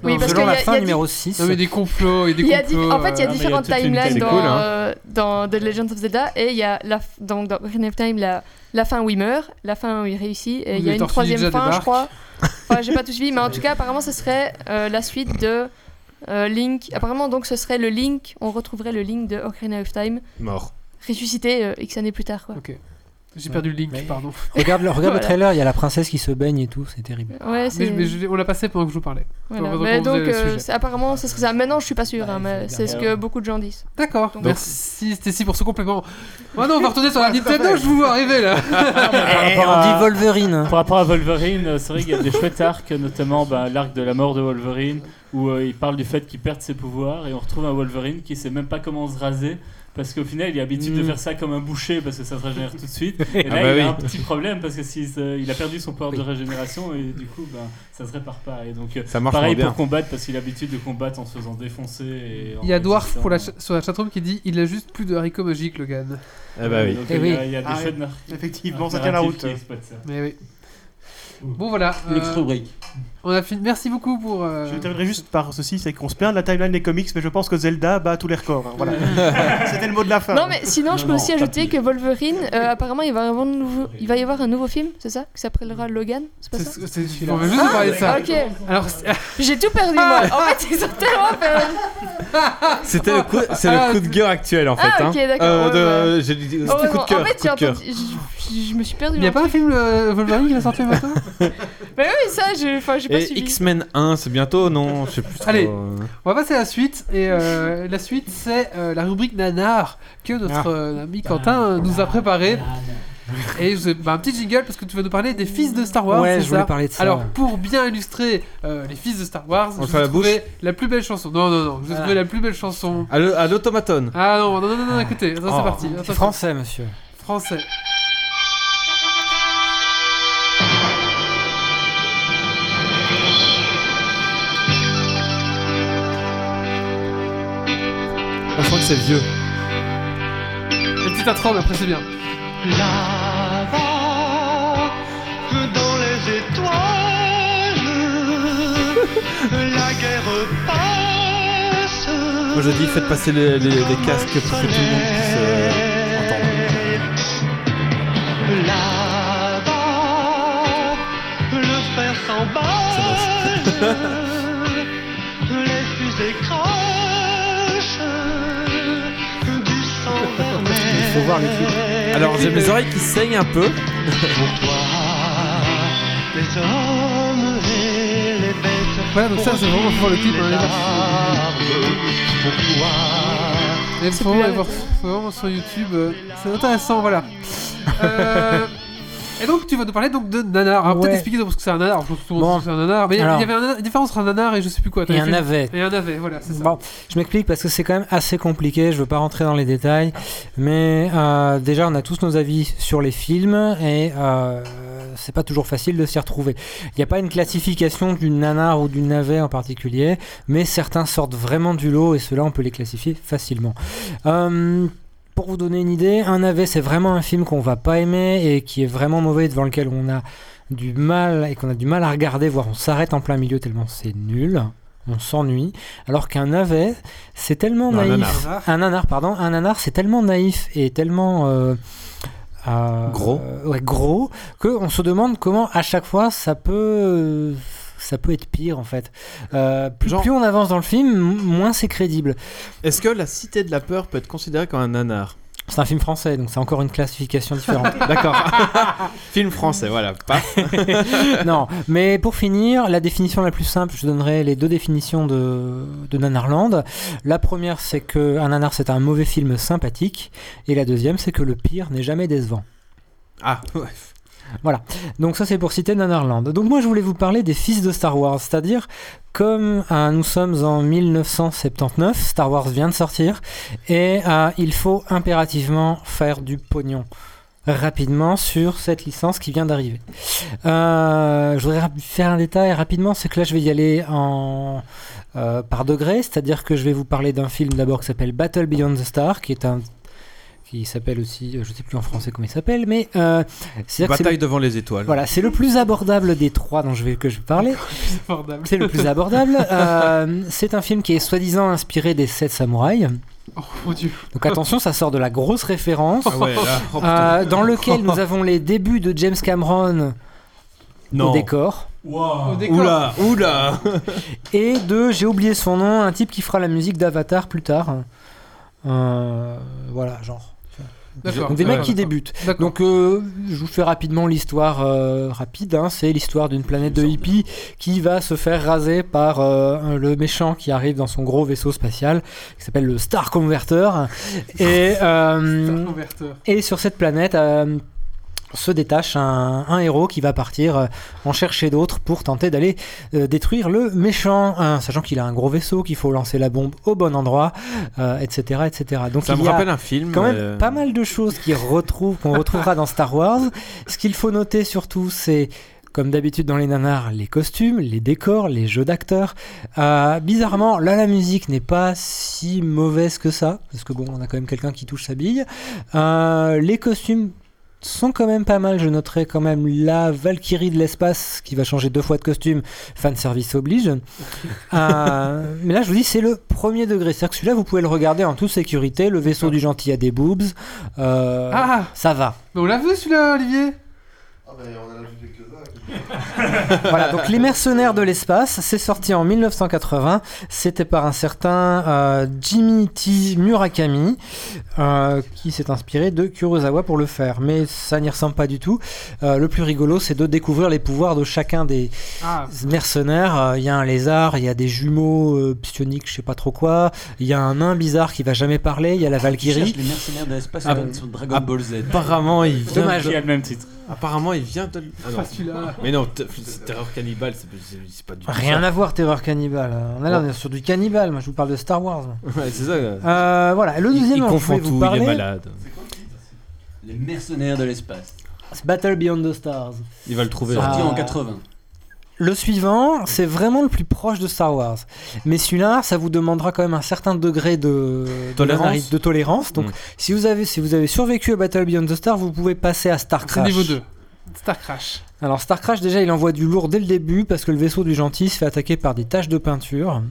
S4: Oui,
S1: Non,
S4: parce
S1: selon
S4: que
S3: selon
S4: y
S3: la
S4: a-
S3: fin
S4: y a
S3: numéro 6.
S1: Non, mais des complots, il y a des
S4: Il
S1: complots.
S4: y a di- en fait, il y a
S7: euh,
S4: différentes
S7: mais il y a toute
S4: timelines
S7: une
S2: télé-
S4: dans,
S2: cool, hein.
S4: euh, dans The Legend of Zelda et il y a la, f- donc, dans Ocarina of Time la, la fin où il meurt, la fin où il réussit et il y
S1: Mais
S4: a une
S1: Tortue
S4: troisième
S1: Ninja
S4: fin, je
S1: débarque. [LAUGHS]
S4: crois. Enfin, j'ai pas tout suivi, mais en tout cas, apparemment, ce serait euh, la suite de euh, Link. Apparemment, donc, ce serait le Link, on retrouverait le Link de Ocarina of Time
S2: Mort.
S4: ressuscité euh, X années plus tard, quoi.
S1: Ok. J'ai perdu le link,
S3: Mais-
S1: pardon.
S3: Regarde, le,
S4: [LAUGHS]
S3: regarde
S4: Voilà.
S3: le trailer, il y a la princesse qui se baigne et tout, c'est terrible.
S4: Ouais,
S1: Mais,
S4: c'est.
S1: mais je l'ai- on l'a passé pendant que je vous parlais.
S4: voilà.
S1: on va
S4: Mais
S1: donc
S4: donc,
S1: le
S4: euh,
S1: sujet.
S4: c'est- apparemment, ce serait ça. Maintenant, je suis pas sûre,
S3: Bah,
S4: hein,
S3: il faut
S4: mais
S3: le
S4: c'est ce que beaucoup de gens disent.
S1: D'accord.
S4: Donc-
S1: Merci Stacy pour ce complément. Oh non, on va retourner sur la Nintendo, je vous vois arriver
S7: [LAUGHS]
S1: là.
S2: Eh,
S7: Par rapport
S3: on
S7: à-
S3: dit Wolverine. hein.
S7: Par rapport à Wolverine, euh, c'est vrai qu'il y a des chouettes arcs, notamment bah, l'arc de la mort de Wolverine, où euh, il parle du fait qu'il perd ses pouvoirs, et on retrouve un Wolverine qui sait même pas comment se raser, parce qu'au final, il a l'habitude de
S1: Mm.
S7: faire ça comme un boucher, parce que ça se régénère tout
S2: [LAUGHS]
S7: de suite. Et
S2: Ah
S7: là, il
S2: bah
S7: a
S2: oui.
S7: un petit problème, parce que s'il se- il a perdu son pouvoir de régénération, et du coup, bah, ça se répare pas. Et donc, euh,
S2: Ça marche moins
S7: pareil
S2: bien.
S7: pour combattre, parce qu'il a l'habitude de combattre en se faisant défoncer. Et en
S1: Il y a Dwarf
S7: résistant.
S1: pour la cha- sur la chatroom qui dit il a juste plus de haricots magiques, Logan.
S2: Eh bah oui.
S7: Donc,
S3: Eh
S7: il y a-
S3: oui.
S7: il y a des
S10: Ah oui.
S7: chouettes nar-
S10: Effectivement, ça tient la
S7: narratifs
S10: route.
S7: qui exploitent ça.
S1: Mais oui. Bon voilà. euh,
S5: L'extra break.
S1: on a fini. Merci beaucoup pour. euh,
S10: Je terminerai juste par ceci, c'est qu'on se plaint de la timeline des comics, mais je pense que Zelda bat tous les records. hein,
S1: [LAUGHS]
S10: voilà. C'était le mot de la fin.
S4: Non, mais sinon,
S5: Non,
S4: je peux
S5: non,
S4: aussi
S5: tapis.
S4: ajouter que Wolverine, euh, apparemment, il va, y avoir un nouveau, il va y avoir un nouveau film, c'est ça Qui s'appellera Logan C'est pas
S1: c'est-
S4: ça
S1: c'est- c'est- on va juste vous parler de ça.
S4: Ok,
S1: Alors, c'est-
S4: j'ai tout perdu moi. En fait,
S2: [LAUGHS]
S4: ils ont tellement perdu.
S2: [LAUGHS] C'était le coup, c'est
S1: Ah,
S2: le coup de cœur actuel en fait.
S4: Ah,
S2: hein.
S4: ok, d'accord,
S2: Euh, de- j'ai dit-
S4: Oh,
S2: Coup
S4: non,
S2: de cœur.
S4: en fait,
S2: coup
S4: j'ai
S2: de cœur.
S4: entendu. Je, je- je me suis perdu.
S1: il n'y a pas un film euh, Wolverine qui va
S4: [LAUGHS]
S1: sortir maintenant
S4: Mais Bah oui, ça, j'ai enfin, j'ai pas
S2: Et
S4: suivi.
S2: X-Men 1, c'est bientôt, non Je sais plus. trop.
S1: Allez.
S2: Euh,
S1: On va passer à la suite. Et euh, [LAUGHS] la suite, c'est euh, la rubrique nanar que notre
S3: Ah.
S1: euh, ami Quentin euh, nous a
S3: [LAUGHS]
S1: préparée. Et je- bah, un petit jingle parce que tu vas nous parler des fils de Star Wars.
S3: ouais,
S1: c'est
S3: je voulais
S1: ça
S3: parler de ça.
S1: Alors, pour bien illustrer euh, les fils de Star Wars, je
S2: On le fait à
S1: vais
S2: la bouche
S1: trouver la plus belle chanson. Non, non, non, je vais
S3: Ah.
S1: trouver la plus belle chanson.
S2: À le- à l'automatone.
S1: Ah non, non, non, non, non, écoutez, attends, c'est
S3: Oh.
S1: parti.
S3: C'est
S1: Attention.
S3: français, monsieur.
S1: Français.
S2: Je crois que c'est vieux.
S1: Une petite intro, mais après c'est bien.
S11: Là-bas, dans les étoiles, [LAUGHS] la guerre passe.
S2: Moi je dis, faites passer les, les- les casques pour que tout le monde puisse euh, entendre.
S11: Là-bas, le fer s'emballe, les fusées crachent du sang vermeil.
S3: Il faut voir le clip.
S2: Alors j'ai mes oreilles qui saignent un peu.
S11: Toi, les hommes et les bêtes.
S1: Voilà, donc ça, c'est vraiment pour le clip. hein, les gars. Mais faut vraiment aller voir faut vraiment sur YouTube. euh, C'est intéressant,
S3: [LAUGHS]
S1: voilà. Euh, Et donc tu vas nous parler donc de nanar. Alors peut-être
S3: Ouais.
S1: expliquer parce que c'est un nanar. Je pense que tout le
S3: Bon.
S1: monde sait que c'est un nanar. Mais
S3: Alors.
S1: il y avait un- une différence entre un nanar et je sais plus quoi.
S3: Et
S1: t'avais
S3: un
S1: fait-
S3: navet.
S1: Et un navet, voilà, c'est ça.
S3: Bon, je m'explique parce que c'est quand même assez compliqué, je veux pas rentrer dans les détails, mais euh, déjà on a tous nos avis sur les films et euh, c'est pas toujours facile de s'y retrouver. Il n'y a pas une classification du nanar ou du navet en particulier, mais certains sortent vraiment du lot et ceux-là on peut les classifier facilement. Euh, pour vous donner une idée, un navet c'est vraiment un film qu'on va pas aimer et qui est vraiment mauvais devant lequel on a du mal et qu'on a du mal à regarder, voire on s'arrête en plein milieu tellement c'est nul. on s'ennuie. Alors qu'un navet, c'est tellement
S9: Non, un
S3: naïf. Un nanar, pardon. Un nanar, c'est tellement naïf et tellement. euh, euh,
S9: Gros.
S3: euh, ouais, gros, qu'on se demande comment à chaque fois ça peut. euh, ça peut être pire en fait. Euh, plus, plus on avance dans le film, m- moins c'est crédible.
S2: Est-ce que La Cité de la Peur peut être considérée comme un nanar
S3: C'est un film français, donc c'est encore une classification différente.
S2: [LAUGHS] [LAUGHS] D'accord. Film français, voilà. Paf.
S3: [LAUGHS] non, mais pour finir, la définition la plus simple, je donnerai les deux définitions de, de Nanarland. La première, c'est que un nanar, c'est un mauvais film sympathique. Et la deuxième, c'est que le pire n'est jamais décevant.
S2: Ah, ouais.
S3: Voilà. Donc ça c'est pour citer Nanarland. Donc moi je voulais vous parler des fils de Star Wars, c'est-à-dire comme euh, nous sommes en 1979, Star Wars vient de sortir et euh, il faut impérativement faire du pognon rapidement sur cette licence qui vient d'arriver. Euh, je voudrais rap- faire un détail rapidement, c'est que là je vais y aller en euh, par degrés, c'est-à-dire que je vais vous parler d'un film d'abord qui s'appelle Battle Beyond the Star, qui est un qui s'appelle aussi, euh, je sais plus en français comment il s'appelle, mais euh, c'est-à-dire que c'est-
S2: Bataille devant les étoiles.
S3: voilà, c'est le plus abordable des trois dont je vais, que je vais parler. C'est le
S1: [LAUGHS]
S3: plus abordable. [LAUGHS] Euh, c'est un film qui est soi-disant inspiré des 7 samouraïs.
S1: Oh, Mon Dieu.
S3: Donc attention, ça sort de la grosse référence.
S1: Ah ouais, là. Oh, putain. [LAUGHS]
S3: Euh, dans lequel nous avons les débuts de James Cameron
S2: Non.
S3: au décor.
S2: Wow. Au décor. Oula, oula.
S3: Et de, j'ai oublié son nom, un type qui fera la musique d'Avatar plus tard. Euh, voilà, genre.
S1: D'accord.
S3: Donc des
S1: Ouais,
S3: mecs qui
S1: d'accord.
S3: débutent.
S1: D'accord.
S3: Donc euh, je vous fais rapidement l'histoire euh, rapide. hein. C'est l'histoire d'une planète de hippies qui va se faire raser par euh, le méchant qui arrive dans son gros vaisseau spatial qui s'appelle le Star Converter. Et, euh, et sur cette planète... euh, se détache un, un héros qui va partir euh, en chercher d'autres pour tenter d'aller euh, détruire le méchant, hein, sachant qu'il a un gros vaisseau, qu'il faut lancer la bombe au bon endroit, euh, etc., etc. Donc
S2: Ça
S3: il
S2: me
S3: y a
S2: rappelle un film,
S3: Quand même
S2: euh,
S3: pas mal de choses qui retrouvent- qu'on retrouvera dans Star Wars. Ce qu'il faut noter surtout, c'est comme d'habitude dans les nanars, les costumes, les décors, les jeux d'acteurs. Euh, bizarrement, là, la musique n'est pas si mauvaise que ça, parce que bon, on a quand même quelqu'un qui touche sa bille. Euh, les costumes sont quand même pas mal. Je noterai quand même la Valkyrie de l'espace qui va changer deux fois de costume. Fan service oblige. Euh, mais là, je vous dis, c'est le premier degré. C'est-à-dire que celui-là, vous pouvez le regarder en toute sécurité. Le vaisseau du gentil a des boobs. Euh,
S1: Ah
S3: ça va.
S1: Mais on l'a vu celui-là, Olivier
S3: [LAUGHS] voilà, donc Les Mercenaires de l'espace, c'est sorti en 1980. C'était par un certain euh, Jimmy T. Murakami, euh, qui s'est inspiré de Kurosawa pour le faire. Mais ça n'y ressemble pas du tout. Euh, le plus rigolo, c'est de découvrir les pouvoirs de chacun des
S1: Ah.
S3: mercenaires. Euh, Il y a un lézard, il y a des jumeaux euh, psioniques, je sais pas trop quoi. Il y a un nain bizarre qui va jamais parler. Il y a la Valkyrie.
S5: cherche les mercenaires de l'espace
S3: Ah,
S5: sur Dragon Ball Z.
S2: Apparemment, il vient.
S3: Dommage.
S2: de-
S3: Il y a le
S7: même titre.
S2: Apparemment, il vient de. Ah non.
S1: Pas celui-là.
S2: Mais non, te- c'est Terreur Cannibale, c'est c'est- c'est pas du tout.
S3: Rien
S2: ça.
S3: à voir, Terreur Cannibale. On a l'air d'être sur du cannibale. Moi, je vous parle de Star Wars. moi.
S2: Oh. Ouais, c'est ça.
S3: Euh, voilà, le
S2: Il-
S3: deuxième,
S2: il
S3: dont je
S2: confond
S3: voulais vous
S2: tout,
S3: parler,
S2: il est malade.
S5: Les mercenaires de l'espace.
S3: c'est Battle Beyond the Stars.
S2: Il va le trouver.
S5: Sorti
S3: Ah.
S5: en 80.
S3: Le suivant, c'est vraiment le plus proche de Star Wars. Mais celui-là, ça vous demandera quand même un certain degré de de
S2: Tolérance.
S3: nanarisme, de, tolérance. Donc,
S2: Mm.
S3: si vous avez si vous avez survécu à Battle Beyond the Stars, vous pouvez passer à Star
S1: C'est
S3: Crash.
S1: niveau 2. Star Crash.
S3: Alors Star Crash, déjà, il envoie du lourd dès le début parce que le vaisseau du gentil se fait attaquer par des taches de peinture.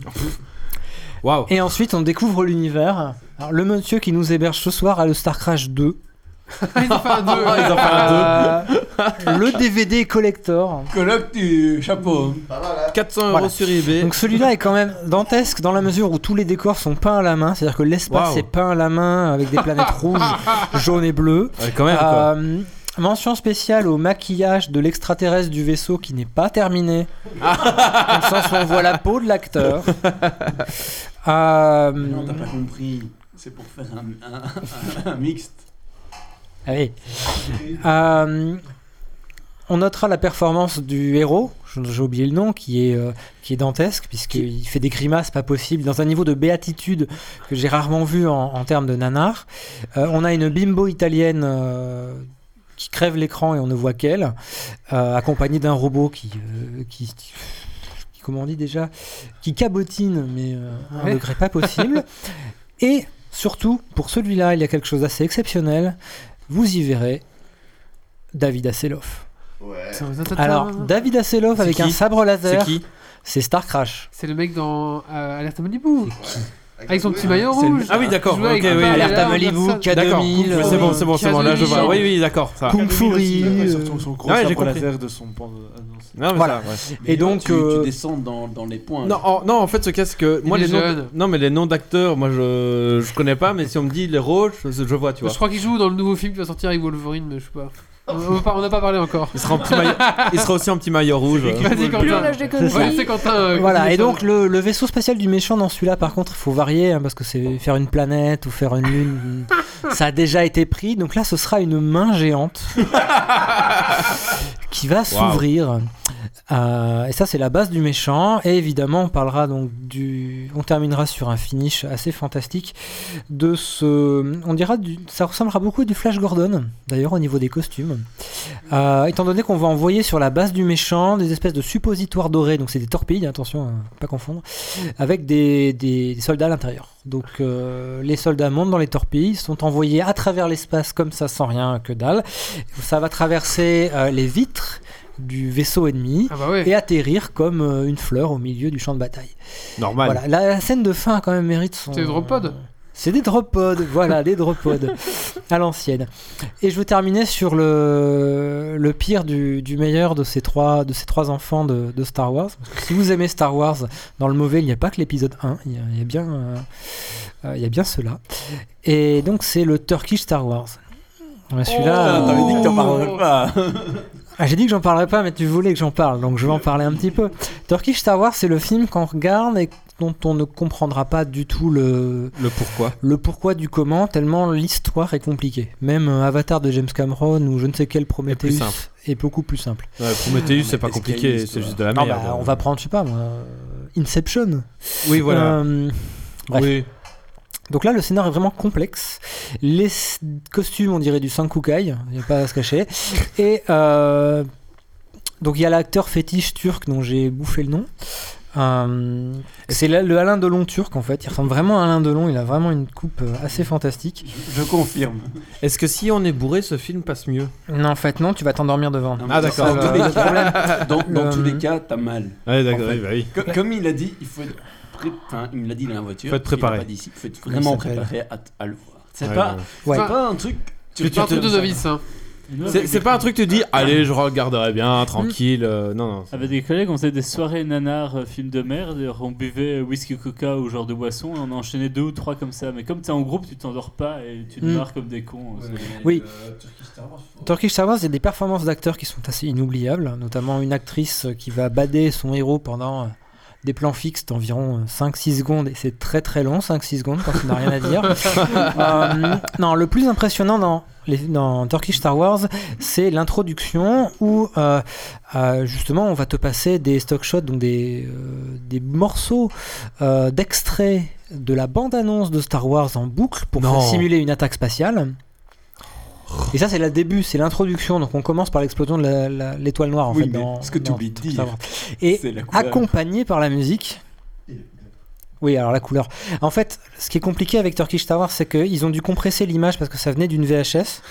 S3: Et ensuite, on découvre l'univers. Alors, le monsieur qui nous héberge ce soir a le Star Crash 2.
S1: Ils ont fait un 2. Ils ont fait Ah.
S3: un le DVD collector.
S5: Colloque du chapeau.
S2: 400 euros
S3: Voilà.
S2: sur eBay.
S3: Donc celui-là est quand même dantesque dans la mesure où tous les décors sont peints à la main, c'est-à-dire que l'espace
S2: Waouh.
S3: est peint à la main avec
S2: [LAUGHS]
S3: des planètes rouges, jaunes et bleues.
S2: Ouais, quand même, quoi.
S3: Euh, mention spéciale au maquillage de l'extraterrestre du vaisseau qui n'est pas terminé. dans le sens où on voit la peau de
S5: [LAUGHS]
S3: l'acteur. Euh,
S5: Non, t'as pas compris. C'est pour faire un,
S2: [LAUGHS]
S5: un- un- un [LAUGHS] mixte.
S3: Ah oui. Euh, on notera la performance du héros, je- j'ai oublié le nom, qui est, euh, qui est dantesque, puisqu'il fait des grimaces pas possibles, dans un niveau de béatitude que j'ai rarement vu en, en termes de nanar. Euh, on a une bimbo italienne euh, qui crève l'écran et on ne voit qu'elle, euh, accompagnée d'un robot qui, euh, qui, qui- Comment on dit déjà Qui cabotine, mais euh, à un
S1: Ouais.
S3: degré pas
S2: [LAUGHS]
S3: possible. Et surtout, pour celui-là, il y a quelque chose d'assez exceptionnel. Vous y verrez David Asseloff.
S1: Ça hein vous a-
S3: Alors, David Asseloff
S2: C'est
S3: avec
S2: qui
S3: un sabre laser.
S2: C'est qui
S3: C'est Star Crash.
S1: C'est le mec dans euh, Alerte Malibu. Avec son petit maillot
S2: C'est le-
S1: rouge.
S2: Ah oui, d'accord.
S1: Il jouait avec
S2: Ok, oui.
S1: un ballon
S2: Alerte
S1: là,
S2: Malibu,
S1: comme ça.
S2: K2000,
S1: D'accord.
S2: euh, C'est bon, c'est bon, c'est bon, là, je vois.
S1: K2000,
S2: Oui, oui, d'accord, ça va.
S3: Kung Fu
S6: aussi,
S3: Ryu,
S6: ouais,
S3: euh,
S6: surtout son gros
S2: Ouais, j'ai
S6: sabre
S2: compris.
S6: laser de son pan- ah non, c'est-
S2: Non, mais
S3: Voilà.
S2: ça, ouais.
S5: Mais
S3: Et
S5: là,
S3: donc,
S5: tu,
S3: euh,
S5: tu descends euh, dans, dans les points.
S2: Non,
S5: là.
S2: en, non, en fait, ce cas, c'est que
S1: Il
S2: moi,
S1: est
S2: les noms,
S1: jeune.
S2: non, mais les noms d'acteurs, moi, je, je connais pas, mais si on me dit les rôles, je, je vois, tu vois.
S1: Je crois qu'il joue dans le nouveau film qui va sortir avec Wolverine, mais je sais pas. On n'a pas, on a pas parlé encore.
S2: Il sera, en petit
S1: [LAUGHS]
S2: maillot- il sera aussi en petit maillot rouge. euh.
S1: Vas-y,
S4: Plus on
S1: Quentin.
S4: lâche des
S1: Ouais,
S4: conneries.
S1: c'est Quentin. euh, qui
S3: Voilà,
S1: est
S3: et
S1: fan.
S3: donc le, le vaisseau spatial du méchant dans celui-là, par contre, il faut varier hein, parce que c'est faire une planète ou faire une
S1: [LAUGHS]
S3: lune. ça a déjà été pris, donc là ce sera une
S2: [LAUGHS]
S3: main géante qui va s'ouvrir. Euh, et ça, c'est la base du méchant. Et évidemment, on parlera donc du. On terminera sur un finish assez fantastique de ce. On dira. Du... Ça ressemblera beaucoup à du Flash Gordon, d'ailleurs, au niveau des costumes. Euh, étant donné qu'on va envoyer sur la base du méchant des espèces de suppositoires dorés, donc c'est des torpilles, attention, à pas confondre, avec des, des- des soldats à l'intérieur. Donc euh, les soldats montent dans les torpilles, sont envoyés à travers l'espace comme ça, sans rien que dalle. Ça va traverser euh, les vitres du vaisseau ennemi
S1: Ah bah ouais.
S3: et atterrir comme euh, une fleur au milieu du champ de bataille.
S2: Normal.
S3: Voilà, la, la scène de fin quand même mérite son.
S1: C'est des drop pods
S3: C'est des drop pods, voilà, des drop
S1: [LAUGHS]
S3: pods à l'ancienne. Et je veux terminer sur le, le pire du, du meilleur de ces trois, de ces trois enfants de, de Star Wars. Parce que si vous aimez Star Wars, dans le mauvais, il n'y a pas que l'épisode 1, il y a, il y a bien, euh, euh, il y a bien cela. Et donc, c'est le Turkish Star Wars. Ouais, Celui-là.
S5: Ah,
S3: euh,
S5: T'avais dit que t'en parlerais pas.
S3: ah, j'ai dit que j'en parlerais pas, mais tu voulais que j'en parle, donc je vais en parler un petit peu. Turkish Star Wars, c'est le film qu'on regarde et dont on ne comprendra pas du tout le,
S2: Le pourquoi.
S3: le pourquoi du comment, tellement l'histoire est compliquée. Même euh, Avatar de James Cameron ou je ne sais quel Prometheus
S2: simple.
S3: est beaucoup plus simple.
S2: Ouais, Prometheus, c'est pas
S5: Est-ce qu'il y a une
S2: compliqué, c'est
S5: histoire
S2: juste de la
S3: Non,
S2: merde.
S3: bah, on va prendre, je sais pas moi, euh, Inception.
S2: Oui, voilà.
S3: Euh, bref.
S2: Oui.
S3: Donc là, le scénario est vraiment complexe. Les s- costumes, on dirait du Sankukai, il n'y a pas à
S2: [LAUGHS]
S3: se cacher. Et euh, donc il y a l'acteur fétiche turc dont j'ai bouffé le nom. Euh, c'est la- le Alain Delon turc en fait. Il ressemble vraiment à Alain Delon. Il a vraiment une coupe euh, assez fantastique.
S5: Je confirme.
S2: Est-ce que si on est bourré, ce film passe mieux
S3: Non, en fait, non, tu vas t'endormir devant.
S5: Non,
S2: Ah,
S5: mais
S2: d'accord.
S5: Dans, tous les
S2: [LAUGHS]
S5: cas- dans- dans
S3: Euh,
S5: tous les cas, t'as mal.
S2: Ouais,
S5: En fait.
S2: oui, bah oui.
S5: Co- Comme il a dit, il faut être pré- enfin, il me l'a dit dans la voiture.
S2: Faut être
S5: il l'a
S2: préparé.
S5: pas dit ici. Faut être
S3: Comment
S5: vraiment
S3: il s'appelle
S5: préparé à, t- à le voir. C'est
S2: Ouais,
S5: pas,
S2: ouais.
S5: c'est
S3: Ouais.
S5: pas un truc.
S1: C'est pas un truc de
S5: ça.
S1: novice. hein.
S2: C'est- C'est pas un truc que tu dis,
S3: Ah.
S2: allez, je regarderai bien,
S3: Mm.
S2: tranquille. euh, non, non.
S7: Avec des collègues, on faisait des soirées nanars, euh, films de merde. et On buvait euh, whisky coca ou genre de boisson. Et on enchaînait deux ou trois comme ça. Mais comme t'es en groupe, tu t'endors pas et tu te
S3: Mm.
S7: marres comme des cons. euh,
S3: Oui. Turkish Star Wars, il y a des performances d'acteurs qui sont assez inoubliables, notamment une actrice euh, qui va bader son héros pendant euh, des plans fixes d'environ euh, 5-6 secondes, et c'est très très long, 5-6 secondes, quand on n'a rien à [LAUGHS] dire. Euh, non, le plus impressionnant dans, les- dans Turkish Star Wars, c'est l'introduction où euh, euh, justement on va te passer des stock shots, donc des, euh, des morceaux euh, d'extraits de la bande-annonce de Star Wars en boucle pour
S2: Non.
S3: simuler une attaque spatiale. Et ça, c'est le début, c'est l'introduction. Donc, on commence par l'explosion de la- la- l'étoile noire, en
S5: Oui,
S3: fait.
S5: mais
S3: dans-
S5: ce que
S3: dans
S5: t'oublies de
S3: Star
S5: dire,
S3: Wars. Et
S5: C'est la couleur.
S3: accompagné par la musique. Oui, alors la couleur. En fait, ce qui est compliqué avec Turkish Star Wars, c'est qu'ils ont dû compresser l'image parce que ça venait d'une
S5: [LAUGHS]
S3: VHS.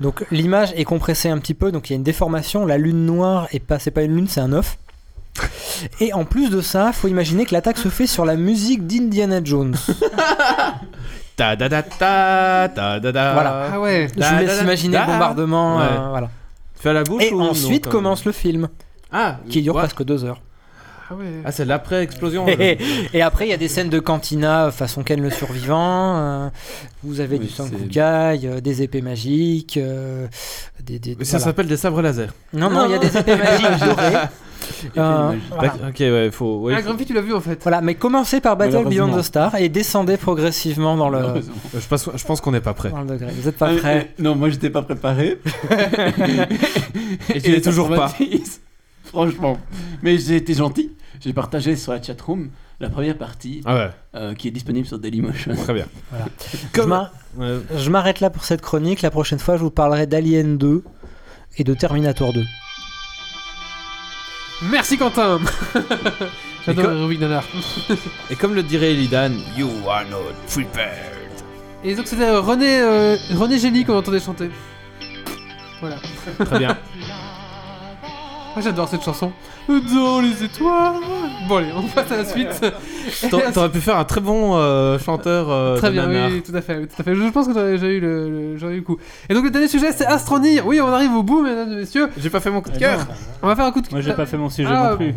S3: donc l'image est compressée un petit peu, donc il y a une déformation. La lune noire est pas, c'est pas une lune, c'est un œuf. Et en plus de ça, faut imaginer que l'attaque se fait sur la musique d'Indiana Jones.
S2: Ta da da ta ta da da.
S3: Voilà.
S1: Ah ouais.
S3: Je vous laisse imaginer le bombardement.
S2: Ouais.
S3: euh, voilà.
S2: Tu fais à la bouche
S3: Et
S2: ou non,
S3: ensuite
S2: quand-
S3: commence le film,
S2: Ah,
S3: qui dure
S2: ouais.
S3: presque deux heures.
S1: Ah ouais.
S2: Ah, c'est
S3: [LAUGHS]
S2: l'après-explosion.
S3: Et, et après, il y a des scènes de cantina façon Ken le survivant. euh, vous avez
S5: Oui,
S3: du sang euh,
S5: c'est-
S3: des épées magiques, euh, des, des-
S2: Ça
S3: voilà.
S2: s'appelle des sabres laser.
S3: Non, non, il y a des épées magiques dorées. Euh,
S5: magiques.
S3: voilà.
S2: D'ac- Ok, ouais, faut. ouais,
S1: Ah,
S2: faut-
S1: Grumpy, tu l'as vu en fait.
S3: Voilà, mais commencez par Battle Beyond the Star et descendez progressivement dans le,
S5: Heureusement.
S2: Je pense, je pense qu'on n'est pas prêt.
S3: dans le degré. Vous êtes pas
S5: Euh,
S3: prêts.
S5: euh, Non, moi j'étais pas préparé. [LAUGHS]
S2: Et tu l'es toujours pas.
S5: [LAUGHS] Franchement. Mais j'ai été gentil. J'ai partagé sur la chatroom la première partie
S2: Ah ouais,
S5: euh, qui est disponible sur Dailymotion.
S2: très bien.
S3: Voilà. Je
S2: Comme.
S3: m'ar-
S2: Ouais.
S3: Je m'arrête là pour cette chronique. La prochaine fois, je vous parlerai d'Alien 2 et de Terminator 2.
S1: Merci Quentin. [LAUGHS] J'adore
S2: Et co-
S1: les rubriques nanar.
S2: Et comme le dirait Elidan, you are not
S1: Et donc c'était euh, René, euh, René Gély qu'on entendait chanter. Voilà.
S2: Très bien.
S11: Là-bas,
S1: [LAUGHS] Ah, j'adore cette chanson. Dans les étoiles. Bon, allez, on passe à la suite. [LAUGHS]
S2: T'a- T'aurais pu faire un très bon euh, chanteur. euh,
S1: Très
S2: de
S1: bien,
S2: nanar.
S1: oui, oui, tout à fait, oui, tout à fait. Je je pense que j'aurais j'aurais eu le, le- j'aurais eu le coup. Et donc le dernier sujet, c'est Astronir. Oui, on arrive au bout, mesdames et messieurs.
S2: J'ai pas fait mon coup de
S1: cœur. On va faire un coup de
S7: Ah Moi, j'ai pas fait mon sujet
S1: Ah,
S7: non plus.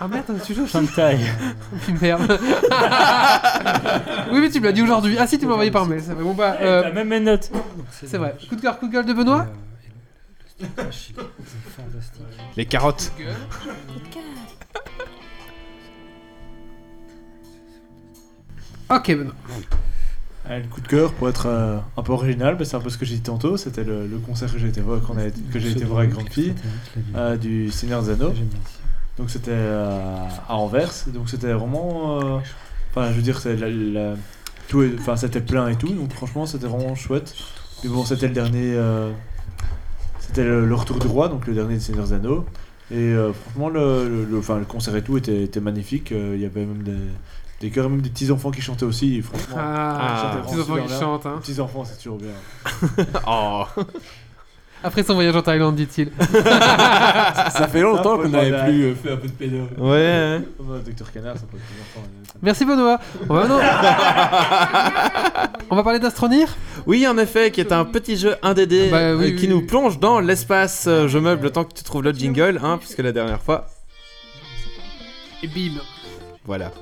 S1: Ah merde, tu joues
S7: Shantai.
S1: Une [LAUGHS] merde. oui, mais tu me l'as dit aujourd'hui. Ah si, tu me l'as envoyé par mail. Ça fait bon bah.
S7: Eh,
S1: euh,
S7: t'as même mes notes.
S1: C'est vrai. Coup de cœur, coup de gueule de Benoît.
S5: Euh,
S2: Les carottes.
S1: Ok, Benoît.
S6: Ah, le coup de cœur pour être euh, un peu original, mais c'est un peu ce que j'ai dit tantôt. C'était le, le concert que j'ai été voir quand on a- que j'ai été voir avec grande fille euh, du Seigneur Zano. Donc c'était euh, à Anvers. Donc c'était vraiment, euh, enfin je veux dire, c'est la- la- tout, est- enfin c'était plein et tout. Donc franchement c'était vraiment chouette. Mais bon c'était le dernier, euh, c'était le, le retour du roi, donc le dernier du Seigneur Zano. Et euh, franchement le, le- le- enfin, le concert et tout était, était magnifique. Euh, Il y avait même des des chœurs, même des petits enfants qui chantaient aussi. Et franchement, [LAUGHS]
S1: Ah,
S6: ils chantaient
S1: petits enfants
S6: vraiment super
S1: qui
S6: bien.
S1: chantent, hein.
S6: Petits enfants c'est toujours bien.
S2: Oh.
S1: Après son voyage en Thaïlande, dit-il.
S5: [LAUGHS] Ça fait longtemps qu'on
S6: n'avait
S5: n'avait plus euh, fait un peu de pédo.
S2: Ouais. hein.
S6: Oh, Docteur Canard, ça peut être des enfants. hein. mais-
S1: Merci Benoît. On
S2: [LAUGHS]
S1: va, on va parler d'Astronir.
S2: Oui, en effet, qui est un petit jeu 1DD
S1: Bah,
S2: euh,
S1: oui,
S2: qui
S1: oui,
S2: nous
S1: oui.
S2: plonge dans l'espace. Euh, Je meuble le temps que tu trouves le jingle, hein, puisque la dernière fois,
S1: Et bim.
S2: voilà.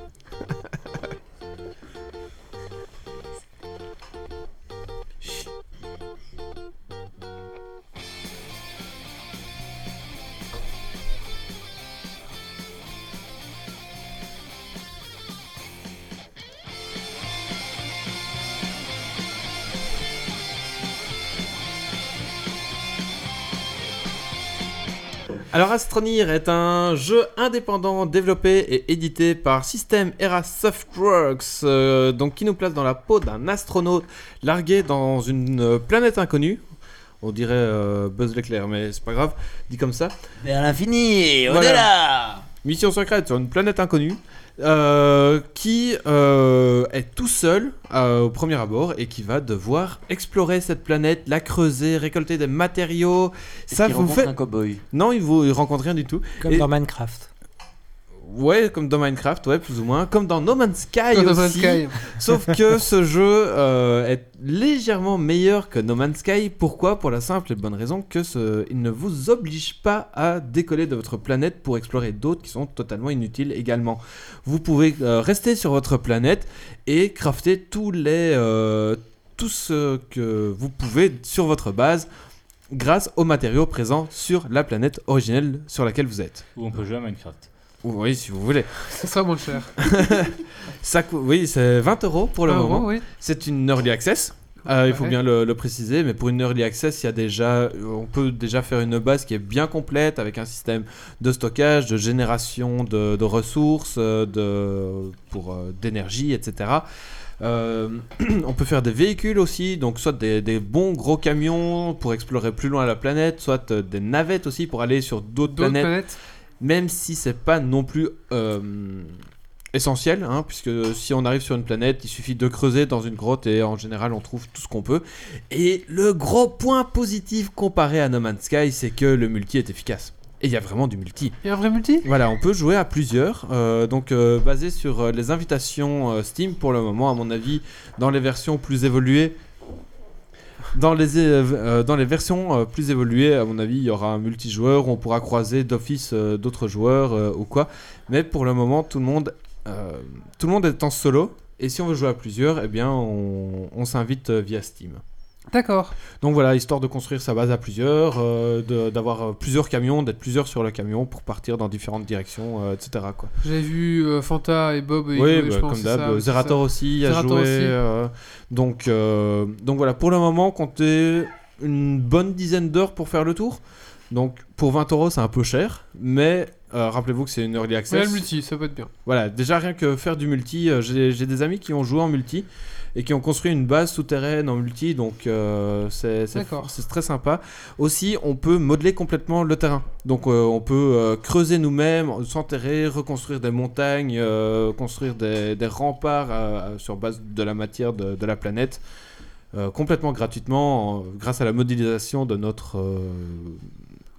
S2: Alors Astronir est un jeu indépendant développé et édité par System Era Softworks, euh, donc qui nous place dans la peau d'un astronaute largué dans une euh, planète inconnue. On dirait euh, Buzz l'éclair, mais c'est pas grave, dit comme ça.
S5: Vers l'infini,
S2: Voilà.
S5: au-delà
S2: Mission secrète sur une planète inconnue euh, qui euh, est tout seul euh, au premier abord et qui va devoir explorer cette planète, la creuser, récolter des matériaux. Ça vous fait
S5: un cowboy.
S2: non, il vous il rencontre rien du tout.
S3: Comme
S2: Et-
S3: dans Minecraft.
S2: Ouais, comme dans Minecraft, ouais, plus ou moins, comme dans No Man's Sky
S1: Dans
S2: aussi.
S1: un Sky.
S2: Sauf que ce jeu euh, est légèrement meilleur que No Man's Sky. Pourquoi Pour la simple et bonne raison que ce- il ne vous oblige pas à décoller de votre planète pour explorer d'autres qui sont totalement inutiles également. Vous pouvez euh, rester sur votre planète et crafter tous les euh, tout ce que vous pouvez sur votre base grâce aux matériaux présents sur la planète originelle sur laquelle vous êtes.
S7: Ou on peut jouer à Minecraft.
S2: Oui, si vous voulez.
S1: Ce sera moins cher.
S2: [LAUGHS] Ça, cou- oui, c'est 20 euros pour le
S1: Un
S2: moment.
S1: euro, oui.
S2: C'est une early access. Euh, il faut
S1: Ouais.
S2: bien le, le préciser, mais pour une early access, il y a déjà, on peut déjà faire une base qui est bien complète avec un système de stockage, de génération de, de ressources, euh, de, pour euh, d'énergie, etc. Euh, [CLEARS THROAT] on peut faire des véhicules aussi, donc soit des, des bons gros camions pour explorer plus loin la planète, soit euh, des navettes aussi pour aller sur d'autres
S1: D'autres
S2: planètes
S1: planètes.
S2: même si c'est pas non plus euh, essentiel, hein, puisque si on arrive sur une planète, il suffit de creuser dans une grotte et en général on trouve tout ce qu'on peut. Et le gros point positif comparé à No Man's Sky, c'est que le multi est efficace. Et il y a vraiment du multi.
S1: Il y a un vrai multi
S2: Voilà, on peut jouer à plusieurs, euh, donc euh, basé sur euh, les invitations euh, Steam pour le moment, à mon avis, dans les versions plus évoluées. Dans les, é- euh, dans les versions euh, plus évoluées, à mon avis, il y aura un multijoueur, on pourra croiser d'office euh, d'autres joueurs euh, ou quoi. Mais pour le moment, tout le monde, euh, tout le monde est en solo. Et si on veut jouer à plusieurs, eh bien, on, on s'invite euh, via Steam.
S1: D'accord.
S2: Donc voilà, histoire de construire sa base à plusieurs, euh, de- d'avoir euh, plusieurs camions, d'être plusieurs sur le camion pour partir dans différentes directions, euh, etc. Quoi.
S1: J'ai vu euh, Fanta et Bob. y
S2: Oui,
S1: jouer,
S2: bah,
S1: je pense,
S2: comme
S1: c'est
S2: d'hab,
S1: ça,
S2: euh,
S1: c'est ça.
S2: Zerator aussi a
S1: Zerator
S2: joué.
S1: aussi.
S2: euh, donc, euh, donc voilà, pour le moment, comptez une bonne dizaine d'heures pour faire le tour. Donc pour 20 euros, c'est un peu cher, mais euh, rappelez-vous que c'est une early
S1: Mais il y a
S2: access.
S1: le multi, ça peut être bien.
S2: Voilà, déjà rien que faire du multi, euh, j'ai j'ai des amis qui ont joué en multi et qui ont construit une base souterraine en multi, donc euh, c'est c'est-
S1: D'accord.
S2: c'est très sympa. Aussi, on peut modeler complètement le terrain, donc euh, on peut euh, creuser nous-mêmes, s'enterrer, reconstruire des montagnes, euh, construire des, des remparts euh, sur base de la matière de, de la planète, euh, complètement gratuitement, en- grâce à la modélisation de notre euh,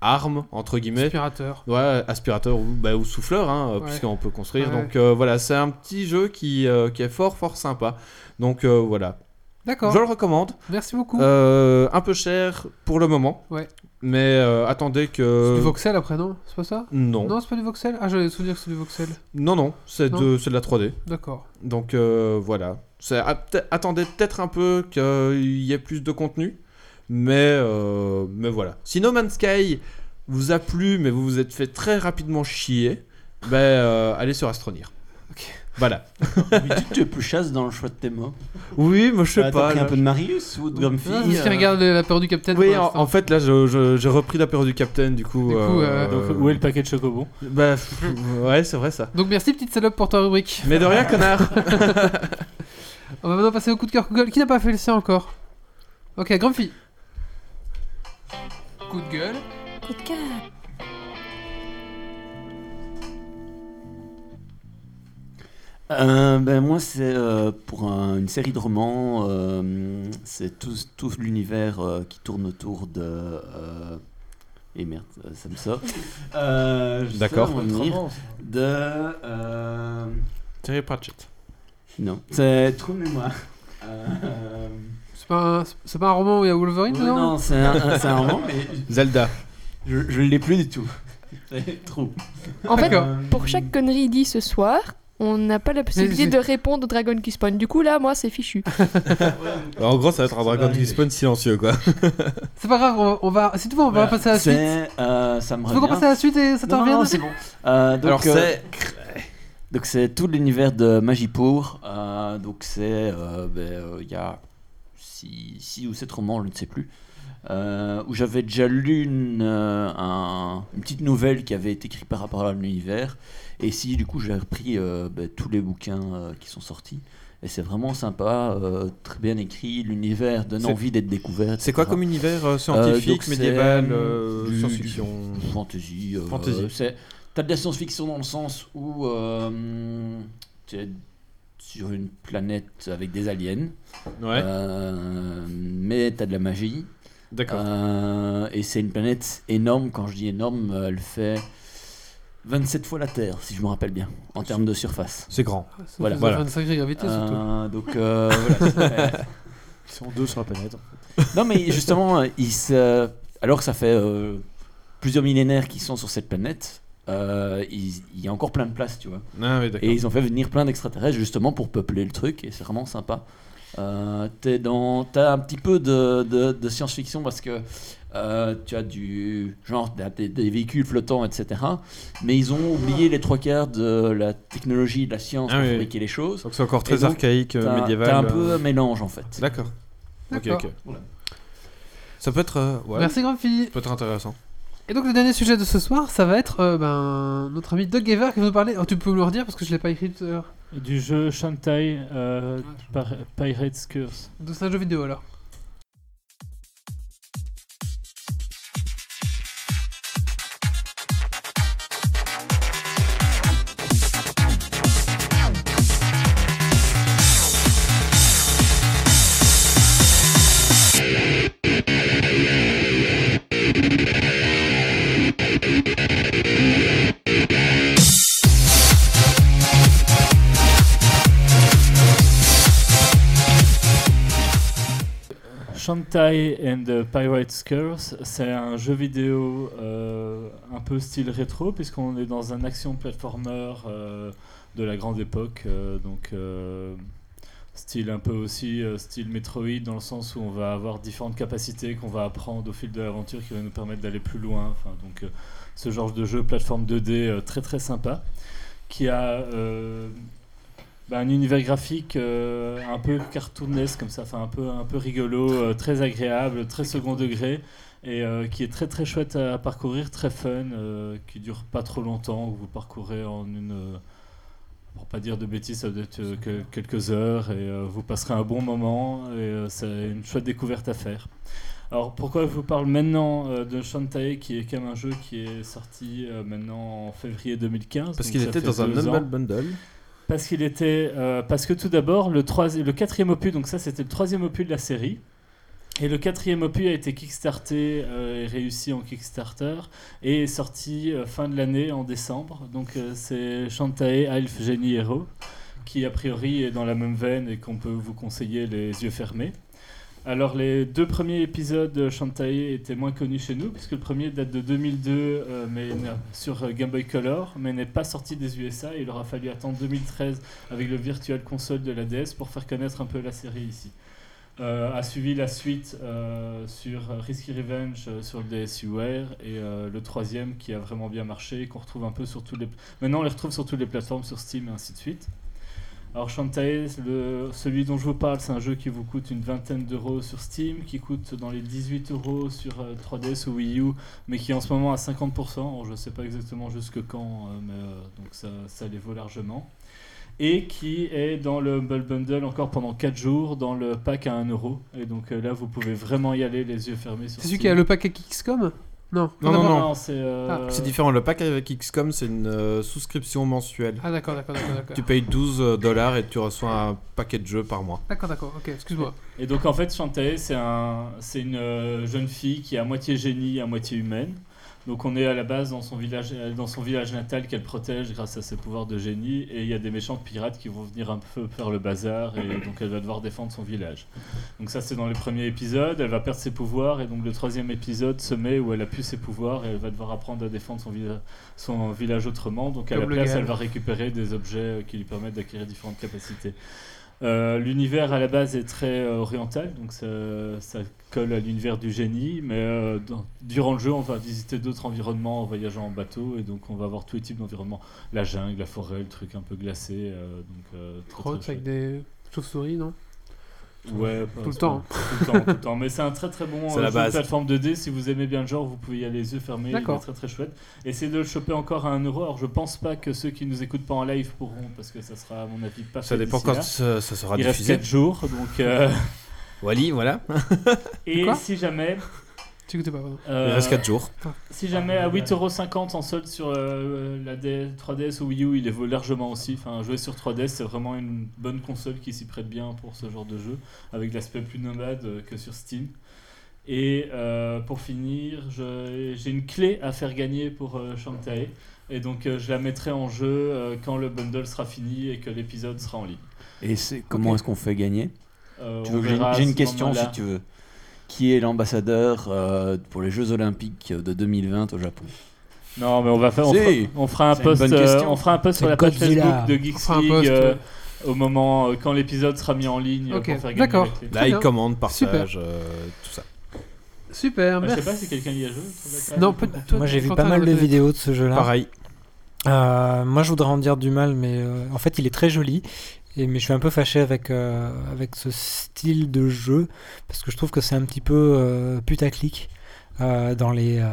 S2: arme, entre guillemets.
S1: Aspirateur.
S2: Ouais, aspirateur ou, bah, ou souffleur, hein,
S1: Ouais.
S2: puisqu'on peut construire.
S1: Ouais.
S2: Donc euh, voilà, c'est un petit jeu qui, euh, qui est fort, fort sympa. Donc euh, voilà.
S1: D'accord.
S2: Je le recommande.
S1: Merci beaucoup.
S2: Euh, un peu cher pour le moment.
S1: Ouais.
S2: Mais euh, attendez que.
S1: C'est du voxel après, non C'est pas ça
S2: Non.
S1: Non, c'est pas du voxel Ah, j'allais souvenir que c'est du voxel.
S2: Non, non, c'est
S1: Non
S2: de, c'est de la 3D.
S1: D'accord.
S2: Donc euh, voilà. C'est- ah, peut- Attendez peut-être un peu qu'il y ait plus de contenu. Mais, euh, mais voilà. Si No Man's Sky vous a plu, mais vous vous êtes fait très rapidement chier, ben euh, allez sur Astronir. Voilà.
S5: [LAUGHS] Mais tu, tu es plus chasse dans le choix de tes mots.
S2: Oui, mais je sais
S5: Ah, t'as
S2: pas,
S5: pris un
S2: là,
S5: peu de Marius ou de Grumpy
S1: C'est ce Ah, qui regarde la peur du capitaine.
S2: Oui,
S1: pour
S2: en,
S1: l'instant.
S2: en fait, là, je- je- j'ai repris la période du Captain, du coup.
S1: Du coup, euh,
S7: Donc, où est le paquet de chocobons
S2: Bah, pff, ouais, c'est vrai ça.
S1: Donc merci, petite salope, pour ta rubrique.
S2: Mais de rien, connard
S1: [LAUGHS] On va maintenant passer au coup de cœur Google. Qui n'a pas fait le sien encore Ok, Grumpy. Coup de gueule.
S4: Coup de cœur.
S5: Euh, ben moi c'est euh, pour un- une série de romans, euh, c'est tout, tout l'univers euh, qui tourne autour de... euh, et merde, euh, ça me sort. [LAUGHS] Euh, je sais
S2: D'accord.
S5: pas comment dire. De... euh,
S2: Terry Pratchett.
S5: non, c'est Trou de mémoire. Euh,
S1: C'est pas, un- c'est pas un roman où il y a Wolverine
S5: ouais,
S1: dedans
S5: non, c'est un, un- c'est un [LAUGHS] roman, mais
S2: Zelda.
S5: je ne l'ai plus du tout. C'est trop.
S4: En fait,
S1: D'accord.
S4: pour chaque connerie dit ce soir, on n'a pas la possibilité de répondre au Dragon qui spawn. Du coup, là, moi, c'est fichu.
S2: En gros, ça va être un Dragon qui
S5: arriver.
S2: spawn silencieux, quoi.
S1: C'est pas grave, on, on va. C'est tout, on va passer à la suite.
S5: C'est... euh, ça me
S1: Tu veux qu'on
S5: revient.
S1: passe à la suite et ça te
S5: Non, non,
S1: revient
S5: non, c'est bon. Euh, donc,
S2: Alors,
S5: euh,
S2: c'est.
S5: Donc c'est tout l'univers de Magipour. Euh, donc c'est euh, ben, euh, il y a 6 ou 7 romans, je ne sais plus. euh, où j'avais déjà lu une, euh, un- une petite nouvelle qui avait été écrite par rapport à l'univers. Et si du coup j'ai repris euh, ben, tous les bouquins euh, qui sont sortis. Et c'est vraiment sympa, euh, très bien écrit, l'univers donne
S2: C'est-
S5: envie d'être découvert.
S2: C'est quoi
S5: etc.
S2: comme univers euh,
S5: Euh,
S2: scientifique,
S5: donc c'est,
S2: médiéval,
S5: euh,
S2: euh,
S5: du-
S2: science-fiction
S5: Fantasy. euh,
S2: Fantasy.
S5: c'est- T'as de la science-fiction dans le sens où euh, tu es sur une planète avec des aliens,
S2: Ouais,
S5: euh, mais t'as de la magie.
S2: d'accord.
S5: Euh, et c'est une planète énorme. Quand je dis énorme, elle fait 27 fois la Terre, si je me rappelle bien, en termes de surface.
S2: C'est grand.
S1: Voilà.
S5: voilà,
S2: voilà.
S1: Une sacrée gravité surtout.
S5: Euh, donc euh, voilà, c'est-
S2: [LAUGHS]
S6: Ils sont deux sur la planète.
S5: Non, mais justement, ils se... alors que ça fait euh, plusieurs millénaires qu'ils sont sur cette planète, euh, ils- il y a encore plein de place, tu vois.
S2: Ah, oui, d'accord.
S5: Et ils ont fait venir plein d'extraterrestres justement pour peupler le truc, et c'est vraiment sympa. Euh, t'es dans... T'as un petit peu de, de- de science-fiction parce que euh, tu as du genre t'as des, des véhicules flottants, etc. Mais ils ont oublié les trois quarts de la technologie, de la science
S2: Ah
S5: pour
S2: oui.
S5: fabriquer les choses.
S2: Donc c'est encore très
S5: Et donc,
S2: archaïque, euh,
S5: T'as
S2: médiéval.
S5: t'as un
S2: euh,
S5: peu un mélange en fait.
S2: D'accord. Ok,
S1: D'accord.
S2: ok. Ça peut être. euh, ouais.
S1: Merci, Grumpy.
S2: Ça peut être intéressant.
S1: Et donc le dernier sujet de ce soir, ça va être euh, ben, notre ami Doug Gaver qui va nous parler. Oh, tu peux me le redire parce que je l'ai pas écrit tout à l'heure.
S7: Du jeu Shantai euh,
S3: Ah,
S7: par- Pirate's Curse.
S1: Donc c'est un jeu vidéo alors.
S7: Shantai and the Pirate's Curse, c'est un jeu vidéo euh, un peu style rétro, puisqu'on est dans un action platformer euh, de la grande époque, euh, donc euh, style un peu aussi euh, style Metroid, dans le sens où on va avoir différentes capacités qu'on va apprendre au fil de l'aventure qui va nous permettre d'aller plus loin. Enfin, donc euh, ce genre de jeu plateforme 2D euh, très très sympa, qui a euh, bah, un univers graphique euh, un peu cartoonesque comme ça, enfin un peu un peu rigolo, euh, très agréable, très second degré et euh, qui est très très chouette à parcourir, très fun, euh, qui dure pas trop longtemps, où vous parcourez en une euh, pour pas dire de bêtises, ça doit être euh, que- quelques heures et euh, vous passerez un bon moment et euh, c'est une chouette découverte à faire. Alors pourquoi je vous parle maintenant euh, de Shantae qui est quand même un jeu qui est sorti euh, maintenant en février 2015
S2: Parce
S7: donc
S2: qu'il
S7: ça
S2: était
S7: fait
S2: dans un
S7: deux ans.
S2: Humble Bundle.
S7: Parce qu'il était, euh, parce que tout d'abord le trois- le quatrième opus, donc ça c'était le troisième opus de la série, Et le quatrième opus a été kickstarté euh, et réussi en Kickstarter et est sorti euh, fin de l'année en décembre. Donc euh, c'est Shantae Alf Genie Hero qui a priori est dans la même veine et qu'on peut vous conseiller les yeux fermés. Alors les deux premiers épisodes de Shantae étaient moins connus chez nous puisque le premier date de 2002 euh, mais n'a- sur euh, Game Boy Color mais n'est pas sorti des USA et il aura fallu attendre 2013 avec le Virtual Console de la DS pour faire connaître un peu la série ici. Euh, a suivi la suite euh, sur euh, Risky Revenge euh, sur le DSUR et euh, le troisième qui a vraiment bien marché qu'on retrouve un peu sur tous les maintenant on les retrouve sur toutes les plateformes sur Steam et ainsi de suite. Alors Shantae, le- celui dont je vous parle, c'est un jeu qui vous coûte une vingtaine d'euros sur Steam, qui coûte dans les 18 euros sur euh, 3DS ou Wii U, mais qui est en ce moment à 50%. Alors, je ne sais pas exactement jusque quand, euh, mais euh, donc ça, ça les vaut largement. Et qui est dans le Humble Bundle encore pendant 4 jours, dans le pack à 1 euro. Et donc euh, là, vous pouvez vraiment y aller les yeux fermés sur
S1: C'est celui
S7: Steam.
S1: qui a le pack à XCOM Non. Ah,
S2: Non, non,
S1: d'abord-
S2: non.
S7: c'est... euh,
S2: C'est différent. Le pack avec XCOM, c'est une euh, souscription mensuelle.
S1: Ah, d'accord, d'accord, d'accord, d'accord.
S2: Tu payes 12 dollars et tu reçois un paquet de jeux par mois.
S1: D'accord, d'accord, ok, excuse-moi.
S7: Et donc en fait, Shantae, c'est un, c'est une euh, jeune fille qui est à moitié génie, à moitié humaine. Donc on est à la base dans son village, euh, dans son village natal qu'elle protège grâce à ses pouvoirs de génie. Et il y a des méchants pirates qui vont venir un peu faire le bazar. Et donc elle va devoir défendre son village. Donc ça c'est dans le premier épisode. Elle va perdre ses pouvoirs. Et donc le troisième épisode se met où elle a plus ses pouvoirs et elle va devoir apprendre à défendre son, villa- son village autrement. Donc à la
S1: Comme le
S7: place,
S1: game.
S7: elle va récupérer des objets euh, qui lui permettent d'acquérir différentes capacités. Euh, l'univers à la base est très euh, oriental, donc ça, ça colle à l'univers du génie, mais euh, dans- durant le jeu, on va visiter d'autres environnements en voyageant en bateau, et donc on va voir tous les types d'environnements, la jungle, la forêt, le truc un peu glacé, euh, donc euh, très, très
S1: Crotte
S7: chouette.
S1: avec des chauves-souris, non
S7: Ouais, pas-
S1: Tout le temps. hein.
S7: Tout le temps, tout le temps. Mais c'est un très très bon
S2: C'est
S7: euh,
S2: la
S7: jeu de
S2: base.
S7: plateforme 2D. Si vous aimez bien le genre, vous pouvez y aller les yeux fermés. Il est
S1: D'accord.
S7: très très chouette. Essayez de le choper encore à 1€. Alors je pense pas que ceux qui nous écoutent pas en live pourront, parce que ça sera à mon avis
S5: Bah,
S7: pas
S2: Ça
S7: fait
S2: dépend
S7: d'ici
S2: quand
S7: là.
S2: ça, ça sera
S7: Il reste
S2: diffusé.
S7: 4 jours, donc. euh,
S2: Wally, [LAUGHS] voilà.
S7: Et
S1: Quoi
S7: si jamais.
S1: Tu écoutais pas, pardon.
S2: Il
S7: euh,
S2: reste 4 jours.
S7: Si jamais à 8,50€ en solde sur euh, la D- 3DS ou Wii U, il les vaut largement aussi. Enfin, jouer sur 3DS, c'est vraiment une bonne console qui s'y prête bien pour ce genre de jeu, avec l'aspect plus nomade euh, que sur Steam. Et euh, pour finir, je- j'ai une clé à faire gagner pour euh, Shantae. Et donc, euh, je la mettrai en jeu euh, quand le bundle sera fini et que l'épisode sera en ligne.
S5: Et c'est comment est-ce qu'on fait gagner
S7: Euh,
S5: Tu
S7: on
S5: veux que j'ai
S7: verra à
S5: j'ai une
S7: ce
S5: question si
S7: moment-là.
S5: tu veux. Qui est l'ambassadeur euh, pour les Jeux Olympiques de 2020 au Japon
S7: Non, mais on va faire. On,
S5: Si.
S7: fera, on fera un
S5: C'est une
S7: post.
S5: bonne
S7: euh,
S5: question.
S7: on fera un post
S3: C'est
S7: sur la page
S3: Godzilla.
S7: Facebook de
S1: On
S7: Geeks
S1: fera un
S7: League
S1: post,
S7: euh,
S1: ouais.
S7: au moment euh, quand l'épisode sera mis en ligne euh,
S1: Ok,
S7: pour faire gagner.
S1: d'accord.
S7: la clé.
S1: Très
S2: Là, il
S1: bien.
S2: commande, partage, euh, tout ça.
S1: Super,
S7: Euh, je
S1: merci.
S7: sais pas si quelqu'un y a joué. sur la table.
S1: Non, peut- toi,
S3: Moi,
S1: tu-
S3: j'ai
S1: je
S3: vu
S1: suis en
S3: pas
S1: train
S3: mal de
S1: noter.
S3: vidéos de ce jeu-là.
S2: Pareil.
S3: Euh, moi, je voudrais en dire du mal, mais euh, en fait, il est très joli. Et, mais je suis un peu fâché avec, euh, avec ce style de jeu, parce que je trouve que c'est un petit peu euh, putaclic euh, dans, les, euh,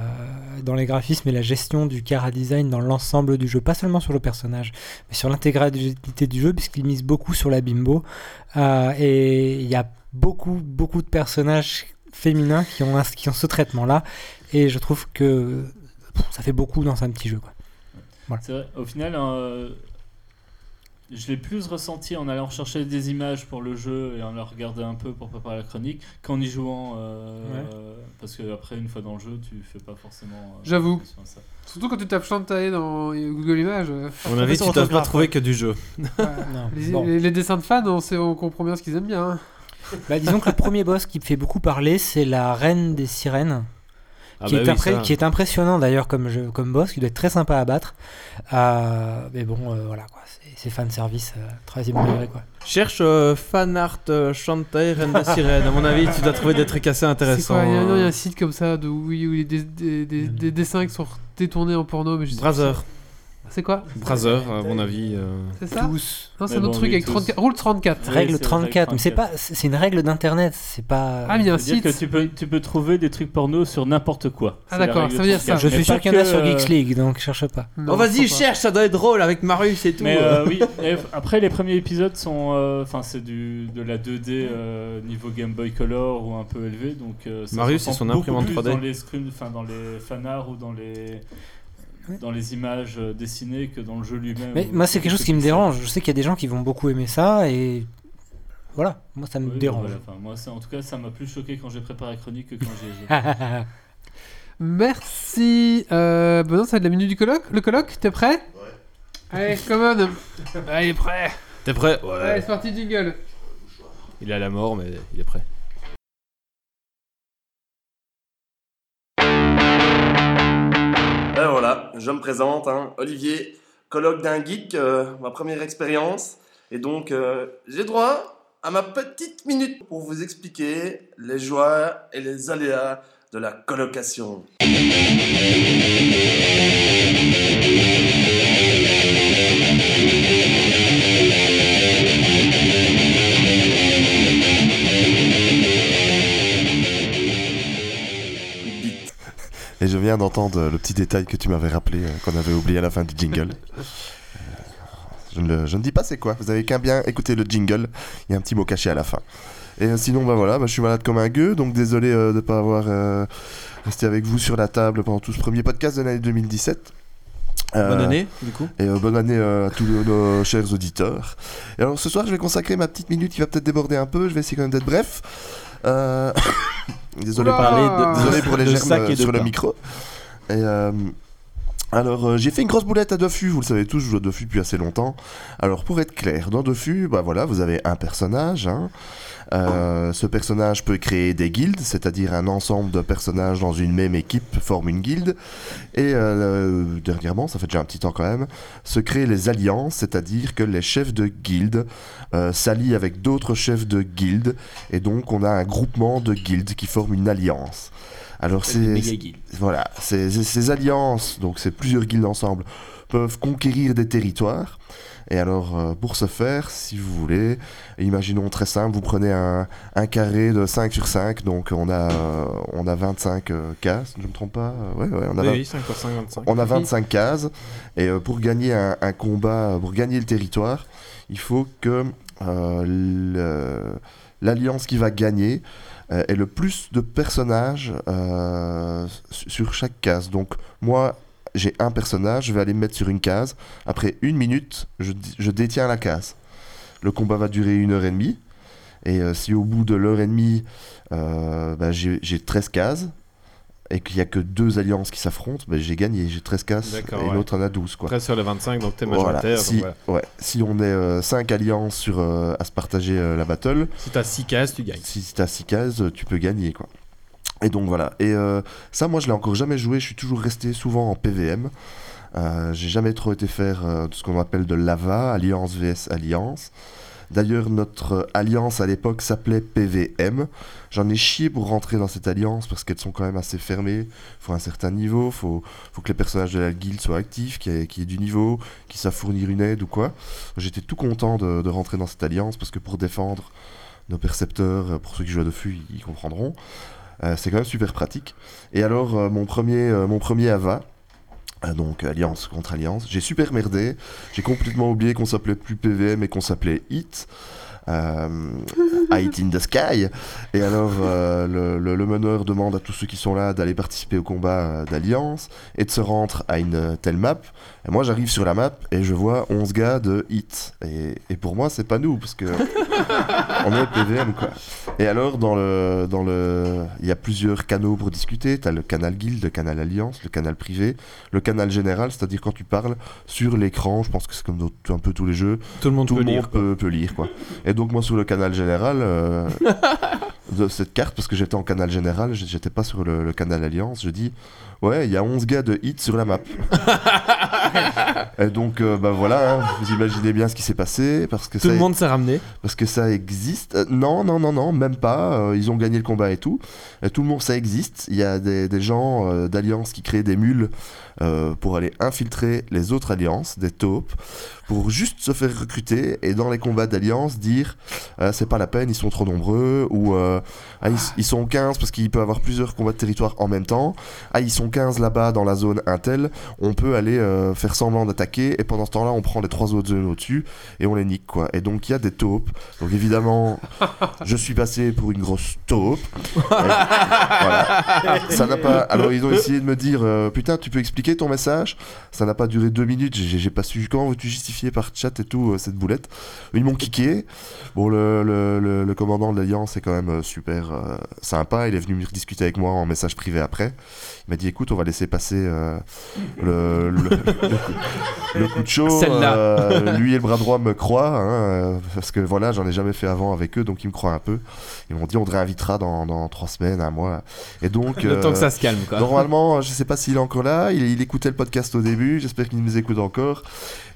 S3: dans les graphismes et la gestion du chara design dans l'ensemble du jeu, pas seulement sur le personnage, mais sur l'intégralité du jeu, puisqu'il mise beaucoup sur la bimbo. Euh, et il y a beaucoup, beaucoup de personnages féminins qui ont, un- qui ont ce traitement-là, et je trouve que pff, ça fait beaucoup dans un petit jeu. Quoi.
S7: C'est vrai, au final, euh, je l'ai plus ressenti en allant chercher des images pour le jeu et en la regardant un peu pour préparer la chronique qu'en y jouant. euh,
S3: Ouais.
S7: euh, parce que après, une fois dans le jeu, tu fais pas forcément. euh,
S1: J'avoue.
S7: attention à ça.
S1: Surtout quand tu tapes Shantae dans Google Images. euh,
S2: À mon avis,
S10: sur
S2: tu dois pas
S10: orthographe,
S2: trouver que du jeu.
S3: [LAUGHS] Non.
S1: les,
S3: Bon.
S1: les- les dessins de fans, on, sait, on comprend bien ce qu'ils aiment bien. hein.
S3: Bah, disons que le premier boss qui me fait beaucoup parler, c'est la reine des sirènes,
S2: Ah
S3: qui,
S2: bah
S3: est
S2: oui,
S3: impré-
S2: ça.
S3: qui est impressionnant d'ailleurs comme, jeu- comme boss, qui doit être très sympa à battre. Euh, mais bon, euh, voilà, quoi, c'est- c'est fan service, euh, troisième degré. Quoi.
S2: Cherche euh, fan art euh, Shantae Reine des Sirènes. À mon avis, tu dois trouver des trucs assez
S1: C'est
S2: intéressants.
S1: quoi Il y, a- non, il y a
S2: euh,
S1: un site comme ça de oui, où il y a des, des- des-
S3: Mmh.
S1: des dessins qui sont détournés en porno. mais je sais-
S2: Brother.
S1: C'est quoi
S2: Brother, à mon avis. euh,
S1: C'est ça
S3: Tous.
S1: Non, c'est
S7: Mais
S1: un
S7: bon,
S1: autre truc
S7: oui,
S1: avec
S7: tous.
S1: 34. Rule 34.
S7: Ouais,
S3: Règle
S7: c'est
S3: 34, mais c'est
S7: 34.
S3: pas, c'est c'est une règle d'internet, c'est pas.
S1: Ah, mais il y a un
S7: C'est-à-dire que
S1: site.
S7: tu peux, tu peux trouver des trucs porno sur n'importe quoi.
S1: Ah,
S7: C'est la
S1: d'accord,
S7: règle
S1: ça veut dire
S7: 34.
S1: ça.
S3: je
S7: Mais
S3: suis sûr
S7: pas
S3: qu'il y en a
S7: que,
S3: sur Geeks
S7: euh,
S3: League, donc cherche pas.
S1: Non,
S2: Oh, vas-y,
S1: faut pas.
S2: cherche, ça doit être drôle avec Marius et tout.
S7: Mais euh, oui, et f- après les premiers épisodes sont, euh, enfin c'est du de la 2D euh, niveau Game Boy Color ou un peu élevé, donc euh, ça
S2: Marius
S7: s'entend
S2: et son
S7: beaucoup
S2: imprimante
S7: plus
S2: 3D.
S7: dans les screens, enfin dans les fanarts ou dans les dans les images euh, dessinées que dans le jeu lui-même.
S3: Mais moi, c'est quelque chose qui me dérange. Je sais qu'il y a des gens qui vont beaucoup aimer ça, et Voilà, moi ça me
S7: Oui,
S3: dérange.
S7: voilà, enfin, moi, ça, en tout cas, ça m'a plus choqué quand j'ai préparé la chronique que quand
S3: [LAUGHS]
S7: j'ai.
S1: [LAUGHS] Merci. Euh, ben non, ça va être la minute du colloque. Le colloque, t'es prêt Ouais. Allez, come on. Ah, [LAUGHS] il est prêt.
S2: T'es prêt
S1: Allez, c'est parti, jingle.
S2: Il est à la mort, mais il est prêt.
S12: Ben voilà, je me présente, hein, Olivier, colloque d'un geek, euh, ma première expérience. Et donc, euh, j'ai droit à ma petite minute pour vous expliquer les joies et les aléas de la colocation.
S8: Et je viens d'entendre euh, le petit détail que tu m'avais rappelé, euh, qu'on avait oublié à la fin du jingle. Euh, je, ne, le- je ne dis pas c'est quoi, vous avez qu'à bien écouter le jingle, il y a un petit mot caché à la fin. Et euh, sinon, bah voilà, bah, je suis malade comme un gueux, donc désolé euh, de ne pas avoir euh, resté avec vous sur la table pendant tout ce premier podcast de l'année 2017.
S2: Bonne année, du coup.
S8: Euh, Et euh, bonne année euh, à tous nos, nos chers auditeurs. Et alors ce soir, je vais consacrer ma petite minute qui va peut-être déborder un peu. Je vais essayer quand même d'être bref. Euh, [COUGHS] Désolé,
S2: Oula Parler de-
S8: désolé pour les
S2: de
S8: germes
S2: sac et
S8: euh,
S2: de
S8: sur le
S2: plat.
S8: micro. Et, euh, alors, euh, j'ai fait une grosse boulette à Dofus, vous le savez tous, je joue à Dofus depuis assez longtemps. Alors, pour être clair, dans Dofus, bah voilà, vous avez un personnage. hein. Euh, ce personnage peut créer des guildes, c'est-à-dire un ensemble de personnages dans une même équipe forme une guilde. Et euh, euh, dernièrement, ça fait déjà un petit temps quand même, se créent les alliances, c'est-à-dire que les chefs de guildes euh, s'allient avec d'autres chefs de guildes, et donc on a un groupement de guildes qui forme une alliance. Alors
S5: Des
S8: c'est
S5: méga guildes.
S8: voilà, ces, ces- ces alliances, donc ces plusieurs guildes ensemble, peuvent conquérir des territoires. Et alors, euh, pour ce faire, si vous voulez, imaginons très simple, vous prenez un, un carré de 5 sur 5, donc on a, euh, on a 25 euh, cases, je ne me trompe pas euh, Ouais, ouais, on a
S2: Oui,
S8: vingt-
S2: oui, 5 sur 5, 25.
S8: On a 25 cases, et euh, pour gagner un, un combat, euh, pour gagner le territoire, il faut que euh, le- l'alliance qui va gagner euh, ait le plus de personnages euh, su- sur chaque case. Donc moi, j'ai un personnage, je vais aller me mettre sur une case. Après une minute, je, di- je détiens la case. Le combat va durer une heure et demie. Et euh, si au bout de l'heure et demie, euh, bah, j'ai j'ai 13 cases, et qu'il n'y a que deux alliances qui s'affrontent, bah, j'ai gagné, j'ai 13 cases, et
S2: D'accord, ouais.
S8: l'autre en a 12. Quoi.
S2: 13 sur les 25, donc t'es
S8: Voilà,
S2: majoritaire. donc
S8: si,
S2: voilà.
S8: ouais, si on est 5 alliances sur, euh, à se partager euh, la battle,
S2: Si t'as 6 cases, tu gagnes.
S8: si t'as 6 cases, euh, tu peux gagner quoi. Et donc voilà. Et euh, ça, moi, je l'ai encore jamais joué. Je suis toujours resté souvent en PVM. Euh, J'ai jamais trop été faire euh, ce qu'on appelle de l'AVA, Alliance vs Alliance. D'ailleurs, notre euh, alliance à l'époque s'appelait PVM. J'en ai chié pour rentrer dans cette alliance parce qu'elles sont quand même assez fermées. Faut un certain niveau, faut, faut que les personnages de la guilde soient actifs, qu'il y, ait- qu'il y ait du niveau, qu'ils savent fournir une aide ou quoi. J'étais tout content de, de rentrer dans cette alliance parce que pour défendre nos percepteurs, euh, pour ceux qui jouent à Dofus, ils ils comprendront. Euh, c'est quand même super pratique. Et alors, euh, mon, premier, euh, mon premier AVA, euh, donc Alliance contre Alliance, j'ai super merdé. J'ai complètement oublié qu'on s'appelait plus PVM et qu'on s'appelait HIT. Euh, [LAUGHS] Hit in the Sky. Et alors, euh, le, le- le meneur demande à tous ceux qui sont là d'aller participer au combat euh, d'Alliance et de se rendre à une euh, telle map. Et moi, j'arrive sur la map et je vois 11 gars de HIT. Et, et pour moi, c'est pas nous, parce que on est PVM quoi. Et alors dans le dans le il y a plusieurs canaux pour discuter, t'as le canal guild, le canal alliance, le canal privé, le canal général, c'est-à-dire quand tu parles sur l'écran, je pense que c'est comme dans tout- un peu tous les jeux,
S2: tout le monde peut lire,
S8: peut, peut lire, quoi. Et donc moi sur le canal général
S2: [LAUGHS]
S8: euh, de cette carte parce que j'étais en canal général, j- j'étais pas sur le, le canal alliance, je dis ouais, il y a 11 gars de hit sur la map. Et donc euh, bah voilà, hein, vous imaginez bien ce qui s'est passé parce que
S2: Tout
S8: ça-
S2: le monde s'est ramené.
S8: parce que ça existe. Euh, non, non, non, non, même pas. Euh, ils ont gagné le combat et tout. Euh, tout le monde, ça existe. Il y a des, des gens euh, d'alliances qui créent des mules euh, pour aller infiltrer les autres alliances, des taupes, pour juste se faire recruter et dans les combats d'alliance dire euh, c'est pas la peine, ils sont trop nombreux ou euh, ah, ils, ils sont 15 parce qu'il peut avoir plusieurs combats de territoire en même temps. Ah, ils sont 15 là-bas dans la zone Intel. On peut aller euh, faire semblant d'attaquer attaquer et pendant ce temps-là on prend les trois autres zones au-dessus et on les nique quoi. Et donc il y a des taupes. Donc évidemment je suis passé pour une grosse taupe. Et voilà. Ça n'a pas. Alors ils ont essayé de me dire euh, putain tu peux expliquer ton message. Ça n'a pas duré deux minutes. J'ai j'ai pas su comment veux-tu justifier par chat et tout euh, cette boulette. Ils m'ont kické. Bon le, le- le- le commandant de l'alliance est quand même euh, super euh, sympa. Il est venu discuter avec moi en message privé après. Il m'a dit écoute on va laisser passer euh, le, le- le coup, le coup de chaud.
S2: Celle-là.
S8: euh, lui et le bras droit me croient, hein, euh, parce que voilà, j'en ai jamais fait avant avec eux, donc ils me croient un peu. Ils m'ont dit on te réinvitera dans, dans trois semaines, un mois. Et donc. euh,
S9: Le temps que ça se calme, quoi.
S8: Normalement, je sais pas s'il est encore là, il, il écoutait le podcast au début, j'espère qu'il nous écoute encore.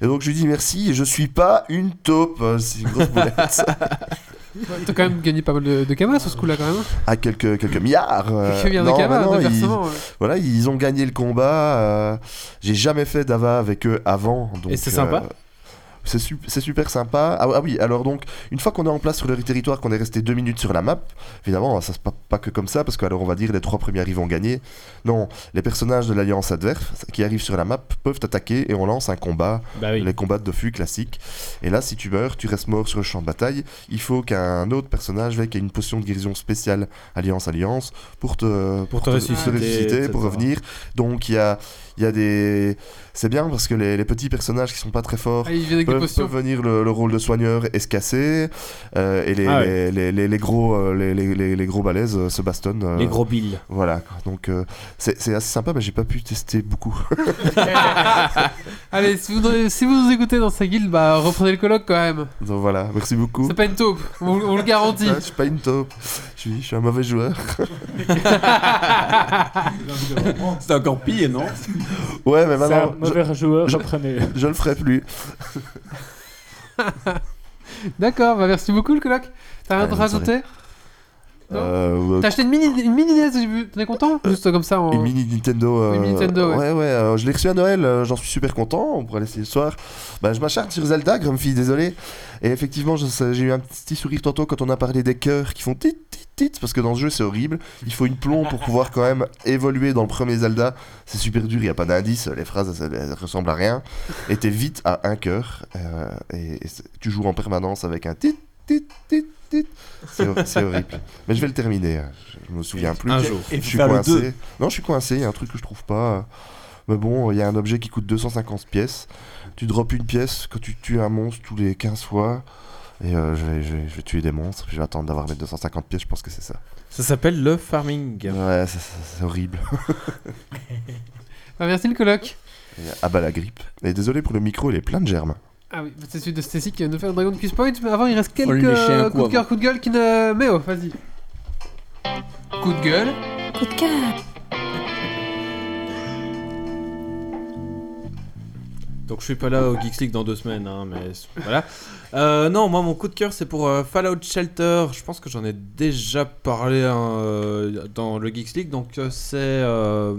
S8: Et donc je lui dis merci, et je suis pas une taupe, euh, c'est une
S1: [LAUGHS]
S8: grosse boulette.
S1: T'as quand même gagné pas mal de, de camas sur ce coup-là, quand même. hein.
S8: à Ah, quelques, quelques milliards. euh,
S1: Quelques milliards de
S8: non,
S1: cabas,
S8: mais non,
S1: de
S8: ils-
S1: versements, ouais.
S8: Voilà, ils ont gagné le combat. euh, J'ai jamais fait d'ava avec eux avant. donc, euh,
S9: Et c'est sympa
S8: c'est su- c'est super sympa. Ah, ah oui, alors donc, une fois qu'on est en place sur le territoire, qu'on est resté deux minutes sur la map, évidemment, ça se passe pas que comme ça, parce que alors on va dire les trois premiers arrivent vont gagner. Non, les personnages de l'Alliance adverse qui arrivent sur la map peuvent attaquer et on lance un combat,
S9: Bah oui.
S8: les combats de Dofus classiques. Et là, si tu meurs, tu restes mort sur le champ de bataille. Il faut qu'un autre personnage mec, ait une potion de guérison spéciale Alliance-Alliance pour te,
S9: Pour te ressusciter, etc.
S8: pour revenir. Donc, il y a, il y a des. C'est bien parce que les, les petits personnages qui sont pas très forts
S1: Ah, ils viennent avec des
S8: peuvent,
S1: potions.
S8: peuvent venir le, le rôle de soigneur et se casser. euh, et les,
S9: Ah ouais.
S8: les, les- les- les gros, euh, les, les- les- les gros balaises euh, se bastonnent. euh,
S9: Les gros billes.
S8: Voilà. quoi. Donc, euh, c'est c'est assez sympa, mais j'ai pas pu tester beaucoup.
S1: Allez, si vous, si vous nous écoutez dans sa guilde, bah reprenez le colloque quand même.
S8: Donc voilà, merci beaucoup.
S1: C'est pas une taupe, on, on le garantit.
S8: Ouais, [LAUGHS] je suis pas une taupe. Je suis, je suis un mauvais joueur.
S5: C'est encore pire, non
S8: ouais, mais
S7: C'est un
S8: maintenant, je,
S7: mauvais joueur,
S8: je-
S7: reprenez.
S8: je le ferai plus.
S1: [LAUGHS] D'accord, bah merci beaucoup le colloque. T'as rien
S8: Ouais,
S1: de
S8: bonne
S1: rajouter Non
S8: Euh,
S1: T'as acheté une mini, une mini NES au début, t'en es content Euh, Juste comme ça, en...
S8: Une mini Nintendo. euh,
S1: Une mini Nintendo, ouais.
S8: ouais, euh, je l'ai reçu à Noël, euh, j'en suis super content. On pourra l'essayer le soir. Bah, je m'acharne sur Zelda, Grumpy, désolé. Et effectivement, je- ça- j'ai eu un petit sourire tantôt quand on a parlé des cœurs qui font tit, tit, tit, parce que dans le jeu, c'est horrible. Il faut une plombe pour pouvoir quand même évoluer dans le premier Zelda. C'est super dur, il n'y a pas d'indice, les phrases, elles, elles ressemblent à rien. Et t'es vite à un cœur. euh, et, et c'est- tu joues en permanence avec un tit, tit, tit, tit. C'est hor- c'est horrible. Mais je vais le terminer, hein. je, je me souviens plus.
S9: Un jour.
S8: Je
S5: Et
S8: suis
S5: faire le
S8: coincé.
S5: deux.
S8: Non, je suis coincé, il y a un truc que je trouve pas. Mais bon, il y a un objet qui coûte 250 pièces. Tu drops une pièce quand tu tues un monstre tous les 15 fois. Et euh, je, vais, je vais- je vais tuer des monstres, puis je vais attendre d'avoir mes 250 pièces, je pense que c'est ça.
S2: Ça s'appelle le farming.
S8: Ouais, c'est- c'est
S1: [LAUGHS]
S8: c'est horrible.
S1: Bah, merci le colloque.
S8: Et Ah bah la grippe. Et désolé pour le micro, il est plein de germes.
S1: Ah oui, c'est celui de Stacy qui vient de nous faire le Dragon Quiz Point, mais avant il reste quelques
S5: lui léchait un coup
S1: coups de cœur,
S5: avant.
S1: coups de gueule qui ne. Mais oh, vas-y. Coup de gueule.
S13: Coup de cœur.
S2: Donc je suis pas là au Geeks League dans deux semaines, hein, mais c'est- voilà. Euh, non, moi mon coup de cœur c'est pour euh, Fallout Shelter. Je pense que j'en ai déjà parlé hein, euh, dans le Geeks League. Donc euh, c'est euh,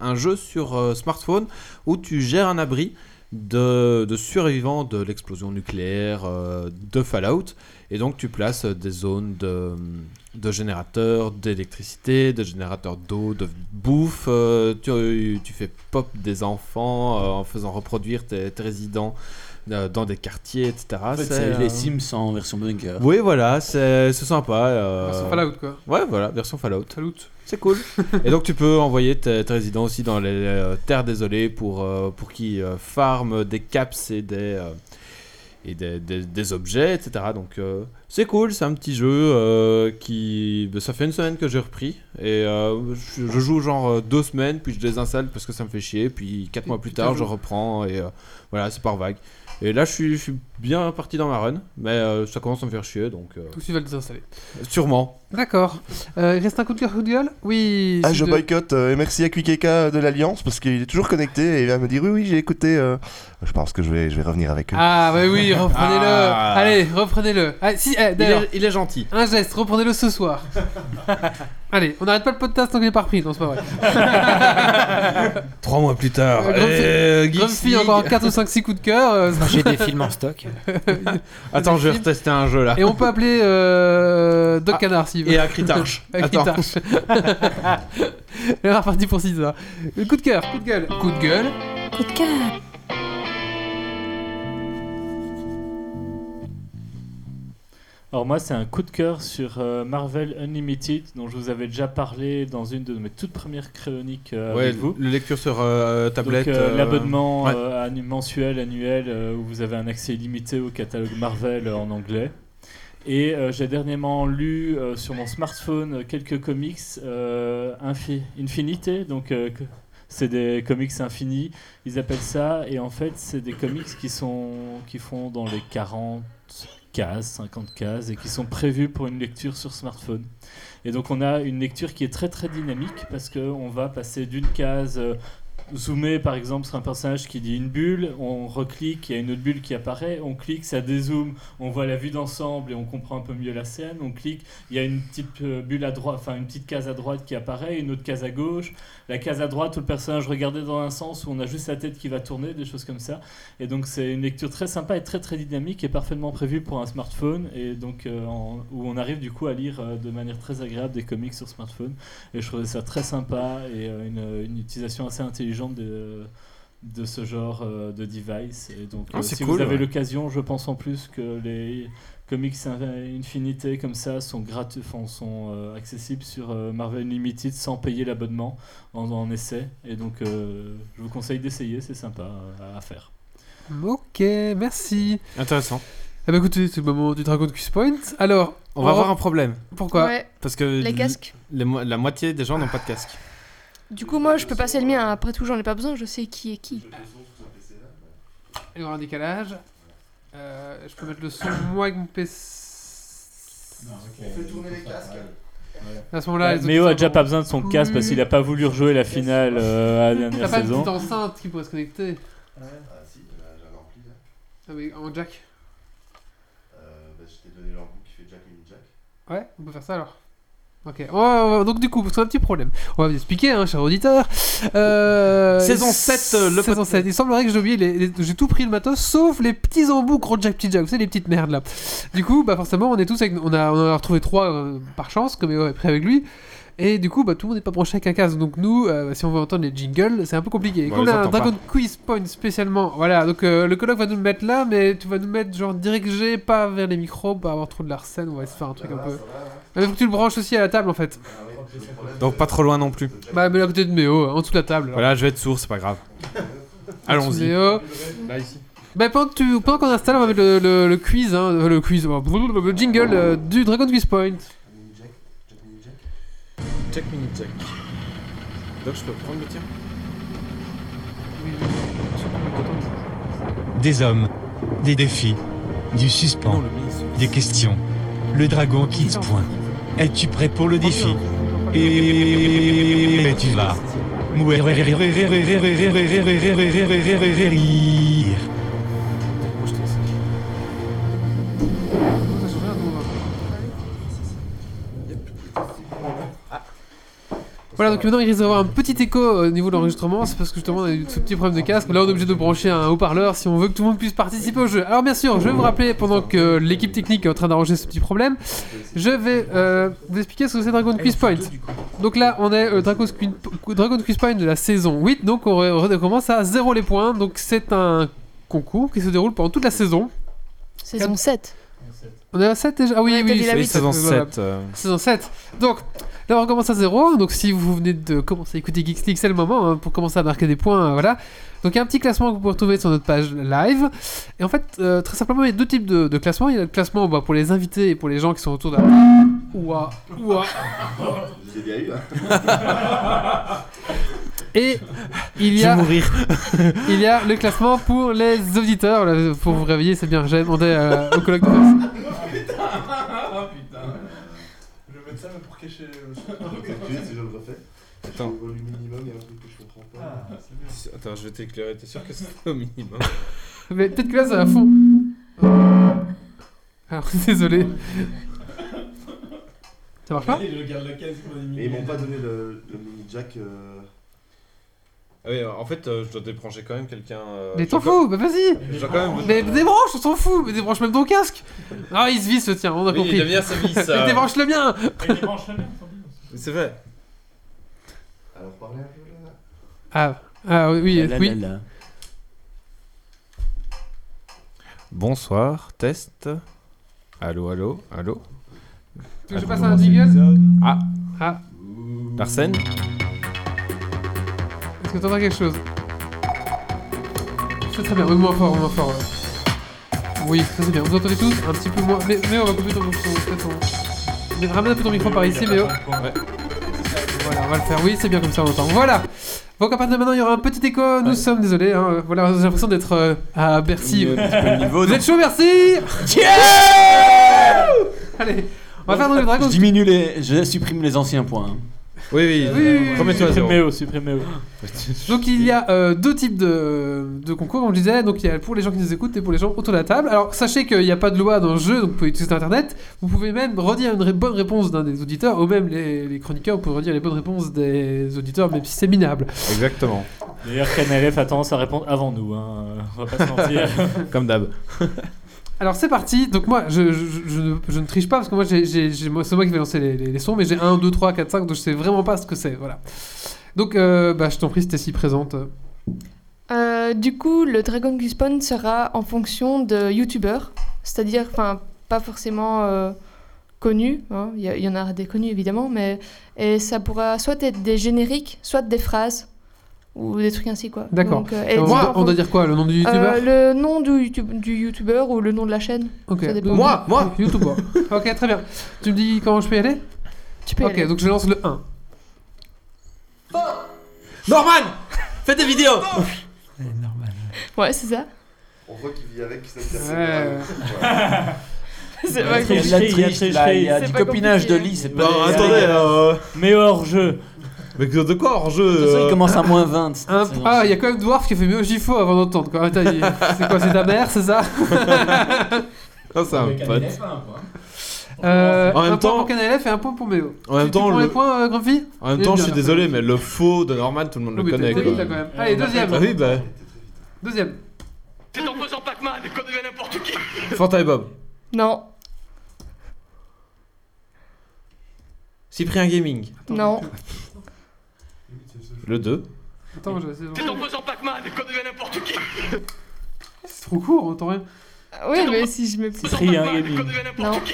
S2: un jeu sur euh, smartphone où tu gères un abri de, de survivants de l'explosion nucléaire euh, de Fallout. Et donc tu places euh, des zones de, de générateurs d'électricité, de générateurs d'eau, de bouffe. euh, tu, tu fais pop des enfants euh, en faisant reproduire tes, tes résidents euh, dans des quartiers, etc.
S5: En fait,
S2: C'est,
S5: c'est
S2: euh,
S5: les Sims en version bunker.
S2: Oui, voilà, c'est c'est sympa. euh,
S1: Version Fallout quoi.
S2: Ouais, voilà, version Fallout.
S1: Fallout.
S2: C'est cool. Et donc tu peux envoyer tes, tes résidents aussi dans les euh, terres désolées pour, euh, pour qu'ils euh, farment des caps et des, euh, et des, des- des objets, etc. Donc euh, c'est cool, c'est un petit jeu euh, qui... ben, Ça fait une semaine que j'ai repris. Et euh, je, je joue genre euh, deux semaines, puis je désinstalle parce que ça me fait chier. Puis quatre mois plus
S1: Putain,
S2: tard, je
S1: joues.
S2: reprends. Et euh, voilà, c'est par vague. Et là, je suis, je suis bien parti dans ma run, mais euh, ça commence à me faire chier, donc euh,
S1: Tout de suite, il va le désinstaller.
S2: sûrement.
S1: D'accord. Euh, il reste un coup de cœur, coup de gueule Oui.
S8: Ah,
S1: c'est
S8: je
S1: de-
S8: boycotte. euh, et merci à Kwikeka de l'Alliance, parce qu'il est toujours connecté et il va me dire oui, oui, j'ai écouté. euh. Je pense que je vais, je vais revenir avec eux.
S1: Ah, bah oui, reprenez-le.
S2: Ah.
S1: Allez, reprenez-le. Ah, si, eh,
S2: Il
S1: d'ailleurs,
S2: est, il est gentil.
S1: un geste, reprenez-le ce
S5: [LAUGHS]
S1: soir. Allez, on n'arrête pas le podcast tant qu'il n'est pas repris, non, c'est pas vrai.
S2: Trois mois plus tard.
S1: Euh, Grumpy-
S2: euh, Geeks
S1: Grumpy,
S2: League.
S1: encore 4 ou 5, 6 coups de cœur. euh, [LAUGHS]
S3: J'ai des films en stock.
S2: Attends, je vais retester un jeu là.
S1: Et on peut appeler euh, Doc
S2: Ah,
S1: Canard s'il veut.
S2: Et
S1: [LAUGHS]
S2: un Critarch.
S1: Avec
S2: Attends.
S1: Tarche. Elle est repartie pour 6 heures. Coup de cœur, coup de gueule. Coup de gueule.
S13: Coup de cœur.
S7: Alors moi, c'est un coup de cœur sur euh, Marvel Unlimited, dont je vous avais déjà parlé dans une de mes toutes premières chroniques euh,
S2: Ouais,
S7: avec vous.
S2: le lecture sur euh, tablette.
S7: Donc, euh,
S2: euh,
S7: l'abonnement
S2: ouais.
S7: euh, annu- mensuel, annuel, euh, où vous avez un accès illimité au catalogue Marvel euh, en anglais. Et euh, j'ai dernièrement lu euh, sur mon smartphone euh, quelques comics euh, Infi- Infinité, donc euh, que- c'est des comics infinis, ils appellent ça, et en fait c'est des comics qui, sont, qui font dans les 40 cases, 50 cases, et qui sont prévus pour une lecture sur smartphone. Et donc on a une lecture qui est très très dynamique, parce qu'on va passer d'une case... euh, zoomer par exemple sur un personnage qui dit une bulle, on reclique, il y a une autre bulle qui apparaît, on clique, ça dézoome, on voit la vue d'ensemble et on comprend un peu mieux la scène, on clique, il y a une petite euh, bulle à droite, enfin une petite case à droite qui apparaît, une autre case à gauche, la case à droite où le personnage regardait dans un sens où on a juste la tête qui va tourner, des choses comme ça. Et donc c'est une lecture très sympa et très très dynamique et parfaitement prévue pour un smartphone et donc euh, en- où on arrive du coup à lire euh, de manière très agréable des comics sur smartphone. Et je trouvais ça très sympa et euh, une, une utilisation assez intelligente de, de ce genre euh, de device. Et donc,
S2: Ah,
S7: euh,
S2: c'est
S7: si
S2: cool,
S7: vous avez
S2: ouais.
S7: l'occasion, je pense en plus que les comics in- Infinité comme ça sont, gratu- enfin, sont euh, accessibles sur euh, Marvel Unlimited sans payer l'abonnement en, en essai. Et donc, euh, je vous conseille d'essayer, c'est sympa euh, à faire.
S1: Ok, merci.
S2: Intéressant.
S1: Eh ben écoutez, c'est le moment du Dragon Quest Point. Alors,
S2: On va avoir un problème.
S1: Pourquoi
S4: Oh. Ouais.
S2: Parce que
S4: Les
S2: l-
S4: casques.
S2: les mo- la moitié des gens n'ont pas de casque.
S4: Du coup, moi, je peux passer le mien. hein. Après tout, j'en ai pas besoin. Je sais qui est qui.
S1: Il y aura un décalage. Euh, je peux mettre le son moi avec mon PC.
S12: On fait tourner les casques.
S1: À ce moment-là, les autres
S7: Euh, Méo a déjà
S1: seront-
S7: pas besoin de son casque parce qu'il a pas voulu rejouer la finale euh, à la
S1: T'as
S7: dernière
S1: pas de
S7: saison.
S1: petite enceinte qui pourrait se connecter
S8: Ah si, j'avais rempli là.
S1: Ah mais en jack.
S8: Bah, je t'ai donné l'embout qui fait Jack and Jack.
S1: Ouais, on peut faire ça alors. Ok, Ouais, ouais, ouais, donc du coup, c'est un petit problème. On va vous expliquer, hein, cher auditeur. Euh,
S2: Saison 7, euh, le
S1: saison
S2: pod-
S1: 7. Il semblerait que j'ai oublié, les- les- j'ai tout pris le matos, sauf les petits embouts gros Jack Petit Jack, vous savez, les petites merdes là. Du coup, bah forcément, on est tous avec. On, a, on en a retrouvé trois euh, par chance, comme Eo est pris avec lui. Et du coup, bah, tout le monde n'est pas branché avec un casque. Donc nous, euh, si on veut entendre les jingles, c'est un peu compliqué. Et
S2: Bah,
S1: qu'on
S2: on les
S1: a un
S2: entend pas.
S1: Dragon Quiz Point spécialement. Voilà, donc euh, le colloque va nous le mettre là, mais tu vas nous mettre genre dirigé, pas vers les micros, pas avoir trop de la scène. On va Ah se faire un truc un peu. Ah, mais faut que tu le branches aussi à la table en fait.
S2: Donc pas trop loin non plus.
S1: Bah, mais à côté de Méo, en dessous de la table. alors.
S2: Voilà, je vais être sourd, c'est pas grave. Allons-y.
S1: Méo.
S2: Là, ici.
S1: Bah, pendant que tu- pendant qu'on installe, on va mettre le, le- le quiz, hein, euh, le quiz, euh, le jingle euh, du Dragon Quiz Point.
S2: Jack Mini Jack. Donc je peux prendre le tir
S13: Des hommes, des défis, du suspens, des questions. Le dragon Kids point. Es-tu prêt pour le défi Et tu vas. Mourir.
S1: Voilà, donc maintenant il risque d'avoir un petit écho euh, au niveau de l'enregistrement, c'est parce que justement on a eu ce petit problème de casque. Là on est obligé de brancher un haut-parleur si on veut que tout le monde puisse participer au jeu. Alors bien sûr, je vais vous rappeler pendant que l'équipe technique est en train d'arranger ce petit problème, je vais euh, vous expliquer ce que c'est Dragon Quiz Point. Donc là on est euh, Dragon, Quiz, Dragon Quiz Point de la saison 8, donc on re- recommence à 0 les points, donc c'est un concours qui se déroule pendant toute la saison.
S4: Saison 7.
S1: On est à 7 déjà Ah oui,
S4: Ouais,
S1: oui,
S4: t'as dit la
S1: c'est-
S4: huit.
S1: c'est-
S2: Saison
S1: voilà.
S2: 7. euh,
S1: Saison 7. Donc, là, on commence à 0. Donc, si vous venez de commencer à écouter Geeks League, c'est le moment hein, pour commencer à marquer des points. euh, voilà. Donc, il y a un petit classement que vous pouvez retrouver sur notre page live. Et en fait, euh, très simplement, il y a deux types de, de classements. Il y a le classement bah, pour les invités et pour les gens qui sont autour de la. Ouah, ouah.
S2: Ah.
S8: Je l'ai bien eu. Hein.
S1: Et il y a. [LAUGHS] il y a le classement pour les auditeurs. Voilà, pour vous réveiller, c'est bien. J'ai demandé euh, au colloque de presse.
S6: [LAUGHS] Oh,
S12: putain
S6: Je vais mettre ça mais pour cacher. [LAUGHS]
S8: Calculé si je le refais.
S2: Attends.
S8: Je vois le minimum, il y a un truc que je comprends pas.
S2: Ah, Attends, je vais t'éclairer, t'es sûr que c'est au minimum
S1: Mais peut-être que là, ça va à fond. Euh. Alors, [LAUGHS] désolé. Ça marche pas
S10: Je regarde le casque pour
S8: Mais ils m'ont pas donné le, le mini Jack. euh,
S2: Ah oui, en fait, euh, je dois débrancher quand même quelqu'un. euh,
S1: Mais
S2: je
S1: t'en
S2: dois-
S1: fous, bah vas-y
S2: Je dois quand même.
S1: Mais débranche, on s'en fout Mais débranche même ton casque Ah, il se visse, tiens, on a
S2: Oui,
S1: compris.
S2: le mien, c'est
S1: [LAUGHS]
S2: visse,
S1: Mais
S2: euh.
S1: débranche le mien
S2: C'est vrai.
S8: Alors parlez un peu là.
S1: Ah, ah oui, oui,
S5: Là, là,
S1: oui.
S5: là, là.
S2: Bonsoir, test. Allô, allô, allô.
S1: Tu veux que je passe un jingle
S2: Ah,
S1: Ah,
S2: Larsen
S1: est-ce que t'entends quelque chose Très très bien, oui, moins fort, moins fort. là. Oui, ça c'est bien. Vous entendez tous Un petit peu moins. Mais, mais on va couper ton micro. Mais ramène un peu ton micro par ici, Léo. Voilà, on va le faire. Oui, c'est bien comme ça, on entend. Voilà Donc à partir de maintenant, il y aura un petit écho. Nous sommes désolés. hein. Euh, Voilà, j'ai l'impression d'être euh, à Bercy. Vous êtes chaud, merci Allez, on va faire donc le dragon.
S5: Je diminue les. Je supprime les anciens points. hein.
S2: Oui, oui.
S1: Oui, oui, oui,
S2: Remets-toi à zéro.
S7: Supprimez-le, supprimez-le.
S1: Donc il y a euh, deux types de, de concours, on le disait. Donc il y a pour les gens qui nous écoutent et pour les gens autour de la table. Alors sachez qu'il n'y a pas de loi dans le jeu, donc vous pouvez utiliser Internet. Vous pouvez même redire une ré- bonne réponse d'un des auditeurs, ou même les, les chroniqueurs peuvent redire les bonnes réponses des auditeurs, même si c'est minable.
S2: Exactement.
S7: D'ailleurs, KNRF a tendance à répondre avant nous, hein. on va pas se mentir.
S2: [LAUGHS]
S7: [LAUGHS]
S2: Comme d'hab.
S1: Alors c'est parti. Donc moi, je, je, je ne- je ne triche pas parce que moi, j'ai- j'ai- j'ai- moi, c'est moi qui vais lancer les, les- les sons, mais j'ai 1, 2, 3, 4, 5, donc je sais vraiment pas ce que c'est. Voilà. Donc euh, bah, je t'en prie, si présente.
S4: Euh, du coup, le Dragon qui spawn sera en fonction de youtubeurs, c'est-à-dire, enfin, pas forcément euh, connus. hein, Il y a- il y, en a des connus évidemment, mais et ça pourra soit être des génériques, soit des phrases ou des trucs ainsi quoi.
S1: D'accord.
S4: Donc, euh, et
S1: Et on,
S4: ça,
S1: doit-
S4: en
S1: on doit
S4: fon-
S1: dire quoi Le nom du
S4: Euh,
S1: youtubeur
S4: Le nom du, YouTube- du youtubeur ou le nom de la chaîne.
S1: Ok.
S4: ça dépend.
S1: Moi, moi, [LAUGHS] YouTuber. ok, très bien. Tu me dis comment je peux y aller
S4: Tu peux y
S1: Ok,
S4: aller.
S1: donc je lance le 1.
S9: Norman Fais des vidéos
S4: Ouais, c'est ça.
S8: On voit qu'il vit avec, ça
S1: Ouais.
S4: C'est
S7: pas
S5: Il y
S7: compliqué,
S5: a de la
S7: il y a
S5: triche, là, il y a
S7: tricherie.
S5: du
S7: C'est pas
S5: copinage de
S7: compliqué.
S5: lit, c'est pas.
S2: Non,
S5: des-
S2: attendez, euh,
S7: Mais hors jeu.
S2: Mais de quoi hors
S5: De toute façon,
S2: jeu
S5: il
S2: euh,
S5: commence à moins 20. c'est-
S1: Un-
S5: c'est
S1: Ah,
S5: bon.
S1: il y a quand même Dwarf qui a fait mieux Gifo avant d'entendre. quoi. Attends,
S2: [LAUGHS]
S1: il- C'est quoi, c'est ta mère, c'est ça
S2: Ah, c'est un pote.
S5: hein,
S1: Euh,
S2: En même
S1: un
S2: temps-
S1: point pour KNLF et un point pour Méo.
S2: En même
S1: Tu- tu
S2: temps,
S1: prends les
S2: le...
S1: points, euh, Grumpy
S2: en même
S1: Il est
S2: temps je
S1: bien, merci.
S2: suis désolé, mais le faux de Norman, tout le monde
S1: Oui,
S2: le
S1: mais t'es-
S2: connaît.
S1: oui,
S2: quoi.
S1: t'as quand même. Allez, deuxième.
S2: Ah oui, bah.
S1: Deuxième.
S11: C'est en faisant Pac-Man qu'on devient n'importe qui.
S2: Fanta et Bob.
S4: Non,
S2: Cyprien Gaming.
S4: non.
S2: Le 2.
S1: Attends, je vais essayer de-
S11: C'est en faisant Pac-Man qu'on devient n'importe qui.
S1: C'est trop court, hein, on entend rien.
S4: Oui, Ah mais si je me
S11: C'est en faisant
S7: Triangle
S11: Pac-Man
S7: Gaming.
S11: qu'on devient n'importe
S4: Non.
S11: qui.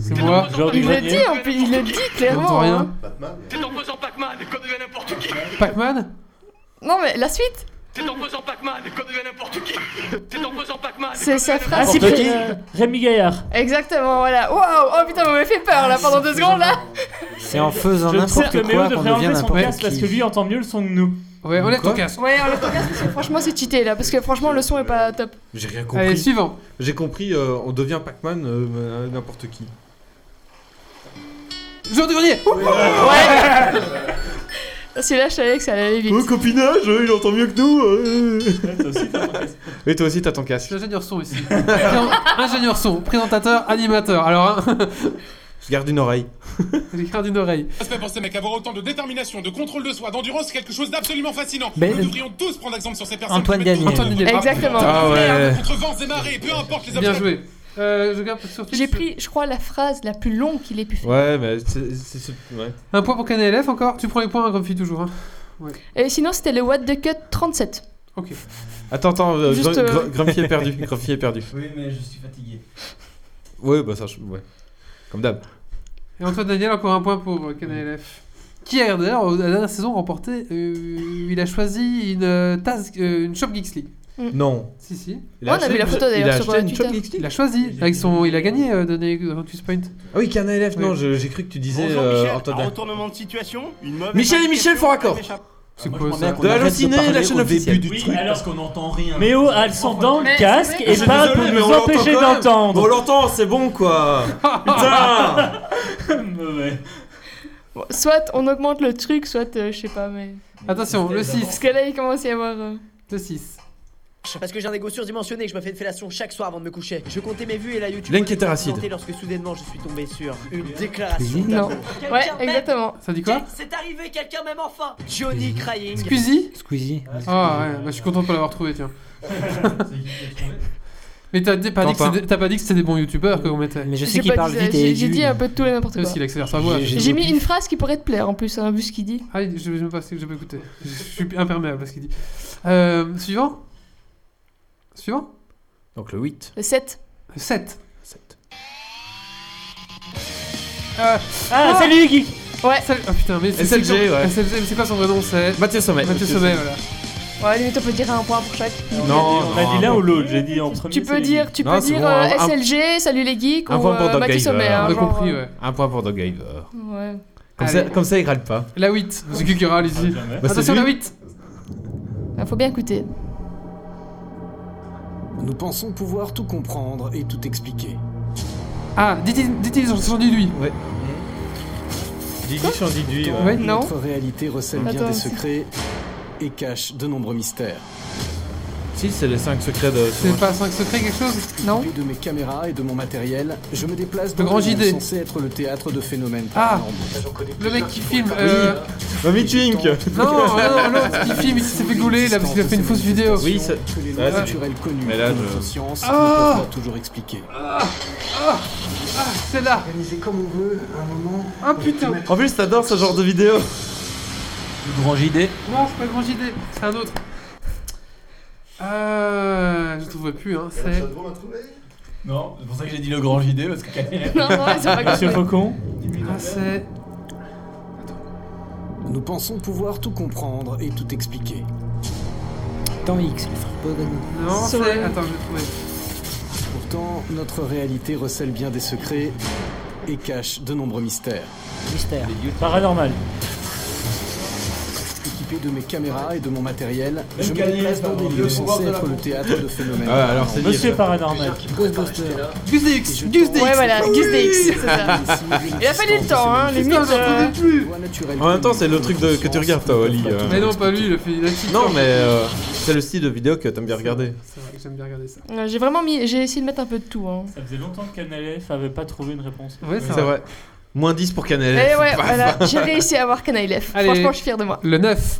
S1: C'est moi.
S7: Genre du
S4: Il le
S7: grenier.
S4: dit, en plus, il le
S1: Bah,
S4: dit clairement.
S1: J'entends rien.
S4: hein.
S8: Batman
S11: C'est en faisant Pac-Man qu'on devient n'importe qui.
S1: Pac-Man
S4: Non, mais la suite,
S11: C'est en faisant Pac-Man qu'on devient n'importe qui. C'est en faisant Pac-Man.
S4: c'est sa
S7: Ah,
S4: phrase.
S7: c'est
S4: qui-
S7: Pré- euh, Rémi Gaillard.
S4: Exactement, voilà. Waouh, oh putain, vous m'avez fait peur là pendant deux secondes là.
S3: C'est en faisant
S7: Je sais que
S3: n'importe
S7: Méo
S3: quoi qu'on
S7: devrait enlever
S3: devient
S7: son
S3: n'importe
S7: casque
S3: qui.
S7: parce que lui entend mieux le son que nous.
S1: Ouais, enlève ton casque.
S4: Ouais, on le podcast parce que franchement, c'est cheaté là, parce que franchement, le son est pas top.
S2: J'ai rien
S1: Allez,
S2: compris.
S1: suivant.
S2: J'ai compris, euh, on devient Pac-Man, euh, euh, n'importe qui.
S1: Jour du grenier
S4: Ouais. Celui-là, je savais que ça allait aller vite.
S2: Oh, copinage, euh, il entend mieux que nous. euh. Et toi aussi, t'as ton
S1: Je
S2: casque.
S1: suis ingénieur son ici. ingénieur son, présentateur, animateur. Alors, hein,
S2: [LAUGHS] Je garde une oreille.
S1: j'ai gardé une oreille.
S14: Respect pour ces mecs, avoir autant de détermination, de contrôle de soi, d'endurance, c'est quelque chose d'absolument fascinant.
S3: Mais-
S14: Nous devrions tous prendre exemple sur ces personnes.
S3: Antoine
S14: qui mettent
S3: Daniel.
S14: tout en
S1: Antoine
S14: œuvre
S1: Daniel.
S4: Exactement.
S2: Ah ouais.
S14: Contre vents et marées, peu importe les
S1: Bien
S14: obstacles.
S1: joué. Euh, je garde sur
S4: J'ai pris, je crois, la phrase la plus longue qu'il ait pu faire.
S2: Ouais, mais c'est. c'est- c'est- Ouais.
S1: Un point pour KNLF encore. Tu prends les points, hein, Grumpy, toujours. Hein.
S4: Et sinon, c'était le What the Cut 37.
S1: Ok.
S2: Attends, attends, euh,
S4: Juste,
S2: Gr- Gr-
S4: euh,
S2: Grumpy est perdu. Grumpy est perdu.
S5: Oui, mais je suis fatigué.
S2: Ouais, bah ça, je- ouais. Comme d'hab.
S1: Et Antoine Daniel, encore un point pour euh, KNLF. Qui a d'ailleurs, euh, la dernière saison, remporté. euh, il a choisi une euh, tasse, euh, une Shop Geeks League.
S2: Non.
S1: Si, si.
S2: Il
S4: Mm. Ouais, on a
S2: acheté-
S4: vu la photo,
S2: il a
S4: d'ailleurs,
S2: acheté
S4: sur, euh,
S2: une
S4: Twitter.
S2: Chop Geeks League.
S1: Il a choisi. Avec son, il a gagné, euh, donné Ventus Point.
S2: Ah oui, qu'un élève,
S1: Oui.
S2: non, je- j'ai cru que tu disais
S14: Bonjour,
S2: euh,
S14: Michel.
S4: Ah,
S2: Antoine.
S14: Un retournement de situation, une mauvaise
S2: Michel et Michel
S14: indication,
S2: font raccord.
S14: elle m'échappe.
S1: C'est
S5: Moi,
S1: quoi
S5: je
S1: ça
S5: bien qu'on
S2: De
S5: arrête
S2: Allociné,
S5: parler
S2: la chaîne
S5: au
S2: officielle.
S5: début du
S7: Oui,
S5: truc
S7: alors-
S5: parce qu'on n'entend rien.
S7: Méo a le son dans
S4: Mais
S7: le
S4: c'est
S7: casque
S4: vrai que
S7: et
S4: je suis
S7: parle pour nous empêcher
S2: Bon, on
S7: d'entendre.
S2: l'entend, Oh, c'est bon quoi. Putain
S7: [LAUGHS] Mauvais.
S4: Bon, soit on augmente le truc, soit euh, je sais pas, mais.
S1: Attention, le 6.
S4: Parce que là, il commence à y avoir. euh,
S1: Le 6.
S15: Parce que j'ai un égo surdimensionné que je me fais une fellation chaque soir avant de me coucher. Je comptais mes vues et la YouTube.
S2: Link est aracide.
S15: présentée Lorsque soudainement je suis tombé sur une déclaration.
S4: Non.
S15: Quelqu'un
S4: Ouais,
S15: m'aime.
S4: exactement.
S1: Ça dit quoi
S15: C'est arrivé, quelqu'un même enfin. Johnny Crying.
S1: Squeezie
S3: Squeezie.
S1: Ah ouais, bah, je suis content de pas l'avoir trouvé,
S4: [LAUGHS]
S1: tiens. [LAUGHS] Mais t'as dit- pas dit que
S2: Quentin.
S1: c'était- t'as pas dit que c'était des bons youtubeurs que vous mettez.
S3: Mais je sais
S4: J'ai
S3: qu'il
S4: pas
S3: parle
S4: dit-
S3: vite
S4: j'ai-
S3: et
S4: J'ai
S3: du-
S4: dit un peu de tout et n'importe
S1: C'est parce
S4: quoi.
S1: qu'il accélère sa voix.
S4: J'ai mis une phrase qui pourrait te plaire en plus, hein, vu ce qu'il dit.
S1: Ah, je je sais même pas si j'ai pas écouté. Je suis imperméable à ce qu'il dit. Euh, suivant Suivant
S2: Donc le 8.
S4: Le 7.
S1: 7.
S2: 7.
S7: Ah, salut Geek
S4: Ouais.
S1: Ah putain, mais c'est
S2: SLG,
S1: c'est-
S2: ouais.
S1: SLG, mais c'est quoi son vrai nom C'est
S2: Mathieu Sommet.
S1: Mathieu Sommet, voilà.
S4: Ouais, limite, on peut dire un point pour chaque.
S2: Non,
S7: on a dit l'un ou l'autre, j'ai dit en premier.
S4: Tu peux dire, tu
S2: Non,
S4: peux
S2: c'est
S4: dire
S2: bon,
S4: euh,
S2: un- un-
S4: SLG, salut les geeks,
S2: Un
S4: ou
S2: point pour
S4: euh, Mathieu
S2: Doggiver.
S4: Sommet. hein, genre, euh,
S2: Un point pour Doggiver.
S4: Ouais.
S2: Comme
S1: Allez.
S2: ça, comme ça, il râle pas.
S1: La 8, c'est qui qui râle ici
S5: Ah,
S2: jamais. Bah, c'est
S1: Attention,
S2: lui.
S1: la 8
S4: Ah, Faut bien écouter.
S16: Nous pensons pouvoir tout comprendre et tout expliquer.
S1: Ah, dites-ils sur lui
S2: Ouais.
S16: Didi sur Didi,
S1: ouais. Ouais.
S16: Notre
S1: Non.
S16: réalité recèle bien
S1: Attends,
S16: des
S1: si.
S16: secrets et cache de nombreux mystères.
S2: Si, c'est les 5 secrets de.
S1: C'est pas 5 secrets quelque chose
S16: Non. de mes caméras et de mon matériel, je me déplace
S1: Le
S16: dans
S1: grand
S16: le monde
S1: JD.
S16: censé être le théâtre de phénomènes
S1: Ah
S16: paranormaux.
S1: Le mec qui filme. euh,
S2: Mamie
S5: [LAUGHS]
S2: Twink
S1: Non, non, non, l'autre qui filme, il s'est fait gauler là parce qu'il a fait une fausse vidéo.
S2: Oui, ça.
S16: Que les
S2: Ouais,
S16: lois
S2: c'est-
S16: naturelles connues
S2: Mais là,
S16: de notre
S2: je-
S16: science
S1: Ah
S16: ne peuvent pas toujours expliquer.
S1: Ah, ah, c'est là
S16: comme on veut, un moment.
S1: Ah putain
S2: [LAUGHS] En plus, t'adores ce genre de vidéo.
S5: Le grand JD.
S1: Non, c'est pas le grand JD, c'est un autre. Euh. Je trouve plus, hein. C'est.
S5: Non, c'est pour ça que j'ai dit le grand JD parce que.
S4: [LAUGHS]
S1: Non, non, ils ont pas
S7: Monsieur
S1: compris.
S7: Faucon
S1: Ah, c'est.
S16: Nous pensons pouvoir tout comprendre et tout expliquer.
S3: Temps X.
S1: Non, c'est. Attends, je vais trouver.
S16: Pourtant, notre réalité recèle bien des secrets et cache de nombreux mystères.
S3: Mystère.
S7: Paranormal.
S16: Équipé de mes caméras et de mon matériel,
S5: Même
S16: je me
S5: Kanye
S16: déplace
S5: est
S16: dans
S5: pas
S16: des
S5: dans
S16: lieux
S5: le pouvoir
S16: censés
S5: de la
S16: être le
S5: bombe.
S16: théâtre de phénomènes.
S2: Ah, alors c'est
S7: Monsieur
S2: dire, ça.
S7: Paranormal.
S1: GusDX GusDX
S4: Ouais, voilà, GusDX, c'est ça.
S2: Ah,
S4: Il a fallu le temps, hein, les mythes. euh,
S2: En même temps, c'est le truc de- que tu regardes, toi, Oli. euh.
S1: Mais non, pas lui, il a fait il a cheaté.
S2: Non, mais euh, c'est le style de vidéo que t'aimes bien regarder.
S1: C'est vrai que j'aime bien regarder ça.
S4: euh, J'ai vraiment mis, j'ai essayé de mettre un peu de tout. Hein.
S7: Ça faisait longtemps que Canal F avait pas trouvé une réponse.
S1: Ouais,
S2: C'est vrai. Moins 10 pour Canal.
S4: Eh
S2: Paf.
S4: ouais,
S7: bah,
S4: voilà, j'ai réussi à avoir Canaille Lef.
S1: Allez.
S4: Franchement, je suis fier de moi.
S1: Le 9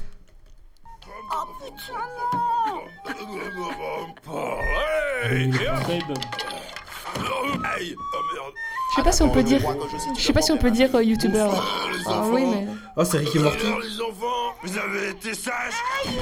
S4: Je sais pas si on peut dire. Je sais pas si on peut dire euh, youtubeur. Ah oui, mais.
S2: Oh, c'est Ricky Morty.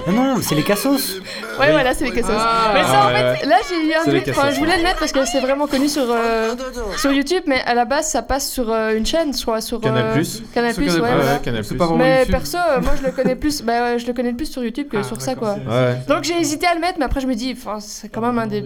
S3: Ah non, c'est les cassos.
S4: Ouais, voilà, c'est les cassos.
S3: Ah.
S4: mais ça, en
S3: Ah, ouais,
S4: fait,
S3: ouais.
S4: là, j'ai eu un
S3: C'est les
S4: doute. Enfin,
S3: cassos.
S4: je voulais le mettre parce que c'est vraiment connu sur, euh, sur YouTube, mais à la base, ça passe sur euh, une chaîne, soit sur. euh,
S2: Canal Plus.
S4: Canal
S2: Sur
S4: Plus, ouais.
S2: Canal+.
S4: voilà.
S2: Ouais, Canal+.
S1: C'est pas vraiment
S4: Mais
S1: YouTube. Ah,
S4: perso, euh, moi, je le connais plus. Bah, ouais, je le connais le plus sur YouTube que sur ça, quoi.
S2: Ouais.
S4: Donc j'ai hésité à le mettre, mais après je me dis, enfin, c'est quand même un
S1: Ah,
S4: des.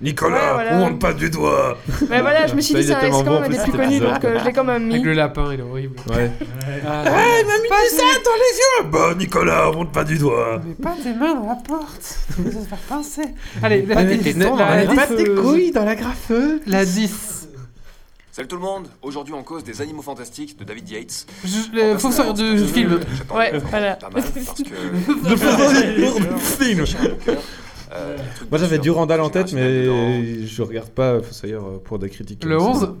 S2: Nicolas,
S4: Ouais, voilà.
S2: monte pas du doigt
S4: Mais voilà, je me suis
S2: Ça,
S4: dit,
S2: il est
S4: c'est un- c'est
S2: tellement
S4: quand
S2: bon,
S4: même
S2: en
S4: un des
S2: plus,
S4: plus
S2: cet
S4: connus,
S2: épisode.
S4: donc euh, je l'ai quand même mis.
S1: Avec le lapin, il est horrible.
S2: Ouais.
S1: Eh,
S16: Eh,
S1: ah, Ouais, il m'a mis du ça dans les yeux
S2: Bah, Nicolas, monte pas du doigt
S1: Mais pas tes mains dans la porte Tu vas faire
S4: [LAUGHS]
S1: pincer Allez, la, la,
S9: tes dents dans
S1: la-
S4: hein.
S9: la
S1: la-
S9: graffeuse.
S1: tes couilles dans la graffeuse La 10
S17: Salut tout le monde Aujourd'hui en cause des animaux fantastiques de David Yates.
S1: Je- le fausseur de film.
S17: J'attends
S4: Ouais,
S17: vraiment
S4: voilà.
S17: Pas mal
S1: [LAUGHS]
S17: parce que...
S2: Le fausseur de film.
S1: [LAUGHS]
S17: Euh, le truc
S2: Moi
S17: de
S2: j'avais
S17: Sir
S2: Durandal en tête, mais je regarde pas Fossoyeur euh, pour des critiques.
S1: Le 11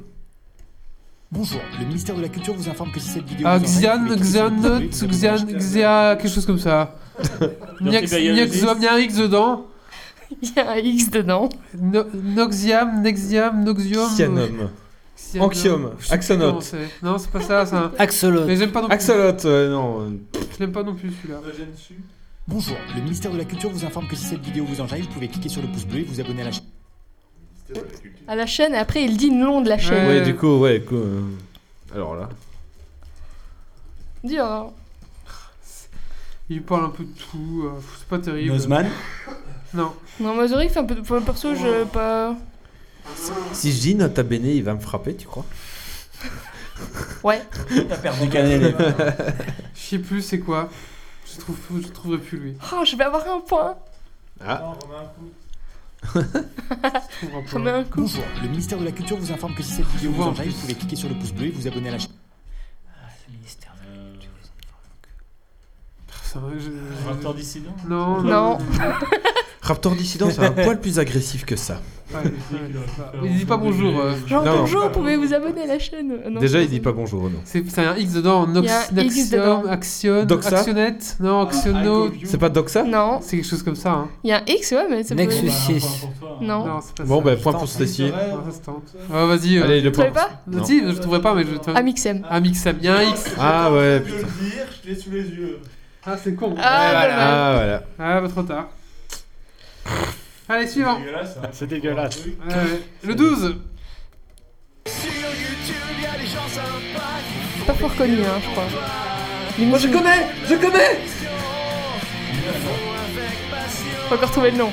S16: Bonjour, le ministère de la Culture vous informe que si cette vidéo.
S1: Ah,
S16: vous intéresse,
S1: Xian,
S16: cliquez sur le
S1: Xian,
S16: bouton
S1: Xian, Xia, quelque chose comme ça. Niax,
S7: Yorkie Biologist.
S1: Niaxom, il y a un X dedans.
S4: [LAUGHS] Il y a un X dedans.
S1: No- Noxiam, Nexiam, Noxium.
S2: Cyanum.
S1: Xianom.
S2: Anxium,
S1: Je sais plus
S2: Axonote.
S1: comment c'est. Non, c'est pas ça, ça.
S3: Axolot.
S1: Mais j'aime pas non plus.
S2: Axolot, euh, non.
S1: Je l'aime pas non plus celui-là.
S16: Bonjour, le ministère de la Culture vous informe que si cette vidéo vous enjaille, vous pouvez cliquer sur le pouce bleu et vous abonner à la chaîne.
S4: À la chaîne, et après il dit le nom de la chaîne.
S2: Ouais, du coup, ouais, coup, euh, Alors là.
S4: Dur, hein.
S1: Il parle un peu de tout, euh, pff, c'est pas terrible.
S5: Nozman
S1: Non.
S4: Non, Mazori fait un peu. enfin, perso, je. Pas...
S2: Si je dis Nota Bene, il va me frapper, tu crois [LAUGHS]
S4: Ouais.
S5: T'as perdu Canal
S1: [LAUGHS] Je sais plus c'est quoi. Je trouve, je trouverai plus lui.
S4: Oh, je vais avoir un point.
S2: Ah.
S1: Je trouverai pas.
S4: Remets un coup.
S16: Bonjour, le ministère de la Culture vous informe que si cette vidéo vous
S1: vois en
S16: enjaille,
S1: plus.
S16: vous pouvez cliquer sur le pouce bleu et vous abonner à la chaîne.
S1: Ça, je- je-
S7: Raptor dissident
S1: Non,
S4: Non.
S2: Raptor dissident,
S1: [LAUGHS]
S2: c'est un poil plus agressif que ça.
S1: Ouais, ouais, ouais. Il dit pas bonjour. euh.
S4: Genre,
S2: Non.
S4: bonjour, vous pouvez vous abonner à la chaîne. Euh, non.
S2: Déjà, il dit pas bonjour, non.
S1: C'est c'est un X dedans. Nox,
S4: Il y a un X
S1: Naxium,
S4: dedans.
S1: Axion,
S2: Doxa
S1: Actionnette. Non,
S4: Ah,
S1: Actionno.
S2: C'est pas Doxa
S4: Non.
S1: C'est quelque chose comme ça. Hein.
S4: Il y a un X, ouais, mais c'est pas-
S3: Nexus 6.
S4: Non.
S1: Non, c'est pas
S2: Bon,
S1: ça.
S2: bah, point pour Stacy.
S1: Non, ça, c'est temps. Ouais, vas-y. euh.
S2: Allez, le
S4: Tu l'avais
S2: point.
S4: pas Ah,
S2: Non.
S1: Si, je trouverai pas, mais je.
S4: Amixem.
S1: Amixem, il y a un X.
S2: Ah ouais,
S10: Je
S2: putain.
S10: peux le dire, je l'ai sous les yeux.
S1: Ah, c'est con.
S4: Ah, dommage.
S2: Ah voilà.
S1: Ah, bah, trop tard. Allez, suivant.
S6: C'est dégueulasse.
S1: Ouais, ouais. le 12.
S11: Sur YouTube, y a les gens
S4: Pas fort connu, hein, je crois.
S12: Moi je connais Je connais
S4: Faut encore trouver le nom.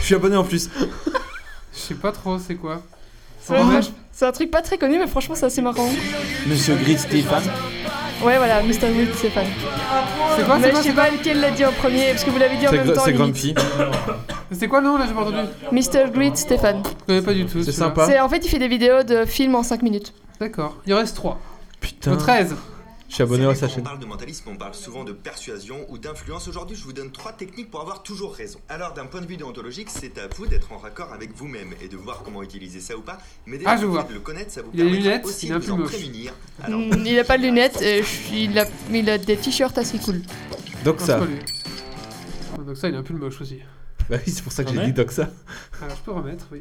S2: Je suis abonné en plus.
S1: Je sais pas trop c'est quoi.
S4: C'est vrai, franch- c'est un truc pas très connu, mais franchement, c'est assez marrant.
S5: Monsieur Grid Stéphane.
S4: Ouais, voilà, Mr. Wild, c'est fan.
S1: C'est quoi, c'est
S4: Mais je
S1: quoi,
S4: sais pas lequel l'a dit en premier, parce que vous l'avez dit en même temps. limite.
S1: C'est quoi le nom là J'ai pas entendu.
S4: Mr. Grit Stéphane.
S1: Je connais [COUGHS] pas du tout. C'est
S4: C'est en fait il fait des vidéos de films en 5 minutes.
S1: D'accord. Il en reste 3.
S2: Putain.
S1: Le 13.
S2: Je suis abonné à sa
S18: On
S2: chaîne.
S18: parle de mentalisme, on parle souvent de persuasion ou d'influence. Aujourd'hui, je vous donne trois techniques pour avoir toujours raison. Alors, d'un point de vue déontologique, c'est à vous d'être en raccord avec vous-même et de voir comment utiliser ça ou pas. Mais déjà,
S1: Ah, je
S18: le fait
S1: vois.
S18: de le connaître, ça vous
S1: Il a des
S18: permettra
S1: lunettes,
S18: aussi
S1: il est
S18: de
S1: un
S18: vous
S1: peu
S18: en
S1: moche.
S18: prémunir. Alors,
S4: Mm, Il a pas de lunettes, et je- il, a, il a des t-shirts assez cool.
S1: Non,
S2: Donc
S1: c'est
S2: ça.
S1: pas lui. Ah, Donc ça, il a un pull moche aussi.
S2: Bah oui, c'est pour ça que
S1: T'en
S2: j'ai
S1: mets
S2: dit Doxa.
S1: Alors je peux remettre, oui.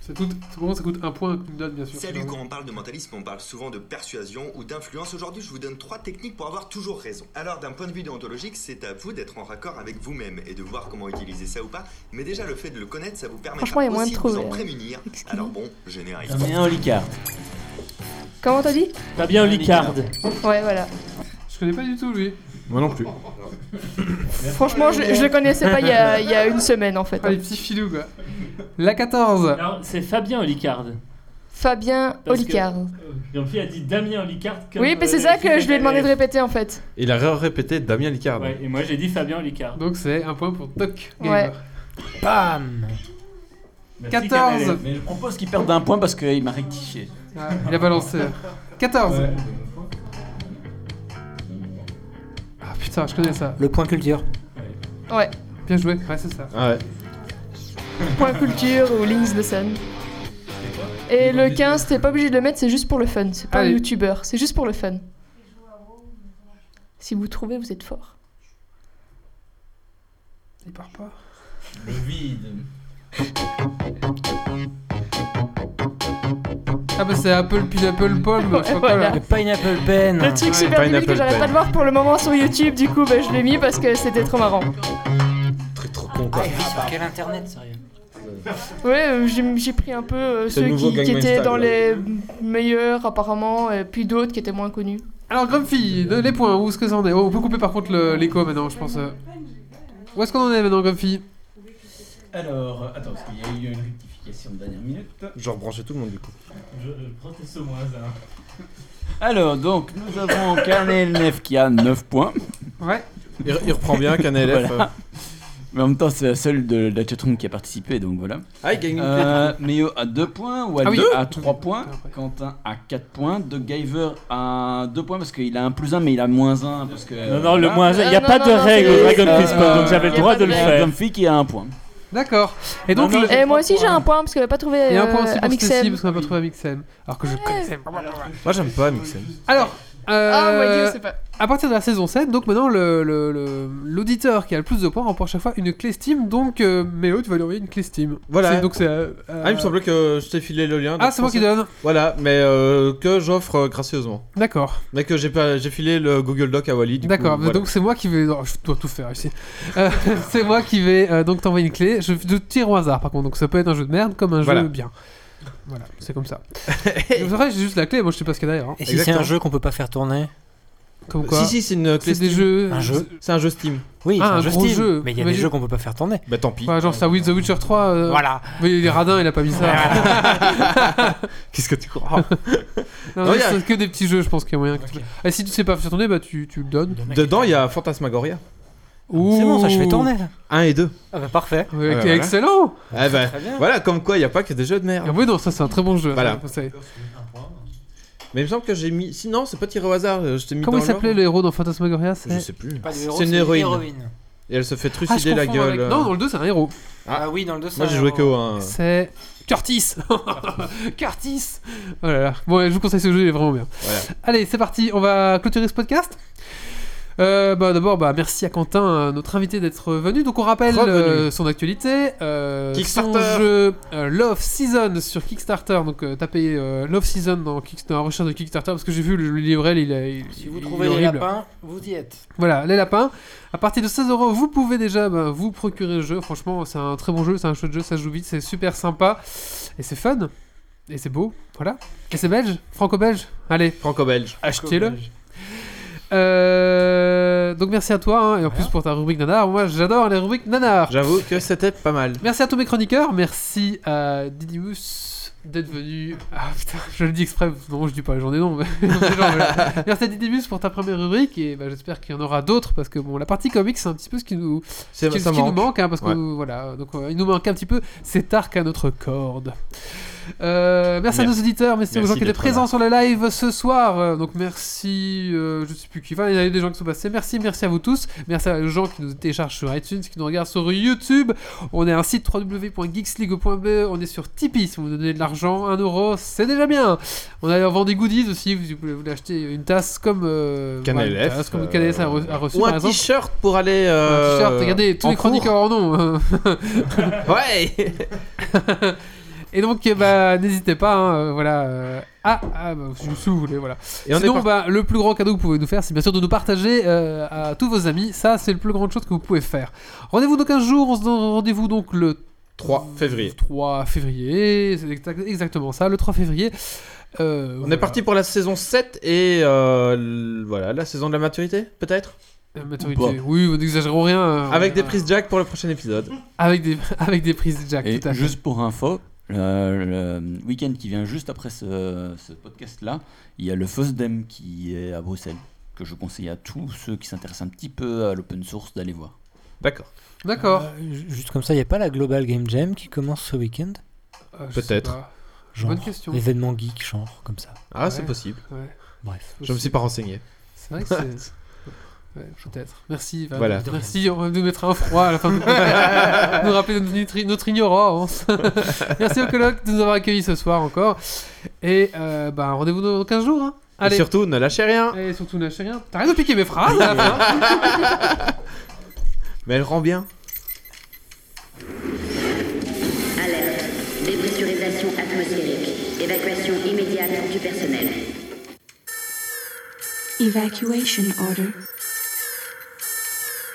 S1: C'est tout. C'est bon, ça coûte un point que tu me donnes, bien sûr.
S18: Salut, quand on parle de mentalisme, on parle souvent de persuasion ou d'influence. Aujourd'hui, je vous donne trois techniques pour avoir toujours raison. Alors, d'un point de vue déontologique, c'est à vous d'être en raccord avec vous-même et de voir comment utiliser ça ou pas. Mais déjà, le fait de le connaître, ça vous permettra
S4: Franchement, il y a moyen
S18: aussi
S4: de
S18: de vous
S4: trouver,
S18: en
S4: hein.
S18: prémunir. Alors bon, généraliste.
S5: Damien Olicard.
S4: Comment t'as dit
S5: Damien Olicard.
S4: Ouais, voilà.
S1: Je connais pas du tout lui.
S2: Moi non plus.
S4: Franchement, je, je le connaissais pas il
S1: [LAUGHS]
S4: y, a, il y a une semaine en fait. hein.
S1: Ah, les petits filous quoi. La 14.
S7: Non, c'est Fabien Olicard.
S4: Fabien
S7: Parce que-
S4: Olicard.
S7: Grumpy a dit Damien Olicard. comme,
S4: Oui, mais
S7: euh,
S4: c'est
S7: les
S4: ça
S7: filles
S4: que je
S7: [LAUGHS]
S4: lui ai demandé de
S7: d'Adèle.
S4: répéter en fait.
S2: Il a répété Damien Licard.
S7: Ouais, et moi j'ai dit Fabien Olicard.
S1: Donc c'est un point pour Doc
S4: Ouais.
S1: Gamer.
S3: Bam
S1: 14.
S5: Mais je propose qu'il perde un point parce qu'il m'a rectifié.
S1: Ah, il a balancé. 14. Ah putain, je connais ça.
S3: Le point culture.
S4: Ouais.
S1: Bien joué, ouais, c'est ça.
S2: Ah ouais.
S4: Point culture ou Links de Sun. Et le 15, t'es pas obligé de le mettre, c'est juste pour le fun. C'est pas un
S1: Allez.
S4: youtubeur, c'est juste pour le fun. Si vous trouvez, vous êtes fort.
S1: Il part pas.
S9: Le vide.
S1: Ah bah c'est Apple Pineapple Palm, je sais pas quoi,
S4: Voilà.
S1: là.
S3: Le Pineapple Pen.
S4: Le truc super débile que j'arrête pas de voir pour le moment sur YouTube, du coup, bah, je l'ai mis parce que c'était trop marrant.
S3: Quel internet, sérieux
S1: Ah,
S4: Ouais, euh, j'ai j'ai pris un peu euh,
S3: C'est le
S4: ceux
S3: nouveau
S4: qui, qui
S3: Gangnam
S4: étaient
S3: Style,
S4: dans
S3: là.
S4: les meilleurs apparemment, et puis d'autres qui étaient moins connus.
S1: Alors Grumpy, donne les points, où est-ce que ça en est Oh, On peut couper par contre le- l'écho maintenant, je pense. euh. Où est-ce qu'on en est maintenant, Grumpy
S9: Alors, euh, attends, parce qu'il y a eu une rectification de dernière minute.
S2: Je rebranchais tout le monde du coup.
S9: Je euh, proteste au moins, ça.
S5: Alors, donc, nous avons Canel Nef qui a 9 points.
S1: Ouais.
S2: Il, il reprend bien qu'un
S5: [LAUGHS]
S7: euh.
S2: élève.
S5: Voilà. Mais en même temps, c'est la seule de la chatroom qui a participé, donc voilà.
S2: Ah, il gagne une
S5: Euh, Méo à 2 points, Wally
S2: Ah oui. Deux
S5: à 3 points, Quentin à 4 points, Doug Giver à 2 points parce qu'il a 1 plus 1 mais il a moins 1 parce que... euh,
S7: Non, non, le moins un, il y a Euh, Non, pas non, de non, règle
S5: règle
S7: au c'est- Dragon Quest Pod, donc j'avais le droit de le faire.
S5: Grumpy qui a 1 point.
S1: D'accord. Et donc, le-
S4: Et moi aussi j'ai un point parce que j'avais pas trouvé
S1: Et un
S4: euh,
S1: point aussi pour
S4: Amixem.
S1: Stacy, parce qu'on a pas trouvé Amixem. Alors que je connaissais.
S2: Moi j'aime pas Mixen.
S1: Alors, euh,
S4: Ah, moi, Dieu, je sais pas.
S1: à partir de la saison 7, donc maintenant le- le- le- l'auditeur qui a le plus de points remporte chaque fois une clé Steam. Donc, euh, Méo, tu vas lui envoyer une clé Steam.
S2: Voilà.
S1: C'est- Donc, c'est. euh,
S2: Ah, il me semblait que je t'ai filé le lien.
S1: Ah,
S2: donc
S1: c'est moi
S2: je pensais-
S1: qui donne.
S2: Voilà, mais euh, que j'offre euh, gracieusement.
S1: D'accord.
S2: Mais que j'ai pas, j'ai filé le Google Doc à Wally. du
S1: D'accord,
S2: coup, voilà.
S1: donc c'est moi qui vais. non, je dois tout faire ici. Euh, [LAUGHS] c'est moi qui vais euh, donc t'envoyer une clé. Je, je tire au hasard par contre, donc ça peut être un jeu de merde comme un
S2: Voilà.
S1: jeu bien. Voilà, c'est
S2: [LAUGHS]
S1: comme ça. En vrai, j'ai juste la clé, moi je sais pas ce qu'il y a derrière. hein.
S3: Et si c'est un jeu qu'on peut pas faire tourner
S1: Comme quoi
S2: Si, si, c'est une clé
S1: C'est des
S2: Steam.
S1: jeux.
S3: Un jeu
S2: C'est un jeu Steam.
S3: Oui,
S1: Ah,
S3: c'est
S1: un
S3: un jeu
S1: gros
S3: Steam,
S1: jeu.
S3: Mais il y a des
S1: Imagine-
S3: jeux qu'on peut pas faire tourner.
S2: Bah tant pis.
S1: Ouais, genre ça, oui, The Witcher 3. euh,
S3: Voilà.
S1: Mais il est radin, il a
S2: [LAUGHS]
S1: pas mis ça.
S2: Qu'est-ce que tu crois
S1: non,
S2: Non,
S1: non,
S2: il y a-
S1: c'est que des petits jeux, je pense qu'il y a moyen. que tu- Ah, si tu sais pas faire tourner, bah tu, tu le donnes.
S2: [LAUGHS] Dedans, il y a Fantasmagoria.
S1: C'est
S3: Ah, bon, ça, je vais tourner.
S2: 1 et 2.
S3: Ah bah parfait.
S2: Ah, bah, voilà.
S1: Excellent
S2: Eh ben,
S1: Très bien.
S2: voilà, comme quoi, il n'y a pas que des jeux de merde.
S1: Ah oui, non, ça c'est un très bon jeu.
S2: Voilà.
S1: ça, ça-
S2: Mais il me semble que j'ai mis. Sinon, c'est pas tiré au hasard. euh, Je t'ai mis
S1: Comment
S2: dans
S1: il s'appelait
S2: l'ordre.
S1: le héros dans Phantasmagoria c'est-
S2: Je sais plus.
S3: pas du héros,
S2: C'est une
S3: c'est
S2: héroïne.
S3: l'héroïne.
S2: Et elle se fait
S1: Ah, je
S2: trucider la
S1: confonds
S2: gueule.
S1: avec-
S2: euh,
S1: Non, dans le 2, c'est un héros.
S3: Ah oui, dans le 2
S2: Moi, j'ai joué que au 1.
S1: C'est Curtis [LAUGHS] Curtis Oh là là. Bon, je vous conseille ce jeu, il est vraiment bien.
S2: Voilà.
S1: Allez, c'est parti, on va clôturer ce podcast. Euh, bah, D'abord, bah, merci à Quentin, euh, notre invité, d'être venu. Donc, on rappelle
S2: Revenu.
S1: euh, son actualité. euh,
S2: Kickstarter.
S1: Son jeu euh, Love Season sur Kickstarter. Donc, euh, tapez euh, Love Season dans, Kick- dans la recherche de Kickstarter parce que j'ai vu le, le livrel. Il, a- il-
S3: Si vous
S1: il est
S3: trouvez les
S1: horrible.
S3: lapins, vous y êtes.
S1: Voilà, les lapins. À partir de 16 euros, vous pouvez déjà bah, vous procurer le jeu. Franchement, c'est un très bon jeu, c'est un chouette jeu, ça se joue vite, c'est super sympa. Et c'est fun. Et c'est beau. Voilà. Et c'est belge Franco-belge Allez.
S2: Franco-belge.
S1: Achetez-le. Euh, donc merci à toi hein, et en plus pour ta rubrique nanar. Moi j'adore les rubriques nanar.
S2: J'avoue que c'était pas mal.
S1: Merci à tous mes chroniqueurs. Merci à Didymus d'être venu. Ah putain, [LAUGHS] je le dis exprès. Non, je dis pas les journées non. Mais... [LAUGHS] Genre, voilà. Merci à Didymus pour ta première rubrique et bah, j'espère qu'il y en aura d'autres parce que bon la partie comics c'est un petit peu ce qui nous
S2: C'est-
S1: ce qui,
S2: ça
S1: ce qui nous manque
S2: manque.
S1: hein, parce
S2: Ouais.
S1: que voilà donc euh, il nous manque un petit peu cet arc à notre corde. Euh, merci, à
S2: Merci.
S1: nos auditeurs, merci, aux
S2: Merci
S1: gens qui étaient
S2: d'être
S1: présents
S2: là.
S1: sur le live ce soir. Euh, Donc merci, euh, je sais plus qui. Enfin, il y a eu des gens qui sont passés. Merci, merci à vous tous. Merci aux gens qui nous téléchargent sur iTunes, qui nous regardent sur YouTube. On est un site www.geeksleague.be. On est sur Tipeee. Si vous nous donnez de l'argent, 1 euro, c'est déjà bien. On a on vend des goodies aussi. Vous pouvez vous acheter une tasse comme euh,
S2: Qu'un
S1: voilà, une
S2: élève,
S1: tasse comme
S2: euh,
S1: Canalef a re- a reçu
S2: ou
S1: par
S2: un
S1: exemple.
S2: t-shirt pour aller.
S1: Un
S2: euh,
S1: t-shirt. Regardez, tous
S2: en
S1: les chroniqueurs en [LAUGHS] ont.
S2: [LAUGHS] ouais.
S1: Et donc, eh ben, n'hésitez pas, hein, euh, voilà. euh, ah, ah, bah, si si vous voulez, voilà.
S2: Et on
S1: Sinon,
S2: est par-
S1: bah, le plus grand cadeau que vous pouvez nous faire, c'est bien sûr de nous partager euh, à tous vos amis. Ça, c'est le plus grande chose que vous pouvez faire. Rendez-vous dans 15 jours. On se donne rendez-vous donc le
S2: 3 février.
S1: 3 février. C'est exact- exactement ça, le 3 février. Euh,
S2: On
S1: voilà.
S2: est parti pour la saison 7 et euh, l- voilà, la saison de la maturité, peut-être
S1: La maturité. Oui, vous n'exagérons rien. euh,
S2: Avec
S1: on-
S2: des prises Jack pour le prochain épisode.
S1: Avec des, [LAUGHS] avec des prises Jack,
S5: Et
S1: tout à fait.
S5: juste pour info, euh, le week-end qui vient juste après ce, ce podcast-là, il y a le FOSDEM qui est à Bruxelles, que je conseille à tous ceux qui s'intéressent un petit peu à l'open source d'aller voir.
S2: D'accord.
S1: D'accord.
S3: Euh, ju- juste comme ça, il n'y a pas la Global Game Jam qui commence ce week-end
S1: Euh, je sais
S2: Peut-être.
S1: pas.
S3: Genre,
S1: Bonne question.
S3: Événement geek, genre, comme ça.
S2: Ah, c'est
S1: Ouais,
S2: possible.
S1: ouais.
S3: Bref.
S2: Je me suis pas renseigné.
S1: C'est vrai que
S2: [LAUGHS]
S1: c'est. Ouais, peut-être. Merci. Val.
S2: Voilà.
S1: Merci, on va nous mettre un froid à la fin de [LAUGHS] Nous rappeler notre, notre ignorance. [LAUGHS] Merci au colloque de nous avoir accueillis ce soir encore. Et euh, bah, rendez-vous dans 15 jours. hein. Allez.
S2: Et surtout, ne lâchez rien.
S1: Et surtout, ne lâchez rien. T'arrêtes de piquer mes phrases à la fin.
S2: [LAUGHS] Mais elle rend bien.
S19: Alerte. Dépressurisation atmosphérique. Évacuation immédiate du personnel.
S20: Evacuation order.